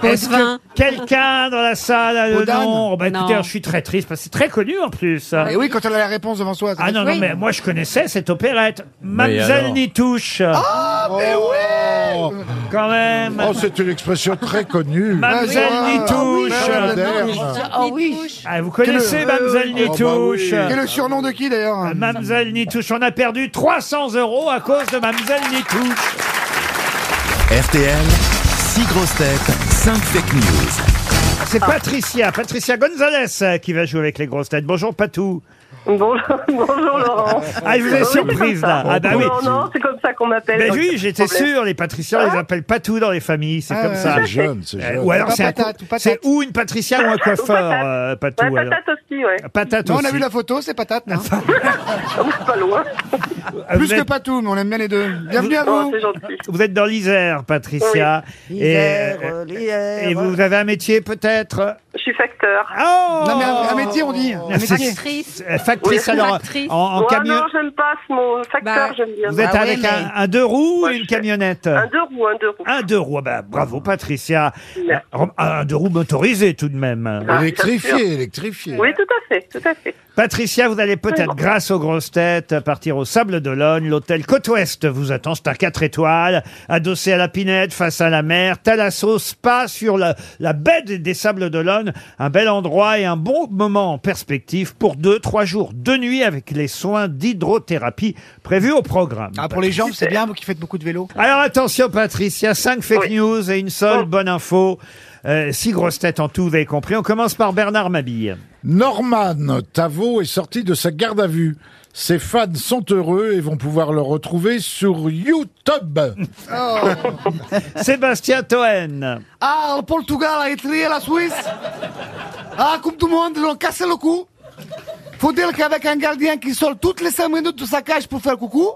Speaker 2: Est-ce que quelqu'un dans la salle a
Speaker 7: Pot
Speaker 2: le
Speaker 7: d'âne
Speaker 2: nom bah, Écoutez,
Speaker 7: Non.
Speaker 2: alors, je suis très triste, parce que c'est très connu en plus.
Speaker 7: Et Eh oui, quand elle a la réponse devant soi.
Speaker 2: Ah non, non, mais moi je connaissais cette opérette. Mademoiselle
Speaker 4: alors
Speaker 2: Nitouche. Oh.
Speaker 4: Ah, mais oui
Speaker 2: Quand même
Speaker 4: Oh, c'est une expression très connue. Ah,
Speaker 2: Mademoiselle Nitouche.
Speaker 7: Oh oui.
Speaker 2: Ah, vous connaissez
Speaker 7: Quel-
Speaker 2: Mademoiselle
Speaker 7: Oh, bah oui.
Speaker 2: Nitouche
Speaker 11: Ah,
Speaker 2: Ah,
Speaker 7: Quel est le surnom de qui d'ailleurs
Speaker 2: Mamselle Nitouche, on a perdu 300 euros à cause de Mamselle Nitouche.
Speaker 1: RTL, 6 grosses têtes, 5 fake news.
Speaker 11: Ah.
Speaker 2: C'est Patricia, Patricia Gonzalez euh, qui va jouer avec les grosses têtes. Bonjour Patou.
Speaker 11: Bonjour, bonjour Laurent.
Speaker 2: Ah, je vous ai
Speaker 11: Oui,
Speaker 2: surprise
Speaker 11: c'est comme
Speaker 2: là.
Speaker 11: ça.
Speaker 2: Ah bah oui.
Speaker 11: Non, non, c'est comme ça qu'on m'appelle.
Speaker 2: Ben
Speaker 11: donc
Speaker 2: oui,
Speaker 11: pas de
Speaker 2: j'étais
Speaker 11: problème. Hein
Speaker 2: sûr, les patriciens, ils appellent Patou dans les familles, c'est
Speaker 11: Ah
Speaker 2: comme
Speaker 11: ouais.
Speaker 2: ça.
Speaker 11: C'est jeune, c'est
Speaker 2: Euh,
Speaker 11: jeune.
Speaker 2: Ou alors
Speaker 11: Pas
Speaker 2: c'est un
Speaker 11: patate,
Speaker 2: cou-
Speaker 11: ou patate.
Speaker 2: c'est ou une patricia ou un
Speaker 11: Ou
Speaker 2: coiffeur,
Speaker 11: patate.
Speaker 2: euh, Patou.
Speaker 11: Ouais,
Speaker 2: alors.
Speaker 11: patate aussi, ouais. Ah
Speaker 2: Patate
Speaker 7: Non, on a
Speaker 2: aussi.
Speaker 7: vu la photo, c'est patate. hein.
Speaker 11: Pas loin.
Speaker 2: Ah,
Speaker 7: Plus
Speaker 2: vous êtes-
Speaker 7: que patou, mais on aime bien les deux. Bienvenue à
Speaker 11: Oh,
Speaker 7: vous.
Speaker 2: Vous êtes dans l'Isère, Patricia.
Speaker 7: Oui.
Speaker 2: Et,
Speaker 7: L'Isère,
Speaker 2: euh,
Speaker 7: l'Isère.
Speaker 2: et vous avez un métier peut-être
Speaker 11: Je suis facteur.
Speaker 2: Oh
Speaker 7: Non, mais un, un métier, on dit. Un métier.
Speaker 11: Factrice.
Speaker 2: Euh, Factrice,
Speaker 11: Oui.
Speaker 2: alors,
Speaker 11: Factrice.
Speaker 2: en, en
Speaker 11: Ouais,
Speaker 2: camion.
Speaker 11: Non, j'aime pas ce mot. Facteur,
Speaker 5: Bah,
Speaker 11: j'aime bien.
Speaker 2: Vous êtes avec un, un deux roues ou une camionnette
Speaker 11: Un deux roues, un deux roues.
Speaker 2: Un deux roues, ah bah, bravo Patricia. Rem- Un deux roues motorisé tout de même.
Speaker 11: Ah, bien sûr. Oui, tout à fait, tout à fait.
Speaker 2: Patricia, vous allez peut-être, grâce aux grosses têtes, partir au Sable d'Olonne. L'hôtel Côte-Ouest vous attend. C'est un 4 étoiles, adossé à la Pinette, face à la mer. Talasso, spa sur la, la baie des, des Sables d'Olonne. Un bel endroit et un bon moment en perspective pour deux, trois jours, deux nuits avec les soins d'hydrothérapie prévus au programme.
Speaker 7: Ah, pour les jambes, c'est bien, vous qui faites beaucoup de vélo.
Speaker 2: Alors attention Patricia, 5 fake news et une seule bonne info. Euh, six grosses têtes en tout, vous avez compris. On commence par Bernard Mabille.
Speaker 4: Norman Tavo est sorti de sa garde à vue. Ses fans sont heureux et vont pouvoir le retrouver sur YouTube.
Speaker 7: Oh.
Speaker 2: Sébastien Toen.
Speaker 7: Ah, le Portugal, l'Italie, la Suisse. Ah, comme tout le monde, ils ont cassé le cou. Faut dire qu'avec un gardien qui sort toutes les 5 minutes de sa cage pour faire coucou,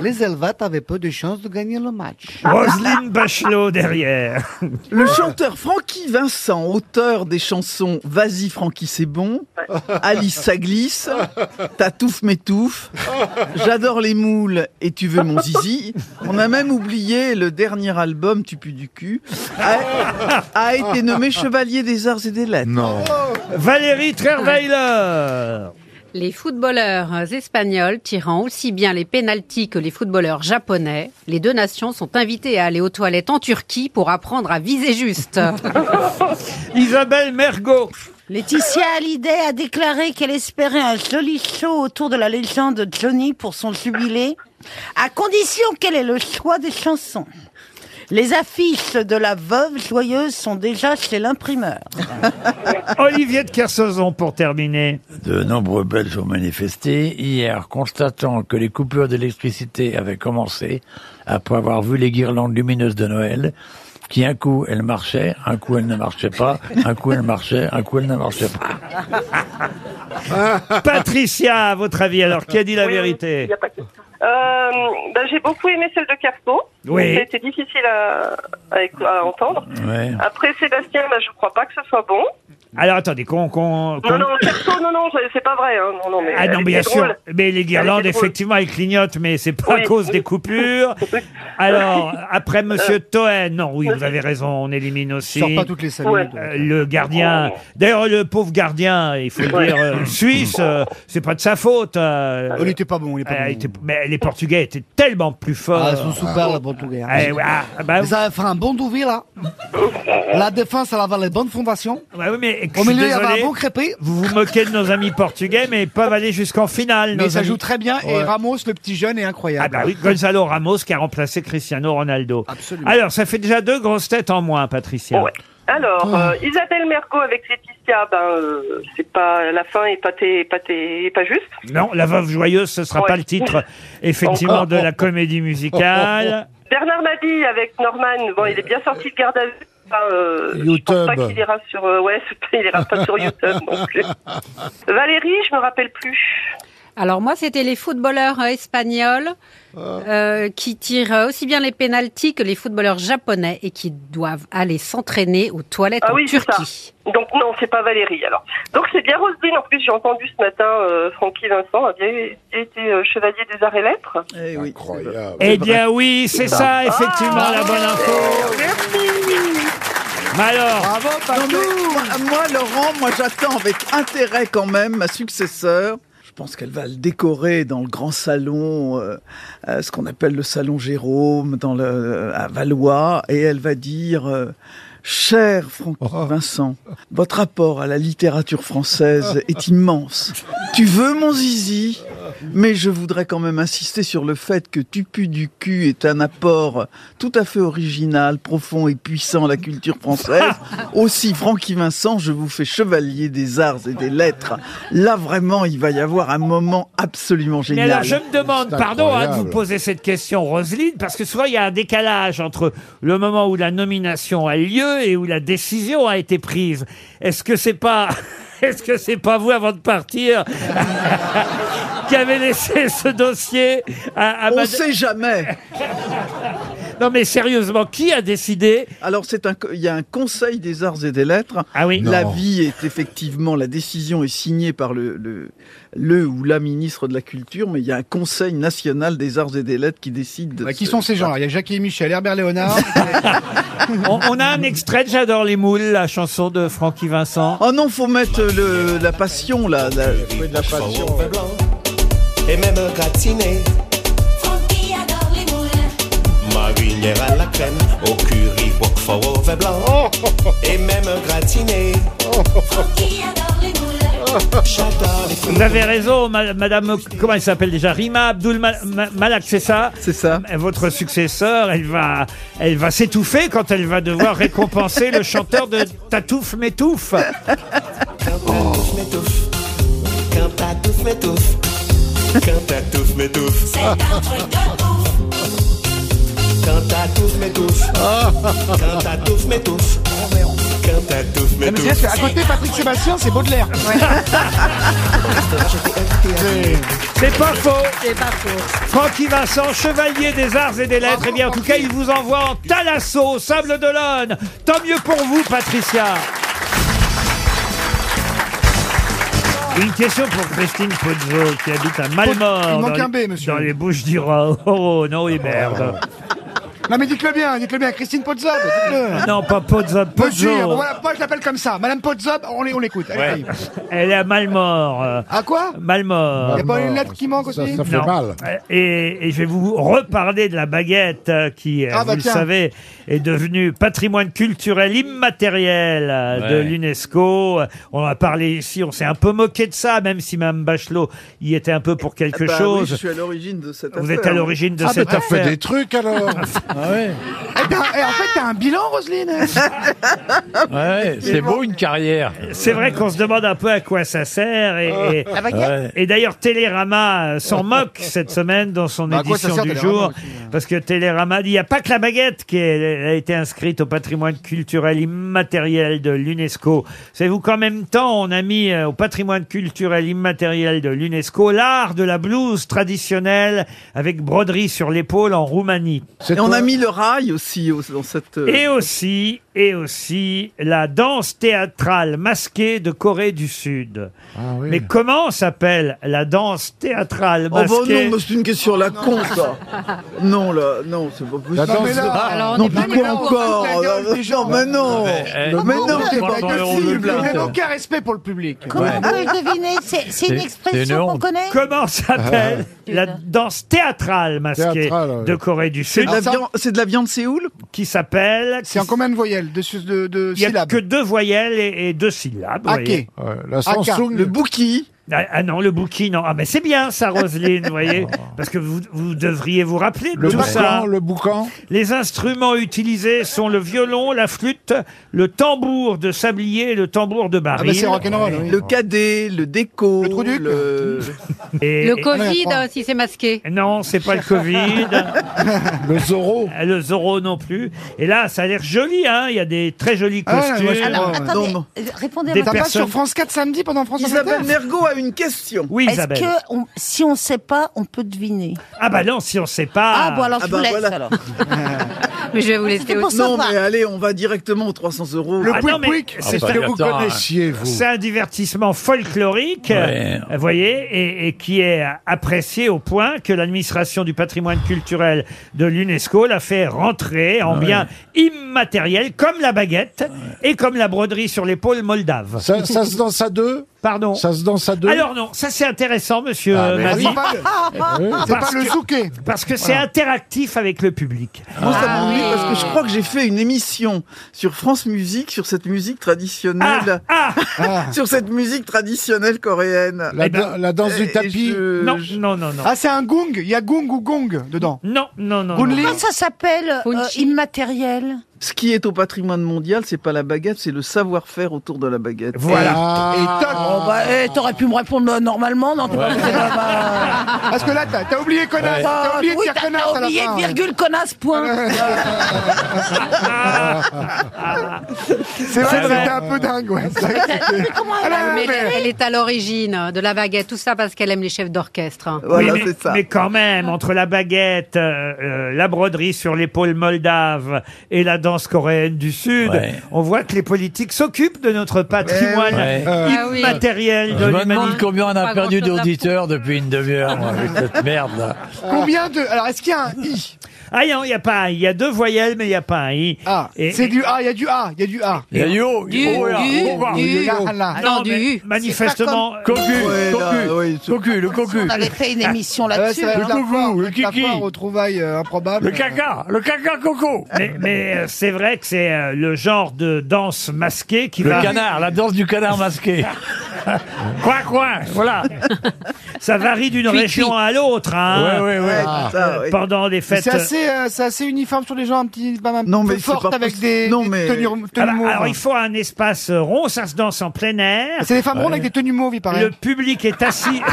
Speaker 7: les Helvètes avaient peu de chances de gagner le match.
Speaker 2: Roselyne Bachelot derrière.
Speaker 8: Le chanteur Francky Vincent, auteur des chansons Vas-y Francky c'est bon, Alice ça glisse, Tatouf m'étouffe, J'adore les moules et tu veux mon zizi. On a même oublié le dernier album Tu pues du cul, a, a été nommé Chevalier des Arts et des Lettres.
Speaker 4: Non.
Speaker 2: Valérie Trierweiler.
Speaker 5: Les footballeurs espagnols tirant aussi bien les pénalties que les footballeurs japonais, les deux nations sont invitées à aller aux toilettes en Turquie pour apprendre à viser juste.
Speaker 2: Isabelle Mergot.
Speaker 3: Laetitia Hallyday a déclaré qu'elle espérait un joli show autour de la légende Johnny pour son jubilé, à condition qu'elle ait le choix des chansons. Les affiches de la veuve joyeuse sont déjà chez l'imprimeur.
Speaker 2: Olivier de Kersauzon pour terminer.
Speaker 6: De nombreux Belges ont manifesté hier, constatant que les coupures d'électricité avaient commencé après avoir vu les guirlandes lumineuses de Noël, qui un coup elles marchaient, un coup elles ne marchaient pas, un coup elles marchaient, un coup elles ne marchaient pas.
Speaker 2: Patricia, à votre avis, alors, qui a dit la
Speaker 11: Oui,
Speaker 2: vérité
Speaker 11: Euh, ben, j'ai beaucoup aimé celle de Carpo.
Speaker 2: Oui.
Speaker 11: C'était difficile à, à écou- à entendre.
Speaker 2: Ouais.
Speaker 11: Après Sébastien, ben, je crois pas que ce soit bon.
Speaker 2: Alors attendez, qu'on... qu'on- qu'on-
Speaker 11: Non, non, Carpo, non, non, c'est- c'est pas vrai. hein. Non, non, mais
Speaker 2: Ah non,
Speaker 11: elle
Speaker 2: mais bien
Speaker 11: était drôle.
Speaker 2: sûr. Mais les guirlandes,
Speaker 11: Elle était drôle.
Speaker 2: effectivement, elles clignotent, mais c'est pas à
Speaker 11: Oui. Euh.
Speaker 2: cause des coupures. Alors, après Monsieur Toen, non, oui, vous avez raison, on élimine aussi.
Speaker 7: Sort pas toutes les cinq Ouais. minutes. Oh.
Speaker 2: Euh, le gardien.
Speaker 11: Oh.
Speaker 2: D'ailleurs, le pauvre gardien, il faut le
Speaker 7: Ouais.
Speaker 2: dire, euh, suisse, euh, c'est pas de sa faute. euh,
Speaker 7: Oh, il était pas bon, il est pas
Speaker 2: euh,
Speaker 7: bon.
Speaker 2: il était- mais les Portugais étaient tellement plus forts.
Speaker 7: Ah, ils sont super, les Portugais.
Speaker 2: Eh ouais, ah, bah,
Speaker 7: Ils avaient fait un bon douvier, là. La défense, elle avait les bonnes fondations.
Speaker 2: bah oui, mais je
Speaker 7: Au
Speaker 2: suis
Speaker 7: milieu, il y
Speaker 2: désolé,
Speaker 7: avait un bon crépé.
Speaker 2: Vous vous moquez de nos amis portugais, mais ils peuvent aller jusqu'en finale.
Speaker 7: Mais
Speaker 2: nos
Speaker 7: ça
Speaker 2: amis.
Speaker 7: joue très bien. Et
Speaker 2: Ouais.
Speaker 7: Ramos, le petit jeune, est incroyable.
Speaker 2: Ah bah oui, Gonzalo Ramos qui a remplacé Cristiano Ronaldo.
Speaker 7: Absolument.
Speaker 2: Alors, ça fait déjà deux grosses têtes en moins, Patricia.
Speaker 11: Alors,
Speaker 2: Ah.
Speaker 11: euh, Isabelle Mergo avec Laetitia, ben, euh, c'est pas, la fin est pas, té- pas, té- pas juste.
Speaker 2: Non, La Veuve Joyeuse, ce sera
Speaker 11: Ouais.
Speaker 2: pas le titre, effectivement, de la comédie
Speaker 11: Oh,
Speaker 2: musicale.
Speaker 11: Bernard Mabille avec Norman, bon, il est bien sorti de garde à vue. Enfin, euh, je pense pas
Speaker 2: YouTube.
Speaker 11: qu'il ira sur, euh, ouais, c'est pas- il ira pas sur YouTube non plus. Valérie, je me rappelle plus.
Speaker 5: Alors moi, c'était les footballeurs euh, espagnols euh, qui tirent euh, aussi bien les pénalties que les footballeurs japonais et qui doivent aller s'entraîner aux toilettes
Speaker 11: Ah
Speaker 5: en
Speaker 11: oui, c'est
Speaker 5: Turquie.
Speaker 11: ça. Donc non, c'est pas Valérie alors. Donc c'est bien Roselyne. En plus, j'ai entendu ce matin euh, Francky Vincent a bien été euh, chevalier des arts et lettres. oh,
Speaker 4: Incroyable.
Speaker 2: Eh bien oui, c'est ça, effectivement, la bonne info. Mais alors
Speaker 8: Bravo, moi, moi, Laurent, moi, j'attends avec intérêt quand même ma successeur. Je pense qu'elle va le décorer dans le grand salon, euh, euh, ce qu'on appelle le salon Jérôme, dans le, euh, à Valois, et elle va dire. euh, Cher Franck Vincent, votre rapport à la littérature française est immense. Tu veux mon zizi mais je voudrais quand même insister sur le fait que Tupu du cul est un apport tout à fait original, profond et puissant à la culture française. Aussi, Francky Vincent, je vous fais chevalier des arts et des lettres. Là, vraiment, il va y avoir un moment absolument
Speaker 2: Mais
Speaker 8: génial.
Speaker 2: alors, je me demande, pardon hein, de vous poser cette question, Roselyne, parce que souvent il y a un décalage entre le moment où la nomination a lieu et où la décision a été prise. Est-ce que c'est pas, est-ce que c'est pas vous avant de partir qui avez laissé ce dossier à, à
Speaker 8: On
Speaker 2: mad-
Speaker 8: sait jamais.
Speaker 2: Non mais sérieusement, qui a décidé
Speaker 8: Alors c'est un, il y a un Conseil des Arts et des Lettres.
Speaker 2: Ah oui. Non.
Speaker 8: L'avis est effectivement, la décision est signée par le, le le ou la ministre de la Culture, mais il y a un Conseil national des Arts et des Lettres qui décide. De
Speaker 7: Bah, qui sont ces gens-là Il y a Jackie Michel, Herbert Léonard.
Speaker 2: on, on a un extrait de J'adore les moules, la chanson de Francky Vincent.
Speaker 8: Oh non, faut mettre le, la passion là. La,
Speaker 15: la passion. Et même gratiné.
Speaker 12: Francky adore les moules.
Speaker 15: Marinière à la crème, au curry, wok fort au vin blanc. Et même gratiné.
Speaker 12: Francky adore les moules.
Speaker 15: J'adore les
Speaker 2: Vous avez raison, ma- madame, comment elle s'appelle déjà Rima Abdul Ma- Ma- Malak, c'est ça Euh,
Speaker 8: C'est ça.
Speaker 2: Votre successeur, elle va, elle va s'étouffer quand elle va devoir récompenser le chanteur de Tatouf Métouf.
Speaker 15: Quand ta touffe m'étouffe, quand ta touffe m'étouffe, quand ta touffe m'étouffe. C'est un truc de ouf. Quand ta touffe m'étouffe, quand ta touffe m'étouffe, quand ta touffe
Speaker 7: Ah, mais c'est vrai,
Speaker 15: m'étouffe.
Speaker 7: parce que à côté, Patrick Sébastien, c'est Baudelaire.
Speaker 2: C'est pas faux. C'est pas faux. Francky Vincent, chevalier des arts et des lettres. Eh bien, en tout cas, il vous envoie en Talasso, au Sable d'Olonne. Tant mieux pour vous, Patricia. Une question pour Christine Pozzo qui habite à
Speaker 7: Il
Speaker 2: Malmort
Speaker 7: manque
Speaker 2: dans,
Speaker 7: un
Speaker 2: les-
Speaker 7: B, monsieur. Ah,
Speaker 2: dans les Bouches du Rhône. Oh non, et merde.
Speaker 7: Non, mais dites-le bien, dites-le bien. Christine Pozzob, dites-le.
Speaker 2: Non, pas Pozzo,
Speaker 7: Monsieur, ah, bon,
Speaker 2: Pozzo.
Speaker 7: voilà, moi je l'appelle comme ça. Madame Pozzob, on l'é- on l'écoute. Allez,
Speaker 2: Ouais.
Speaker 7: allez.
Speaker 2: Elle est à Malmort. euh.
Speaker 7: À quoi
Speaker 2: Malmort.
Speaker 7: Il a pas une lettre qui manque aussi
Speaker 2: Non. Euh, Et, et je vais vous reparler de la baguette euh, qui, euh,
Speaker 7: Ah, bah
Speaker 2: vous le
Speaker 7: tiens.
Speaker 2: savez, est devenue patrimoine culturel immatériel euh,
Speaker 16: Ouais.
Speaker 2: de l'UNESCO. Euh, On en a parlé ici, on s'est un peu moqué de ça, même si Mme Bachelot y était un peu pour
Speaker 7: Ah
Speaker 2: quelque
Speaker 8: Bah oui,
Speaker 2: chose.
Speaker 8: je suis à l'origine de cette
Speaker 2: Vous êtes à l'origine de
Speaker 4: Ah,
Speaker 2: cette
Speaker 4: mais t'as fait
Speaker 2: affaire.
Speaker 4: des trucs, alors
Speaker 8: Ah
Speaker 7: Eh ben, eh, en fait, t'as un bilan, Roselyne hein
Speaker 6: Ouais, c'est beau une carrière.
Speaker 2: C'est vrai qu'on se demande un peu à quoi ça sert.
Speaker 7: Ah.
Speaker 2: Et, et-
Speaker 6: La
Speaker 7: bah,
Speaker 6: baguette.
Speaker 2: et d'ailleurs, Télérama euh, s'en moque cette semaine dans son
Speaker 7: Bah, à quoi ça
Speaker 2: édition
Speaker 7: sert,
Speaker 2: du
Speaker 7: Télérama
Speaker 2: jour.
Speaker 7: aussi, hein
Speaker 2: Parce que Télérama dit, il n'y a pas que la baguette qui est- a été inscrite au patrimoine culturel immatériel de l'UNESCO. Savez-vous qu'en même temps, on a mis euh, au patrimoine culturel immatériel de l'UNESCO l'art de la blouse traditionnelle avec broderie sur l'épaule en Roumanie.
Speaker 8: Et on a mis le rail aussi au- dans cette. euh,
Speaker 2: Et aussi, et aussi, la danse théâtrale masquée de Corée du Sud. Mais comment s'appelle la danse théâtrale
Speaker 8: Oh bah non,
Speaker 2: masquée Ah
Speaker 8: mais c'est une question à la con, ça. Non, là, non, c'est pas possible.
Speaker 2: Non, mais là, alors, on
Speaker 8: non,
Speaker 2: est pas
Speaker 8: mais quoi
Speaker 2: là pour
Speaker 8: encore
Speaker 2: toute la gueule
Speaker 8: Non,
Speaker 2: des gens.
Speaker 8: mais non.
Speaker 2: Mais, eh,
Speaker 8: Mais
Speaker 2: le
Speaker 8: non,
Speaker 2: monde
Speaker 8: c'est
Speaker 2: est
Speaker 8: pas
Speaker 2: dans l'euro de
Speaker 8: possible.
Speaker 2: blanc.
Speaker 7: Mais aucun respect pour le public.
Speaker 3: Comment vous pouvez le deviner Ah, C'est c'est une
Speaker 2: C'est-
Speaker 3: expression qu'on connaît
Speaker 2: Comment s'appelle la danse théâtrale masquée
Speaker 8: Théâtrale, ouais.
Speaker 2: de Corée du
Speaker 8: C'est
Speaker 2: Sud
Speaker 8: de, la viande- c'est de la viande Séoul
Speaker 2: Qui s'appelle
Speaker 7: C'est en combien de voyelles de, su- de, de
Speaker 2: Il n'y a
Speaker 7: syllabes
Speaker 2: que deux voyelles et, et deux syllabes.
Speaker 7: Ah,
Speaker 2: vous voyez.
Speaker 7: ok. Ouais, la Samsung. Ah, car- le
Speaker 8: bouki.
Speaker 2: Ah, ah non, le bouki, non. Ah mais c'est bien ça, Roselyne, vous voyez. Parce que vous, vous devriez vous rappeler de
Speaker 4: Le
Speaker 2: tout
Speaker 4: boucan,
Speaker 2: ça.
Speaker 4: le boucan.
Speaker 2: Les instruments utilisés sont le violon, la flûte, le tambour de sablier et le tambour de baril.
Speaker 8: Le cadet, le déco, le
Speaker 2: Et-
Speaker 5: Le Covid euh, si c'est masqué.
Speaker 2: Non, c'est pas le Covid. Euh,
Speaker 4: le Zorro.
Speaker 2: Le Zorro non plus. Et là, ça a l'air joli, hein. Il y a des très jolis
Speaker 7: Ah ouais,
Speaker 2: costumes.
Speaker 7: moi, je comprends,
Speaker 3: Alors, attendez, euh, répondez à
Speaker 2: Des
Speaker 3: ma
Speaker 7: T'as pas
Speaker 2: personnes-
Speaker 7: sur France 4 samedi pendant France
Speaker 8: Isabelle
Speaker 7: Inter
Speaker 8: Mergo a une question.
Speaker 2: Oui,
Speaker 3: Est-ce
Speaker 2: Isabelle.
Speaker 3: que on- si on ne sait pas, on peut deviner
Speaker 2: Ah bah non, si on sait pas.
Speaker 3: Ah, bon, alors je vous laisse, alors.
Speaker 5: Mais je vais vous
Speaker 3: laisser. pour
Speaker 8: Non,
Speaker 3: savoir.
Speaker 8: mais allez, on va directement aux 300 euros.
Speaker 2: Ah non, mais hein. C'est un divertissement folklorique,
Speaker 8: Ouais.
Speaker 2: euh, vous voyez, et, et qui est apprécié au point que l'administration du patrimoine culturel de l'UNESCO l'a fait rentrer en
Speaker 4: Ouais.
Speaker 2: bien immatériel, comme la baguette et comme la broderie sur l'épaule moldave.
Speaker 4: Ça, ça se danse à deux
Speaker 2: Pardon
Speaker 4: Ça se danse à deux
Speaker 2: Alors non, ça c'est intéressant, monsieur
Speaker 4: Ah, mais-
Speaker 2: Mavi.
Speaker 4: C'est pas le- c'est
Speaker 2: Parce
Speaker 4: pas le
Speaker 2: que-
Speaker 4: zouké.
Speaker 2: Parce que c'est
Speaker 4: Voilà.
Speaker 2: interactif avec le public.
Speaker 8: Moi, ça m'ennuie parce que je crois que j'ai fait une émission sur France Musique, sur cette musique traditionnelle,
Speaker 2: Ah,
Speaker 8: sur cette musique traditionnelle coréenne.
Speaker 4: La dan- la danse du
Speaker 8: Et- et
Speaker 4: tapis.
Speaker 8: Euh, je-
Speaker 4: Non,
Speaker 8: je-
Speaker 2: Eh ben, non, non,
Speaker 7: Ah, c'est un gong Il y a gong ou gong dedans
Speaker 2: Non, non, non.
Speaker 7: Gounli
Speaker 3: Comment Ah, ça s'appelle euh, immatériel
Speaker 8: Ce qui est au patrimoine mondial, c'est pas la baguette, c'est le savoir-faire autour de la baguette.
Speaker 2: Voilà.
Speaker 8: Et toc.
Speaker 3: Oh, bah, eh, t'aurais pu me répondre euh, normalement, non t'es pas- t'es pas- bah,
Speaker 7: Ah. Parce que là, t'as t'as oublié connasse
Speaker 3: Ouais.
Speaker 7: T'as oublié de
Speaker 3: Oui,
Speaker 7: dire
Speaker 3: t'as- t'as
Speaker 7: connasse à la
Speaker 3: oublié
Speaker 7: fin,
Speaker 3: de virgule connasse point.
Speaker 7: C'est vrai que c'était un peu
Speaker 4: Ah,
Speaker 7: dingue, ouais. C'est vrai
Speaker 2: Ah,
Speaker 7: que c'était-
Speaker 5: Elle, elle est à l'origine de la baguette, tout ça parce qu'elle aime les chefs d'orchestre. hein.
Speaker 2: Oui, mais, mais quand même, entre la baguette, euh, euh, la broderie sur l'épaule moldave et la danse coréenne du Sud,
Speaker 6: Ouais.
Speaker 2: on voit que les politiques s'occupent de notre patrimoine
Speaker 6: Ouais.
Speaker 2: Euh, immatériel
Speaker 6: Ah Je
Speaker 2: de
Speaker 6: me demande
Speaker 2: l'humanité.
Speaker 6: combien on
Speaker 7: Ah Pas
Speaker 6: a perdu
Speaker 7: grand-chose à Euh.
Speaker 6: d'auditeurs depuis une demi-heure, moi, avec cette merde, là.
Speaker 7: Combien de. Alors, est-ce qu'il y a un I
Speaker 2: Ah non, il n'y a pas un I. Il y a deux voyelles, mais il n'y a pas un I. Ah,
Speaker 7: C'est du A, il y a du A, il y a du A.
Speaker 6: Il y a du O,
Speaker 7: Du,
Speaker 6: O, là,
Speaker 7: du,
Speaker 6: au revoir.
Speaker 7: du.
Speaker 6: Il y a
Speaker 7: Ah, là.
Speaker 6: Ah
Speaker 7: Non,
Speaker 6: non,
Speaker 7: du
Speaker 6: mais
Speaker 7: U.
Speaker 2: manifestement-
Speaker 7: C'est pas
Speaker 6: Cocu,
Speaker 7: comme-
Speaker 6: cocu, cocu, le cocu.
Speaker 3: On avait fait une émission là-dessus.
Speaker 7: Ouais, c'est la
Speaker 3: hein.
Speaker 7: blague
Speaker 6: coco, le
Speaker 7: la blague
Speaker 6: kiki.
Speaker 7: aux retrouvailles euh, improbables.
Speaker 6: Le caca, le caca coco.
Speaker 2: Mais, mais, euh, c'est vrai que c'est euh, le genre de danse masquée qui
Speaker 6: Le
Speaker 2: va...
Speaker 6: canard, la danse du canard masqué.
Speaker 2: Coin, coin, voilà. Ça varie d'une
Speaker 6: Cui,
Speaker 2: région
Speaker 6: cui.
Speaker 2: à l'autre. Hein.
Speaker 6: Ouais, ouais, ouais. Ouais,
Speaker 2: Euh,
Speaker 6: c'est ça,
Speaker 8: ouais.
Speaker 2: Pendant les
Speaker 7: Mais
Speaker 2: fêtes...
Speaker 7: C'est assez, euh, c'est assez uniforme sur les gens, un petit, pas un
Speaker 8: Non,
Speaker 7: peu
Speaker 8: mais c'est
Speaker 7: forte
Speaker 8: pas
Speaker 7: avec
Speaker 8: possible.
Speaker 7: des,
Speaker 8: Non,
Speaker 7: des
Speaker 8: mais-
Speaker 7: tenues,
Speaker 2: Ah
Speaker 7: tenues
Speaker 2: bah,
Speaker 7: mauves. hein.
Speaker 2: alors il faut un espace rond, ça se danse en plein air. Euh,
Speaker 7: C'est des femmes rondes avec des tenues mauves, il paraît.
Speaker 2: Le public est assis.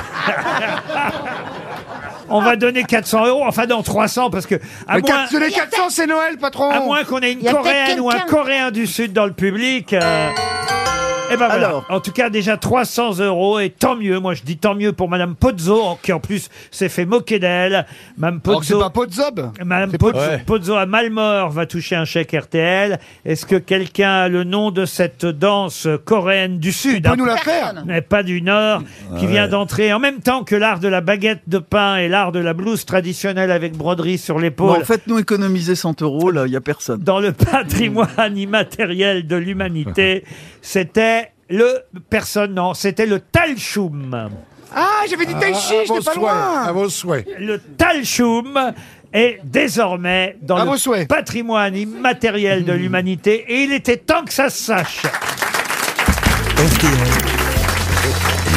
Speaker 2: On va donner 400 euros, enfin non 300 parce que à
Speaker 7: Mais
Speaker 2: moins,
Speaker 7: quatre- les 400, c'est Noël, patron
Speaker 2: à moins qu'on ait une
Speaker 7: Il y a peut-être
Speaker 2: coréenne ou un
Speaker 7: quelqu'un.
Speaker 2: coréen du sud dans le public. euh, eh ben voilà.
Speaker 8: Alors.
Speaker 2: En tout cas déjà 300 euros et tant mieux. Moi je dis tant mieux pour Madame Pozzo en- qui en plus s'est fait moquer d'elle. Madame
Speaker 7: Alors Oh, que c'est
Speaker 2: Pozzo.
Speaker 7: pas Potzob
Speaker 2: Madame
Speaker 7: pas-
Speaker 2: Pozzo,
Speaker 7: Ouais.
Speaker 2: Pozzo à Malmort va toucher un chèque RTL. Est-ce que quelqu'un a le nom de cette danse coréenne du Sud
Speaker 7: peut nous la faire
Speaker 2: Mais pas du Nord, qui vient d'entrer en même temps que l'art de la baguette de pain et l'art de la blouse traditionnelle avec broderie sur
Speaker 8: Bon,
Speaker 2: l'épaule
Speaker 8: en fait, nous économiser 100 euros, là, il n'y a personne.
Speaker 2: dans le patrimoine immatériel de l'humanité. C'était le... Personne, non, c'était le Talchum.
Speaker 7: Ah, j'avais dit Taichi,
Speaker 4: À- à vos
Speaker 7: j'étais pas
Speaker 4: souhaits,
Speaker 7: loin
Speaker 4: À vos souhaits.
Speaker 2: le Talchum est désormais dans
Speaker 7: À vos
Speaker 2: le
Speaker 7: souhaits. Hmm.
Speaker 2: patrimoine immatériel de l'humanité et il était temps que ça se sache.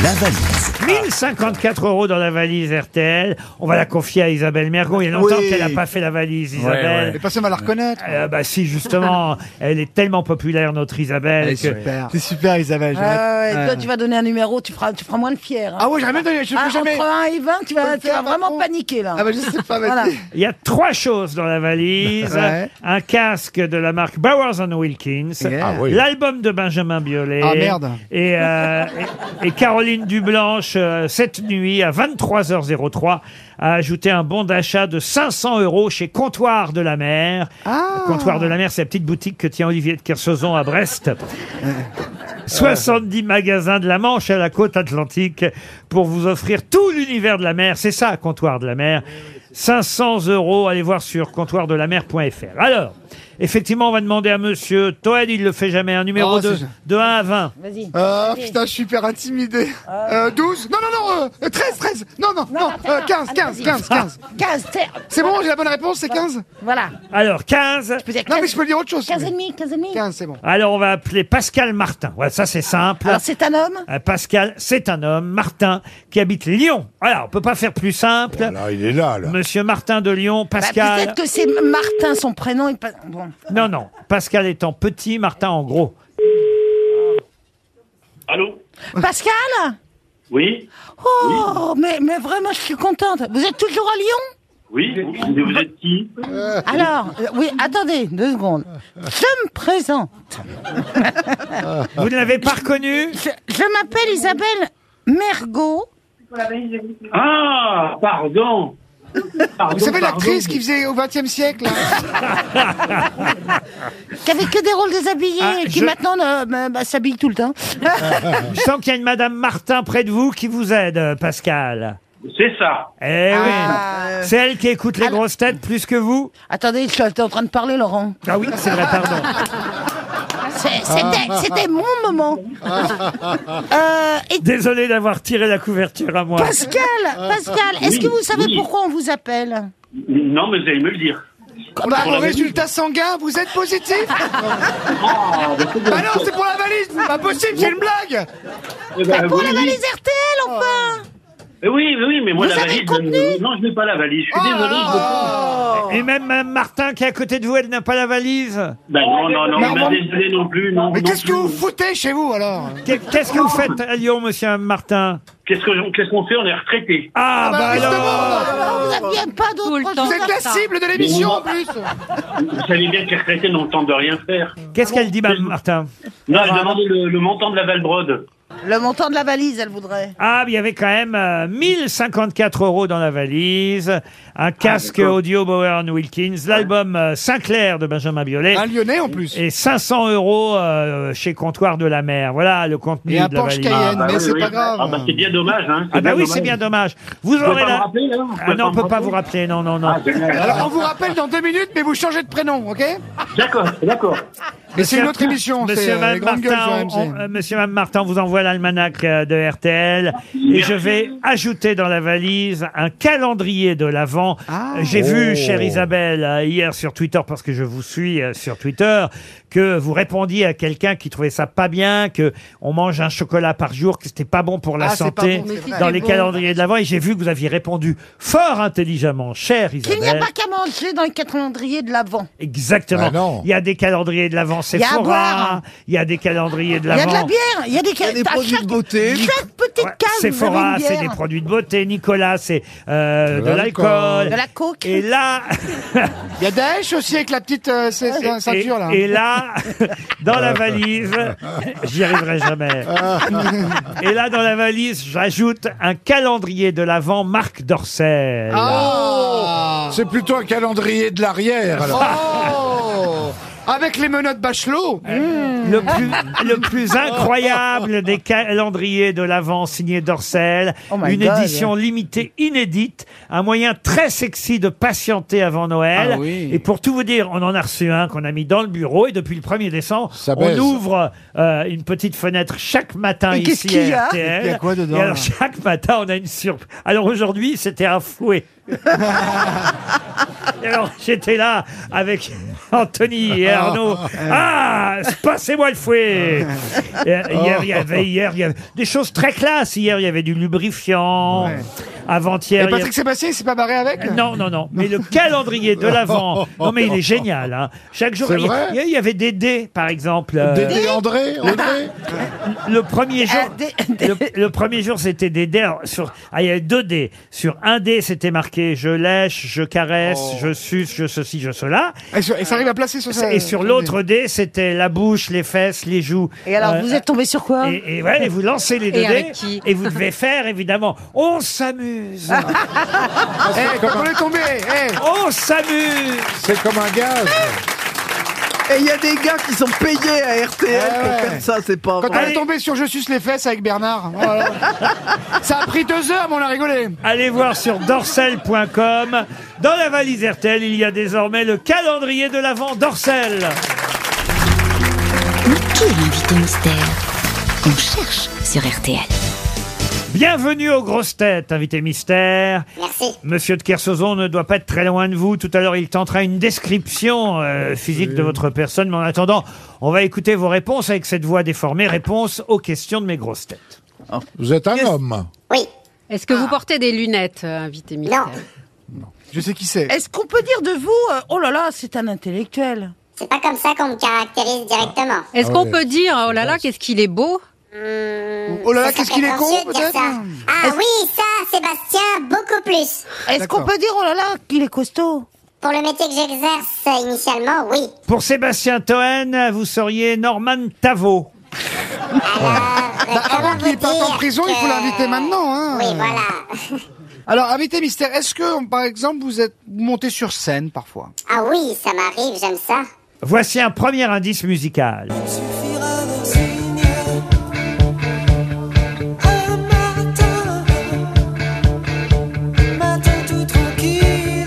Speaker 1: La valise.
Speaker 2: 1054 euros dans la valise RTL. On va la confier à Isabelle Mergon. Il y a longtemps
Speaker 7: Oui.
Speaker 2: qu'elle n'a pas fait la valise, Isabelle.
Speaker 7: Mais personne va la reconnaître.
Speaker 2: Euh, bah si, justement, elle est tellement populaire, notre Isabelle.
Speaker 7: Elle est
Speaker 2: que-
Speaker 7: super. C'est super, Isabelle. j'arrête.
Speaker 3: Ah ouais, toi,
Speaker 7: Ouais.
Speaker 3: tu vas donner un numéro, tu feras, tu feras moins de fier. hein.
Speaker 7: Ah ouais, j'aurais même donné, je
Speaker 3: Ah,
Speaker 7: peux jamais.
Speaker 3: Entre 1 et 20, tu vas,
Speaker 7: Faut le
Speaker 3: tu vas
Speaker 7: faire,
Speaker 3: vraiment
Speaker 7: patron.
Speaker 3: paniquer là.
Speaker 7: Ah bah, je sais pas, vas-y.
Speaker 3: Voilà.
Speaker 2: Il y a trois choses dans la valise.
Speaker 7: Ouais.
Speaker 2: Un casque de la marque Bowers Wilkins.
Speaker 7: Yeah. Ah oui.
Speaker 2: L'album de Benjamin Biolay.
Speaker 7: Ah, merde.
Speaker 2: Et, euh, et- et Caroline Dublanche, euh, cette nuit, à 23h03, a ajouté un bon d'achat de 500 euros chez Comptoir de la Mer.
Speaker 7: Ah.
Speaker 2: Le Comptoir de la Mer, c'est la petite boutique que tient Olivier de Kersauzon à Brest. 70 magasins de la Manche à la côte atlantique pour vous offrir tout l'univers de la mer. C'est ça, Comptoir de la mer. 500 euros, allez voir sur comptoirdelamer.fr. Alors, effectivement, on va demander à monsieur Toen, il le fait jamais, un numéro
Speaker 7: Oh,
Speaker 2: de,
Speaker 7: c'est-
Speaker 2: de 1 à 20.
Speaker 3: Vas-y.
Speaker 7: Euh, putain, je suis hyper intimidé. Euh, 12 Non, non, non, euh, 13, 13 Non, non, non, euh, 15, 15, 15, 15.
Speaker 3: 15, c'est-
Speaker 7: C'est bon, j'ai la bonne réponse, c'est 15
Speaker 3: Voilà.
Speaker 2: Alors, 15.
Speaker 3: Je peux dire
Speaker 7: Non,
Speaker 3: 15,
Speaker 7: mais je peux dire autre chose.
Speaker 3: 15 et demi, 15 et demi.
Speaker 7: 15, c'est bon.
Speaker 2: Alors, on va appeler Pascal Martin. Voilà, ça, c'est simple.
Speaker 3: Alors, c'est un homme
Speaker 2: Euh, Pascal, c'est un homme, Martin, qui habite Lyon. Alors, on peut pas faire plus simple.
Speaker 4: Ah, il est là, là.
Speaker 2: Monsieur Martin de Lyon,
Speaker 3: Bah,
Speaker 2: Pascal.
Speaker 3: Peut-être que c'est Martin, son prénom. et pas- Bon.
Speaker 2: Non, non. Pascal étant petit, Martin en gros.
Speaker 10: Allô
Speaker 3: Pascal
Speaker 10: Oui
Speaker 3: Oh, mais, mais vraiment, je suis contente. Vous êtes toujours à Lyon
Speaker 10: Oui vous, vous êtes qui
Speaker 3: Alors, euh, oui, attendez, deux secondes. Je me présente.
Speaker 2: Vous ne l'avez pas reconnu
Speaker 3: Je, je m'appelle Isabelle Mergot.
Speaker 16: Ah, pardon. Pardon,
Speaker 7: Vous savez
Speaker 16: pardon.
Speaker 7: l'actrice qui faisait au XXe siècle
Speaker 3: Qui avait que des rôles déshabillés
Speaker 2: Ah,
Speaker 3: et qui
Speaker 2: je-
Speaker 3: maintenant euh, bah, bah, s'habille tout le temps. Euh,
Speaker 2: Je sens qu'il y a une Madame Martin près de vous qui vous aide, euh, Pascal.
Speaker 16: C'est ça.
Speaker 2: Eh oui. C'est elle qui écoute les grosses têtes plus que vous.
Speaker 3: Ah. Attendez, je suis en train de parler, Laurent.
Speaker 2: Ah oui, c'est vrai, pardon.
Speaker 3: C'est- C'était
Speaker 7: Ah.
Speaker 3: c'était mon moment. Euh, et-
Speaker 2: Désolé d'avoir tiré la couverture à moi.
Speaker 3: Pascal,
Speaker 7: Ah.
Speaker 3: Pascal, est-ce que
Speaker 16: Oui,
Speaker 3: vous savez
Speaker 16: oui.
Speaker 3: pourquoi on vous appelle
Speaker 16: Non, mais vous allez me le dire.
Speaker 3: Ah
Speaker 16: Pour
Speaker 7: Bah, vos
Speaker 16: la valise.
Speaker 7: résultats sanguins, vous êtes positif
Speaker 16: Ah, bah, c'est bon.
Speaker 7: Bah non, c'est pour la valise Impossible, c'est une blague
Speaker 16: Eh ben,
Speaker 7: pour
Speaker 16: oui,
Speaker 7: la
Speaker 16: oui.
Speaker 7: valise
Speaker 3: RTL, enfin
Speaker 16: Eh Oui, oui, oui, mais moi
Speaker 2: Vous
Speaker 16: la
Speaker 2: avez Oh
Speaker 16: valise. euh, non, je n'ai pas la valise. Je suis désolé. je le prends.
Speaker 2: Et même Mme Martin qui est à côté de vous, elle n'a pas la valise.
Speaker 16: Bah non, non, non,
Speaker 2: Mais
Speaker 16: mais désolé non plus. Non,
Speaker 2: Mais
Speaker 16: non
Speaker 2: qu'est-ce
Speaker 16: plus.
Speaker 2: que vous
Speaker 7: Foutez chez vous, alors
Speaker 2: Qu'est- Qu'est-ce que vous faites à Lyon, monsieur Mme Martin
Speaker 16: Qu'est-ce que- qu'est-ce qu'on fait On est retraité.
Speaker 2: Ah, bah alors
Speaker 3: Vous n'aviez pas d'autre
Speaker 7: Vous êtes la cible de l'émission, en plus
Speaker 16: Vous savez bien que les retraités n'ont le temps de rien faire.
Speaker 2: Qu'est-ce qu'elle dit, Mme Martin
Speaker 16: Non, elle demandait le, le montant de la Valbrode.
Speaker 3: Le montant de la valise, elle voudrait.
Speaker 2: Ah, mais il y avait quand même euh, 1054 euros dans la valise,
Speaker 7: Ah,
Speaker 2: un casque audio Bowen Wilkins, l'album euh, Sinclair de Benjamin Biolay. Un
Speaker 7: lyonnais en plus.
Speaker 2: Et 500 euros euh, chez Comptoir de la Mer. Voilà le contenu
Speaker 7: Et un
Speaker 2: de la
Speaker 7: Porsche
Speaker 2: valise.
Speaker 7: Cayenne, mais c'est pas grave.
Speaker 16: Ah, bah c'est bien dommage. Hein.
Speaker 2: Ah bah
Speaker 16: bien
Speaker 2: oui,
Speaker 16: dommage.
Speaker 2: c'est bien dommage. Vous
Speaker 16: Je peux
Speaker 2: aurez
Speaker 16: pas
Speaker 2: la...
Speaker 16: me rappeler, Ah, là Je
Speaker 2: Ah
Speaker 16: peux
Speaker 2: non, on
Speaker 16: pas
Speaker 2: peut
Speaker 16: me
Speaker 2: pas vous rappeler, non, non, non.
Speaker 7: Alors, on vous rappelle dans deux minutes, mais vous changez de prénom, ok
Speaker 16: D'accord, d'accord.
Speaker 7: Mais c'est une autre émission, c'est
Speaker 2: Monsieur
Speaker 7: euh,
Speaker 2: Mme
Speaker 7: les grandes gueules
Speaker 2: Martin,
Speaker 7: sur
Speaker 2: on-
Speaker 7: MC.
Speaker 2: on- euh, Monsieur Mme Martin, on vous envoie l'almanach euh, de RTL et je vais ajouter dans la valise un calendrier de l'Avent.
Speaker 7: Ah.
Speaker 2: J'ai
Speaker 17: Oh.
Speaker 2: vu, chère Isabelle, euh, hier sur Twitter, parce que je vous suis euh, sur Twitter, que vous répondiez à quelqu'un qui trouvait ça pas bien, que on mange un chocolat par jour, que c'était pas bon pour la
Speaker 7: Ah, c'est pas
Speaker 2: santé
Speaker 7: bon, c'est vrai.
Speaker 2: dans les
Speaker 7: Bon.
Speaker 2: calendriers de l'Avent. Et j'ai vu que vous aviez répondu fort intelligemment, chère Isabelle.
Speaker 3: Qu'il n'y a pas qu'à manger dans le calendrier de l'avant.
Speaker 4: Bah
Speaker 2: Exactement. il y a des calendriers de l'Avent
Speaker 3: Il y a à
Speaker 2: Sephora,
Speaker 3: boire.
Speaker 2: il y a des calendriers de
Speaker 3: Il y a
Speaker 2: l'Avent.
Speaker 3: de la bière, il y a des, il y a des produits de beauté. Chaque petite case, vous avez
Speaker 2: Sephora,
Speaker 3: une
Speaker 2: c'est
Speaker 3: bière.
Speaker 2: des produits de beauté. Nicolas, c'est euh,
Speaker 7: De
Speaker 2: de l'alcool.
Speaker 7: l'alcool. De la coke.
Speaker 2: Et là.
Speaker 7: Il y a Daesh aussi avec la petite euh, c- c- ceinture, là.
Speaker 2: Et, et là, dans la valise, j'y arriverai jamais.
Speaker 4: Ah.
Speaker 2: Et là, dans la valise, j'ajoute un calendrier de l'Avent Marc Dorcel.
Speaker 4: Ah. C'est plutôt un calendrier de l'arrière, alors.
Speaker 7: Oh Avec les menottes bachelot
Speaker 2: Euh,
Speaker 7: Hmm.
Speaker 2: Le plus, le plus incroyable des calendriers de l'Avent signé Dorcel.
Speaker 7: Oh my
Speaker 2: une
Speaker 7: God.
Speaker 2: édition limitée, inédite. Un moyen très sexy de patienter avant Noël.
Speaker 7: Ah oui.
Speaker 2: Et pour tout vous dire, on en a reçu un qu'on a mis dans le bureau. Et depuis le 1er décembre,
Speaker 7: Ça
Speaker 2: on
Speaker 7: baise.
Speaker 2: ouvre euh, une petite fenêtre chaque matin
Speaker 7: Et
Speaker 2: ici
Speaker 7: qu'est-ce qu'il y
Speaker 2: à
Speaker 7: a
Speaker 2: RTL.
Speaker 7: Il y a quoi dedans,
Speaker 2: Et alors,
Speaker 7: là
Speaker 2: chaque matin, on a une surprise. Alors aujourd'hui, c'était un fouet. Et alors, j'étais là avec Anthony et
Speaker 7: Ah.
Speaker 2: Arnaud. Ah, passez-moi le fouet. Et Euh, Hier, il y avait, hier, il y avait des choses très classes. Hier, il y avait du lubrifiant. Avant-hier.
Speaker 7: Et
Speaker 2: il y a- Euh,
Speaker 7: Patrick Sébastien, il s'est pas barré avec
Speaker 2: Non, non, non. Mais le calendrier de l'avant. Non, mais il est génial. hein. Chaque jour,
Speaker 7: C'est
Speaker 2: il y a-
Speaker 7: vrai
Speaker 2: il y, a- il y avait des dés, par exemple. euh,
Speaker 4: Dédé André, André
Speaker 2: le premier jour, le, le premier jour, c'était des dés. Alors, sur, ah, il y avait deux dés. Sur un dé, c'était marqué je lèche, je caresse, je suce, je ceci, je cela.
Speaker 7: Oh. Et, sur- et ça arrive à placer sur ça
Speaker 2: Et sur l'autre dé, c'était la bouche, les fesses, les joues.
Speaker 3: Et alors,
Speaker 2: Euh,
Speaker 3: vous êtes tombé sur quoi
Speaker 2: et, et ouais, et vous lancez les
Speaker 3: Et
Speaker 2: deux
Speaker 3: avec
Speaker 2: dés.
Speaker 3: qui
Speaker 2: et vous devez faire, évidemment. On s'amuse.
Speaker 7: Eh, quand on est tombé, eh.
Speaker 2: On s'amuse.
Speaker 4: C'est comme un gaz.
Speaker 8: Et il y a des gars qui sont payés à RTL pour
Speaker 7: ouais.
Speaker 8: faire ça, c'est pas
Speaker 7: Quand on
Speaker 8: vrai.
Speaker 7: est tombé sur Je suce les fesses avec Bernard, voilà. ça a pris deux heures, mais on a rigolé.
Speaker 2: Allez voir sur dorsel.com. Dans la valise RTL, il y a désormais le calendrier de l'avant Dorsel.
Speaker 9: Mais qui est l'invité mystère On cherche sur RTL.
Speaker 2: Bienvenue aux grosses têtes, invité mystère. Merci. Monsieur de Kersozon ne doit pas être très loin de vous. Tout à l'heure, il tentera une description euh, physique de votre personne. Mais en attendant, on va écouter vos réponses avec cette voix déformée. Réponse aux questions de mes grosses têtes.
Speaker 4: Ah, Vous êtes un homme.
Speaker 5: Est-ce que vous portez des lunettes, euh, invité mystère
Speaker 7: Je sais qui c'est.
Speaker 3: Est-ce qu'on peut dire de vous, euh, oh là là, c'est un intellectuel
Speaker 5: C'est pas comme ça qu'on me caractérise directement. Est-ce
Speaker 3: Ah
Speaker 5: qu'on
Speaker 3: ouais.
Speaker 5: peut dire, oh là là, qu'est-ce qu'il est beau
Speaker 7: Oh là là, qu'est-ce qu'il est con, peut-être
Speaker 18: Ah oui, ça, Sébastien, beaucoup plus.
Speaker 3: Est-ce qu'on peut dire, oh là là, qu'il est costaud
Speaker 18: Pour le métier que j'exerce euh, initialement, oui.
Speaker 2: Pour Sébastien Toen, vous seriez Norman Tavo.
Speaker 7: Bah,
Speaker 18: Euh,
Speaker 7: avant qu'il parte en prison, il faut l'inviter maintenant. Hein. Oui,
Speaker 18: voilà.
Speaker 7: Alors, invité mystère, est-ce que, par exemple, vous êtes monté sur scène parfois
Speaker 18: Ah oui, ça m'arrive, j'aime ça.
Speaker 2: Voici un premier indice musical.
Speaker 12: Un matin, matin tout tranquille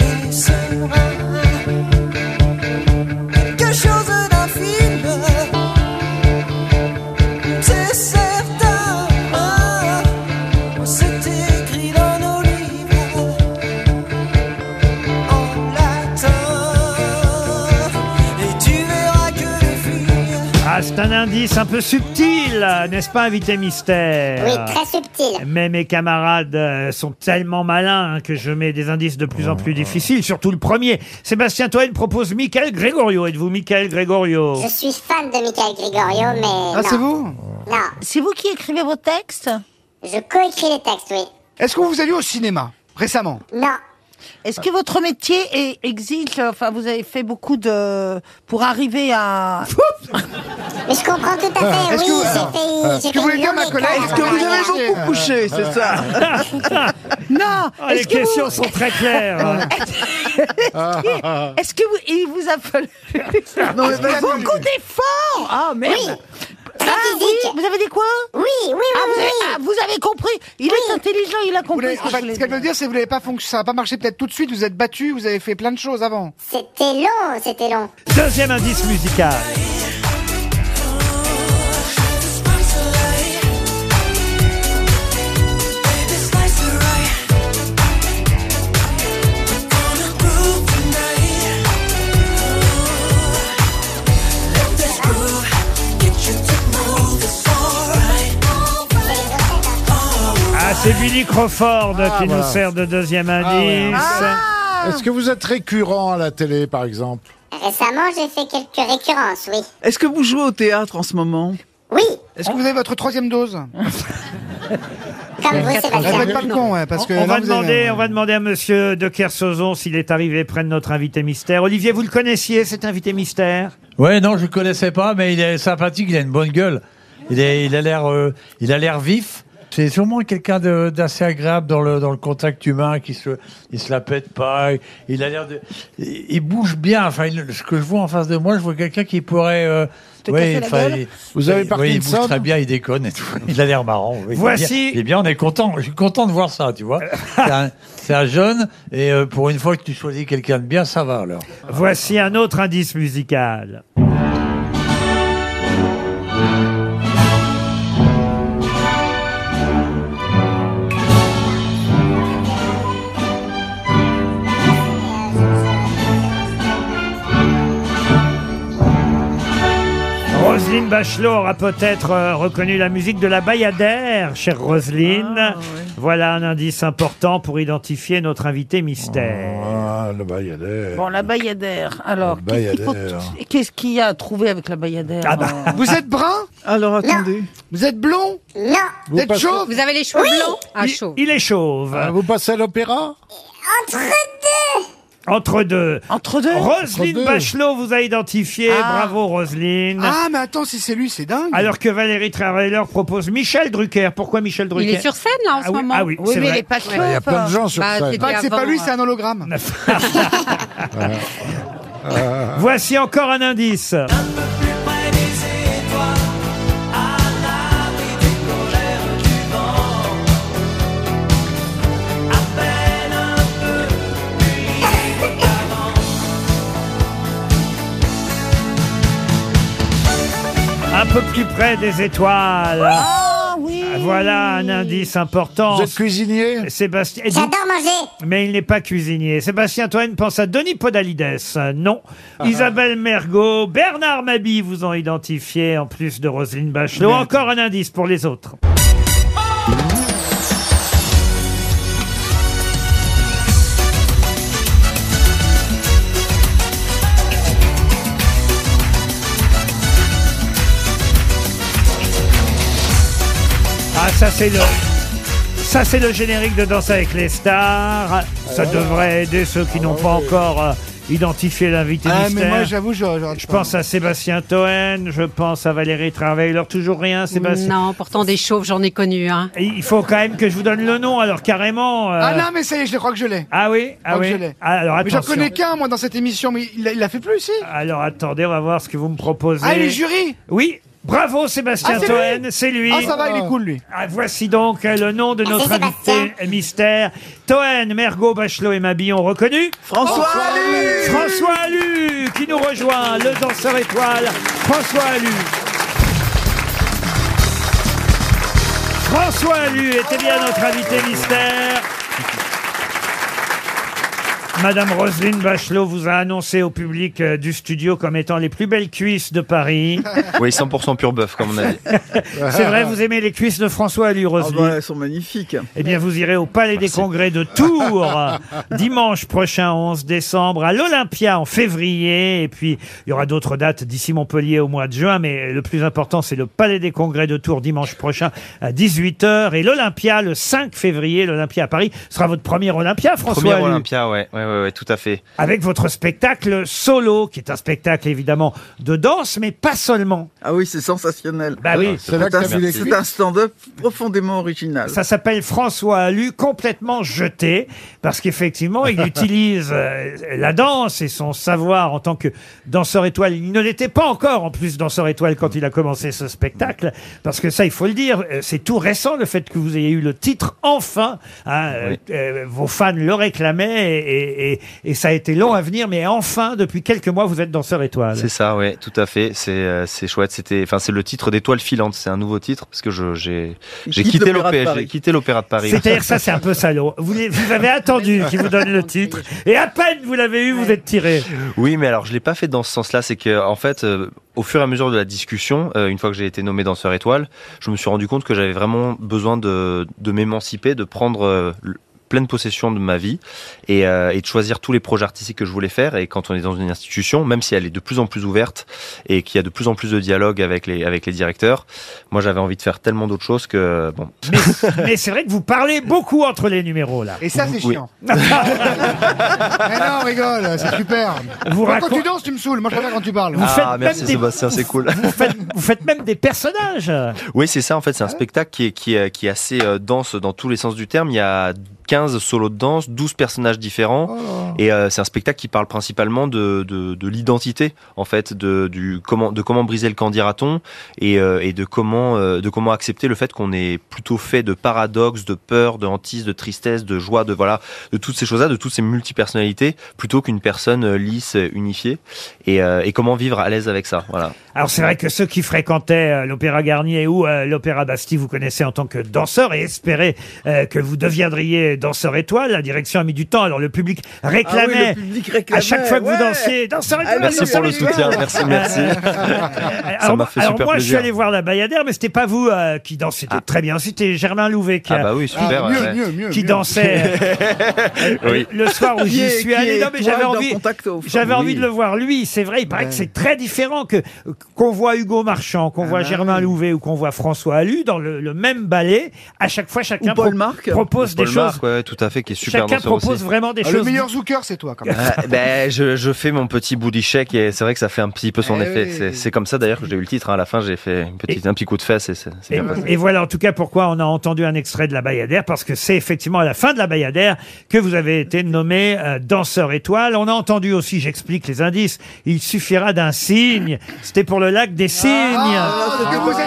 Speaker 12: et serein, quelque chose d'un film, c'est certain, c'est écrit dans nos livres en latin, et tu verras que les filles.
Speaker 2: Ah, c'est un indice un peu subtil, n'est-ce pas, invité mystère
Speaker 18: Oui, très subtil.
Speaker 2: Mais mes camarades euh, sont tellement malins hein, que je mets des indices de plus en plus difficiles, surtout le premier. Sébastien Toen propose Michael Gregorio. Êtes-vous Michael Gregorio
Speaker 18: Je suis fan de Michael Gregorio, mais. non. Non.
Speaker 3: C'est vous qui écrivez vos textes
Speaker 18: Je coécris les textes, oui.
Speaker 7: Est-ce qu'on vous a vu au cinéma récemment
Speaker 18: Non.
Speaker 3: Est-ce que votre métier est- exige, euh, enfin, vous avez fait beaucoup de, pour arriver à.
Speaker 18: Mais je comprends tout à
Speaker 8: Ah.
Speaker 18: fait, oui, j'ai fait. j'ai fait une longue école avant d'arriver à-
Speaker 8: couché, c'est ça
Speaker 3: Non
Speaker 2: Ah, Les
Speaker 3: est-ce que vous-
Speaker 2: questions sont très claires.
Speaker 3: Est-ce que vous, il vous a fallu
Speaker 8: Non, mais vas-y.
Speaker 3: beaucoup d'efforts Ah merde Ah oui, vous avez dit quoi Oui,
Speaker 18: oui,
Speaker 3: ah, vous, avez, ah, vous avez compris. Il est intelligent, il a
Speaker 7: Vous
Speaker 3: compris.
Speaker 7: l'avez-
Speaker 3: ce
Speaker 7: en
Speaker 3: que
Speaker 7: fait,
Speaker 3: je voulais
Speaker 7: ce qu'elle
Speaker 3: dire.
Speaker 7: veut dire, c'est que vous n'avez pas fonctionné, ça n'a pas marché peut-être tout de suite, vous avez battu, vous avez fait plein de choses avant.
Speaker 18: C'était long, c'était long.
Speaker 2: Deuxième indice musical.
Speaker 12: Oh,
Speaker 2: Ah, c'est Billy Crawford
Speaker 4: Ah,
Speaker 2: qui
Speaker 4: voilà. Ah,
Speaker 2: nous sert de deuxième indice.
Speaker 4: Est-ce que vous êtes récurrent à la télé, par exemple
Speaker 18: Récemment, j'ai fait quelques récurrences, oui.
Speaker 8: Est-ce que vous jouez au théâtre en ce moment
Speaker 18: Oui,
Speaker 7: Est-ce que vous avez votre troisième dose
Speaker 18: comme vous,
Speaker 7: Ne faites
Speaker 18: Sébastien.
Speaker 7: pas le con, ouais, parce que
Speaker 2: on, on
Speaker 7: là,
Speaker 2: va
Speaker 7: vous avez-
Speaker 2: demander, on va demander à Monsieur de Kersozon s'il est arrivé près de notre invité mystère. Olivier, vous le connaissiez, cet invité mystère
Speaker 6: Ouais, non, je connaissais pas, mais il est sympathique, il a une bonne gueule. Il, est, il a l'air, euh, il a l'air vif. C'est sûrement quelqu'un de- d'assez agréable dans le, dans le contact humain, qui se, il se la pète pas. Il a l'air de, il il bouge bien. Enfin, il- ce que je vois en face de moi, je vois quelqu'un qui pourrait. euh,
Speaker 4: Te casser la gueule
Speaker 6: il-
Speaker 4: Vous avez
Speaker 6: oui, il
Speaker 4: Parkinson
Speaker 6: bouge très bien, il déconne et tout. Il a l'air marrant. oui.
Speaker 2: Voici-
Speaker 6: Eh bien, on est content. Je suis content de voir ça, tu vois. C'est un, c'est un jeune et euh, pour une fois que tu choisis quelqu'un de bien, ça va alors.
Speaker 2: Voici un autre indice musical. Roselyne Bachelot aura peut-être euh, reconnu la musique de la Bayadère, chère Roselyne.
Speaker 3: Ah,
Speaker 2: Voilà un indice important pour identifier notre invité mystère.
Speaker 4: Ah, le Bayadère.
Speaker 3: Bon, la Bayadère. Alors,
Speaker 4: La
Speaker 3: qu'est-ce qu'il faut-
Speaker 4: Bayadère.
Speaker 3: qu'est-ce qu'il y a à trouver avec la Bayadère euh
Speaker 7: Ah bah, Vous êtes brun
Speaker 8: Alors attendez.
Speaker 7: Vous êtes blond
Speaker 18: Non,
Speaker 7: Vous êtes chauve
Speaker 5: Vous avez les cheveux blancs Ah,
Speaker 2: il,
Speaker 5: chauve.
Speaker 2: il est chauve.
Speaker 4: Ah, vous passez à l'opéra
Speaker 18: entre deux,
Speaker 2: Entre deux.
Speaker 3: Entre deux
Speaker 2: Roselyne
Speaker 4: deux.
Speaker 2: Bachelot vous a identifié. Bravo, Roselyne.
Speaker 7: Ah, mais attends, si c'est lui, c'est dingue
Speaker 2: Alors que Valérie Traveller propose Michel Drucker. Pourquoi Michel Drucker
Speaker 5: Il est sur scène, là, en
Speaker 2: Ah
Speaker 5: ce
Speaker 2: oui,
Speaker 5: moment.
Speaker 2: ah oui,
Speaker 3: Oui,
Speaker 2: c'est
Speaker 3: mais il
Speaker 2: vrai.
Speaker 3: est pas
Speaker 5: Ouais, il
Speaker 4: Il y a
Speaker 3: chauve.
Speaker 4: plein de gens sur
Speaker 5: Bah,
Speaker 4: scène.
Speaker 5: c'est
Speaker 7: Pas que c'est pas
Speaker 5: avant,
Speaker 7: lui,
Speaker 5: euh.
Speaker 7: c'est un hologramme.
Speaker 2: Voici encore un indice.
Speaker 12: Près des étoiles, à l'abri du colère du vent, à peine un peu plus
Speaker 2: Un peu plus près des étoiles.
Speaker 5: Oh
Speaker 3: Ah oui
Speaker 2: Voilà un
Speaker 15: Ah
Speaker 2: indice important.
Speaker 4: Vous êtes cuisinier
Speaker 2: Sébastien.
Speaker 18: j'adore manger.
Speaker 2: Mais il n'est pas cuisinier. Sébastien Toine pense à Denis Podalides. Euh, Non.
Speaker 7: Ah,
Speaker 2: Isabelle Mergot, Bernard Mabi vous ont identifié en plus de Roselyne Bachelot. Encore un indice pour les autres. Ah, ça c'est le. Ça
Speaker 7: Ah.
Speaker 2: c'est le générique de Danse avec les stars. Ça devrait aider ceux qui n'ont pas encore euh, identifier l'invité
Speaker 7: Ah, mais
Speaker 2: mystère.
Speaker 7: moi, j'avoue, je.
Speaker 2: Je pense à Sébastien Toen, je pense à Valérie Travailleur, toujours rien, Sébastien.
Speaker 5: Non, pourtant des chauves, j'en ai connu. Hein.
Speaker 2: Il faut quand même que je vous donne le nom, alors carrément. euh,
Speaker 7: Ah non, mais ça y est, je crois que je l'ai.
Speaker 2: Ah oui,
Speaker 7: Je
Speaker 2: ah
Speaker 7: crois que
Speaker 2: oui.
Speaker 7: je l'ai.
Speaker 2: Ah, Alors
Speaker 7: mais j'en
Speaker 2: attention.
Speaker 7: connais qu'un, moi, dans cette émission, mais il l'a il l'a fait plus, si
Speaker 2: Alors attendez, on va voir ce que vous me proposez.
Speaker 7: Ah, il est jury
Speaker 2: Oui. Bravo Sébastien
Speaker 7: Ah, c'est lui
Speaker 2: Toen, c'est lui.
Speaker 7: Ah, ça va, il est cool, lui.
Speaker 2: Ah, voici donc euh, le nom de notre invité euh, mystère. Toen, Mergot, Bachelot et Mabillon reconnus.
Speaker 15: François Alu
Speaker 2: François Alu qui nous rejoint, le danseur étoile, François Alu. François Alu était bien notre invité mystère. Madame Roselyne Bachelot vous a annoncé au public euh, du studio comme étant les plus belles cuisses de Paris.
Speaker 17: Oui, 100% pur bœuf, comme on a dit.
Speaker 2: C'est vrai, vous aimez les cuisses de François Alu, Roselyne
Speaker 17: bah,
Speaker 2: Elles sont magnifiques. Eh bien, vous irez au Palais des Congrès de Tours dimanche prochain, 11 décembre, à l'Olympia en février. Et puis, il y aura d'autres dates d'ici Montpellier au mois de juin. Mais le plus important, c'est le Palais des Congrès de Tours dimanche prochain à 18h. Et l'Olympia, le 5 février, l'Olympia à Paris, sera votre premier Olympia, François
Speaker 17: Premier
Speaker 2: Alu
Speaker 17: Olympia, ouais. Ouais, ouais, ouais, tout à fait.
Speaker 2: avec votre spectacle solo, qui est un spectacle évidemment de danse, mais pas seulement.
Speaker 8: Ah oui, c'est sensationnel.
Speaker 2: Bah oui. C'est là que
Speaker 8: un-
Speaker 2: t'as vu les
Speaker 8: c'est
Speaker 2: clips.
Speaker 8: un stand-up profondément original.
Speaker 2: Ça s'appelle François Alu, complètement jeté, parce qu'effectivement, il utilise euh, la danse et son savoir en tant que danseur étoile. Il ne l'était pas encore, en plus, danseur étoile quand il a commencé ce spectacle, parce que ça, il faut le dire, euh, c'est tout récent le fait que vous ayez eu le titre enfin. hein, euh, euh, vos fans le réclamaient et, et- et ça a été long à venir, mais enfin, depuis quelques mois, vous êtes danseur étoile.
Speaker 17: C'est ça, ouais, tout à fait. C'est euh, c'est chouette. C'était, enfin, c'est le titre d'Étoile filante. C'est un nouveau titre parce que je- j'ai j'ai
Speaker 2: quitte
Speaker 17: quitté
Speaker 2: l'Opéra de
Speaker 17: l'opéra, j'ai
Speaker 2: Paris.
Speaker 17: quitté l'opéra de Paris.
Speaker 2: C'est-à-dire que ça, c'est un peu salaud. Vous, les- vous avez attendu qu'il vous donne le titre, et à peine vous l'avez eu, vous êtes tiré.
Speaker 17: Oui, mais alors je l'ai pas fait dans ce sens-là. C'est que en fait, euh, au fur et à mesure de la discussion, euh, une fois que j'ai été nommé danseur étoile, je me suis rendu compte que j'avais vraiment besoin de, de m'émanciper, de prendre euh, l- pleine possession de ma vie et, euh, et de choisir tous les projets artistiques que je voulais faire. Et quand on est dans une institution, même si elle est de plus en plus ouverte et qu'il y a de plus en plus de dialogue avec les avec les directeurs, moi j'avais envie de faire tellement d'autres choses que bon.
Speaker 2: Mais c'est vrai que vous parlez beaucoup entre les numéros, là.
Speaker 7: Et ça, c'est
Speaker 17: Oui.
Speaker 7: chiant. Mais non, on rigole, c'est super.
Speaker 2: Ah. Vous
Speaker 7: Moi,
Speaker 2: racon-
Speaker 7: Quand tu danses, tu me saoules. Moi, je préfère quand tu parles.
Speaker 17: ah, merci Sébastien, c'est cool.
Speaker 2: Vous faites même des personnages.
Speaker 17: Oui, c'est ça. En fait, c'est un spectacle qui est, qui est, qui est assez euh, dense dans tous les sens du terme. Il y a 15 solos de danse, 12 personnages différents. Et euh, c'est un spectacle qui parle principalement de, de, de l'identité, en fait, de, du, comment, de comment briser le candidaton et, euh, et de, comment, euh, de comment accepter le fait qu'on est plutôt fait de paradoxes, de peur, de hantise, de tristesse, de joie, de, voilà, de toutes ces choses-là, de toutes ces multipersonnalités, plutôt qu'une personne euh, lisse, euh, unifiée. Et, euh, et comment vivre à l'aise avec ça. Voilà.
Speaker 2: Alors c'est vrai que ceux qui fréquentaient euh, l'Opéra Garnier ou euh, l'Opéra Bastille vous connaissez en tant que danseur et espéraient euh, que vous deviendriez danseur étoile. La direction a mis du temps. Alors le public réclamait,
Speaker 15: Ah oui, le public réclamait,
Speaker 2: à chaque fois que
Speaker 15: ouais.
Speaker 2: vous dansiez danseur étoile.
Speaker 15: Merci
Speaker 2: danseur
Speaker 15: pour le
Speaker 2: étoile.
Speaker 15: soutien, merci, merci.
Speaker 2: Euh,
Speaker 17: Ça
Speaker 2: alors,
Speaker 17: m'a fait
Speaker 2: alors,
Speaker 17: super
Speaker 2: moi je suis
Speaker 17: plaisir.
Speaker 2: allé voir la Bayadère, mais c'était pas vous euh, qui dansez C'était très bien. C'était Germain Louvet qui,
Speaker 17: Ah
Speaker 2: a-
Speaker 17: bah oui, super, Ah, mieux, ouais. mieux, mieux,
Speaker 2: qui
Speaker 17: mieux.
Speaker 2: dansait.
Speaker 17: Oui.
Speaker 2: Le soir où
Speaker 17: Qui
Speaker 2: j'y
Speaker 17: est-
Speaker 2: suis
Speaker 17: qui
Speaker 2: allé,
Speaker 17: est
Speaker 2: non mais
Speaker 17: étoile
Speaker 2: j'avais
Speaker 17: dans
Speaker 2: envie,
Speaker 17: Contact au fond.
Speaker 2: j'avais envie
Speaker 17: Oui.
Speaker 2: de le voir lui. C'est vrai, il paraît que c'est très différent que qu'on voit Hugo Marchand, qu'on
Speaker 17: Ah.
Speaker 2: voit Germain Louvet ou qu'on voit François Alu dans le, le même ballet. À chaque fois, chacun
Speaker 8: Paul
Speaker 2: pro-
Speaker 8: Marc.
Speaker 2: propose
Speaker 17: Paul
Speaker 2: des
Speaker 17: Marc,
Speaker 2: choses.
Speaker 17: ouais, tout à fait, qui est super
Speaker 2: Chacun
Speaker 17: danseur
Speaker 2: propose
Speaker 17: aussi.
Speaker 2: vraiment des
Speaker 7: Ah,
Speaker 2: choses.
Speaker 7: Le meilleur zooker, c'est toi, quand même.
Speaker 8: Ah,
Speaker 17: Euh, ben, je, je fais mon petit booty shake et c'est vrai que ça fait un petit peu son
Speaker 7: Eh
Speaker 17: effet.
Speaker 7: oui.
Speaker 17: C'est- C'est comme ça d'ailleurs que j'ai eu le titre. hein. À la fin, j'ai fait une petite, un petit coup de fesse et c'est c'est
Speaker 2: Et,
Speaker 17: bien passé.
Speaker 2: et voilà en tout cas pourquoi on a entendu un extrait de la Bayadère, parce que c'est effectivement à la fin de la Bayadère que vous avez été nommé euh, danseur étoile. On a entendu aussi, j'explique les indices, il suffira d'un signe. C'était pour le lac des signes.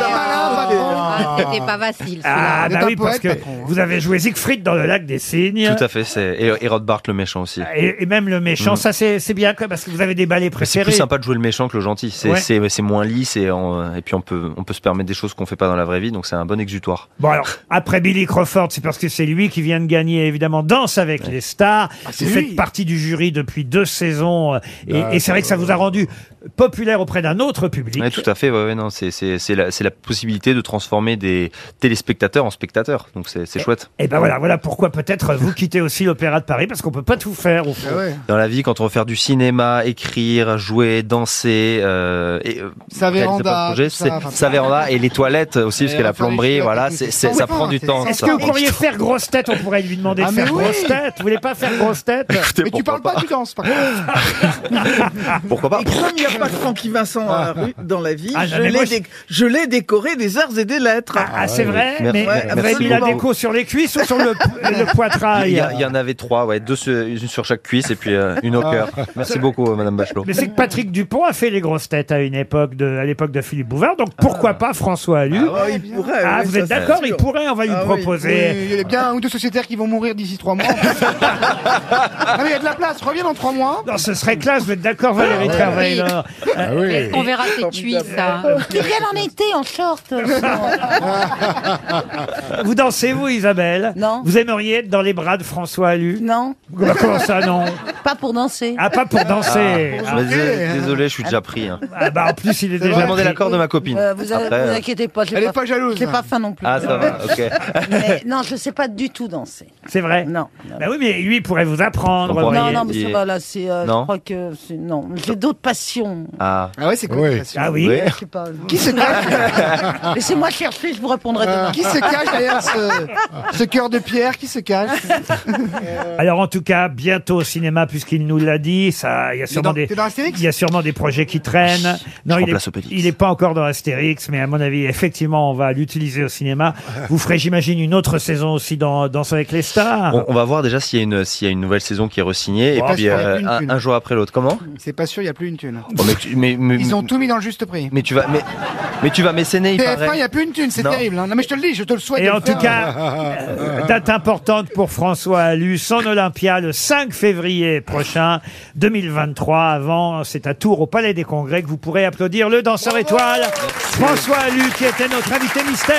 Speaker 5: Ah, C'était pas facile. celui-là.
Speaker 2: Ah, bah oui, parce que vous avez joué Siegfried dans le lac des signes.
Speaker 17: Tout à fait. c'est- Et, et Rod Bart, le méchant aussi.
Speaker 2: hein. Et, et même le méchant,
Speaker 17: Mm.
Speaker 2: ça c'est c'est bien quoi, parce que vous avez des ballets
Speaker 17: Mais C'est
Speaker 2: préférés.
Speaker 17: plus sympa de jouer le méchant que le gentil. C'est
Speaker 2: Ouais.
Speaker 17: c'est- c'est moins lisse et, en- et puis on peut, on peut se permettre des choses qu'on fait pas dans la vraie vie. Donc c'est un bon exutoire.
Speaker 2: Bon alors, après Billy Crawford, c'est parce que c'est lui qui vient de gagner évidemment Danse avec les stars.
Speaker 17: Ah, c'est
Speaker 2: vous faites
Speaker 17: lui.
Speaker 2: partie du jury depuis deux saisons euh, et,
Speaker 17: D'accord.
Speaker 2: et c'est vrai que ça vous a rendu populaire auprès d'un autre public.
Speaker 17: Ouais, tout à fait, ouais, ouais, non, c'est, c'est, c'est la, c'est la possibilité de transformer des téléspectateurs en spectateurs, donc c'est, c'est chouette.
Speaker 2: Et ben voilà, voilà pourquoi peut-être vous quittez aussi l'Opéra de Paris, parce qu'on peut pas tout faire au fond.
Speaker 17: Dans la vie, quand on veut faire du cinéma, écrire, jouer, danser, euh, et, euh,
Speaker 7: Sa
Speaker 17: réaliser
Speaker 7: véranda,
Speaker 17: plein de projets,
Speaker 7: tout ça,
Speaker 17: c'est-
Speaker 7: enfin,
Speaker 17: sa véranda et les toilettes aussi, parce
Speaker 7: Et
Speaker 17: qu'il y a
Speaker 7: enfin,
Speaker 17: la
Speaker 7: les
Speaker 17: plomberie,
Speaker 7: chiottes,
Speaker 17: voilà,
Speaker 7: et
Speaker 17: c'est,
Speaker 7: tout.
Speaker 2: Ah
Speaker 17: c'est- ça prend du temps.
Speaker 2: Est-ce
Speaker 17: ça.
Speaker 2: que vous pourriez faire grosse tête On pourrait lui demander
Speaker 7: Ah,
Speaker 2: de
Speaker 7: mais
Speaker 2: faire
Speaker 7: oui
Speaker 2: grosse tête. Vous voulez pas faire grosse tête
Speaker 7: Mais tu parles pas, tu danses, par contre.
Speaker 17: Pourquoi pas
Speaker 8: Et comme il n'y a pas que Francky Vincent dans la, euh, rue- dans la vie,
Speaker 2: Ah,
Speaker 8: je,
Speaker 2: mais
Speaker 8: l'ai
Speaker 2: moi, je-
Speaker 8: dé- je l'ai décoré des arts et des lettres.
Speaker 2: Ah, c'est vrai
Speaker 17: Mer-
Speaker 2: Mais
Speaker 17: mer-
Speaker 2: vous avez mis la
Speaker 17: absolument.
Speaker 2: déco sur les cuisses ou sur le, le
Speaker 17: Il y,
Speaker 2: poitrail
Speaker 17: a- il y en avait trois, ouais, deux sur, une sur chaque cuisse et puis euh, une au
Speaker 2: Ah.
Speaker 17: cœur. Merci beaucoup, euh, Madame Bachelot.
Speaker 2: Mais c'est que Patrick Dupont a fait les grosses têtes à une époque de, à l'époque de Philippe Bouvard, donc pourquoi pas François Allu
Speaker 8: Ah ouais, il pourrait,
Speaker 2: Ah,
Speaker 8: ouais,
Speaker 2: vous
Speaker 8: ça,
Speaker 2: êtes
Speaker 8: c'est
Speaker 2: d'accord Il
Speaker 8: sûr.
Speaker 2: pourrait, on va lui
Speaker 8: Ah oui.
Speaker 2: proposer.
Speaker 7: Oui, il y a bien un ou deux sociétaires qui vont mourir d'ici trois mois. non, mais il y a de la place, reviens dans trois mois.
Speaker 2: Non, Oh, ce serait classe, vous êtes d'accord, Valérie
Speaker 7: Ah ouais.
Speaker 2: Trierweiler
Speaker 7: Oui.
Speaker 2: Euh,
Speaker 3: Eh,
Speaker 2: et-
Speaker 5: On verra tes cuisses. hein.
Speaker 3: Qu'ils viennent en été, en short.
Speaker 2: Vous dansez, vous, Isabelle Non. Vous aimeriez être dans les bras de François Allu Bah,
Speaker 3: Non.
Speaker 2: Comment ça, non
Speaker 3: Pas pour danser.
Speaker 2: Ah, pas pour danser
Speaker 17: Ah, mais dés- désolé, je suis déjà pris. hein.
Speaker 2: Ah, bah, en plus, il est
Speaker 17: Je vais
Speaker 2: déjà.
Speaker 17: demander
Speaker 2: pris.
Speaker 17: l'accord de ma copine.
Speaker 3: Euh, vous, a-
Speaker 17: Après,
Speaker 3: vous
Speaker 17: euh,
Speaker 3: inquiétez pas,
Speaker 7: Elle
Speaker 3: est
Speaker 7: pas jalouse. hein.
Speaker 3: J'ai pas faim non plus.
Speaker 17: Ah, ça va, ok.
Speaker 3: Mais non, je sais pas du tout danser.
Speaker 2: C'est vrai
Speaker 3: Non.
Speaker 2: Bah oui, mais lui pourrait vous apprendre.
Speaker 17: On pourrait-
Speaker 2: voyez.
Speaker 3: Non, non, mais
Speaker 17: il-
Speaker 3: ça va là, c'est. euh,
Speaker 17: Non.
Speaker 3: je crois que c'est non. J'ai d'autres passions.
Speaker 17: Ah.
Speaker 7: Ah ouais, c'est quoi
Speaker 17: Oui.
Speaker 7: la passion
Speaker 2: Ah oui.
Speaker 17: Oui.
Speaker 3: Je sais pas.
Speaker 7: Qui se cache
Speaker 3: Laissez-moi chercher, je vous répondrai demain.
Speaker 7: Euh, Qui se cache derrière ce, ce cœur de pierre Qui se cache
Speaker 2: Alors en tout cas, bientôt au cinéma puisqu'il nous l'a dit, ça il y a sûrement
Speaker 7: dans-
Speaker 2: des
Speaker 7: t'es dans Astérix
Speaker 2: il y a sûrement des projets qui traînent. Non, il
Speaker 17: remplace
Speaker 2: est, il est pas encore dans Astérix, mais à mon avis, effectivement, on va l'utiliser au cinéma. Vous ferez j'imagine une autre saison aussi dans Danse avec les stars.
Speaker 17: On, on va voir déjà s'il y, a une- s'il y a une nouvelle saison qui est
Speaker 2: Oh,
Speaker 17: re-signée et
Speaker 7: Parce
Speaker 17: puis
Speaker 7: qu'il y a
Speaker 17: euh,
Speaker 7: une
Speaker 17: un,
Speaker 7: thune.
Speaker 17: un jour après l'autre. Comment
Speaker 7: C'est pas sûr, il n'y a plus une thune.
Speaker 17: Oh, mais, tu, mais, mais-
Speaker 7: Ils ont tout mis dans le juste prix.
Speaker 17: mais tu vas mais, mais tu vas mécéner, il
Speaker 7: TF1, il
Speaker 17: paraît.
Speaker 7: n'y a plus une thune, c'est
Speaker 17: Non.
Speaker 7: terrible. hein. Non, mais je te le dis, je te le souhaite.
Speaker 2: Et
Speaker 7: de
Speaker 2: en
Speaker 7: le
Speaker 2: tout cas,
Speaker 7: faire.
Speaker 2: euh, date importante pour François Allu, son Olympia le 5 février prochain 2023. Avant, c'est à Tours, au Palais des Congrès, que vous pourrez applaudir le danseur étoile, François Allu, qui était notre invité mystère.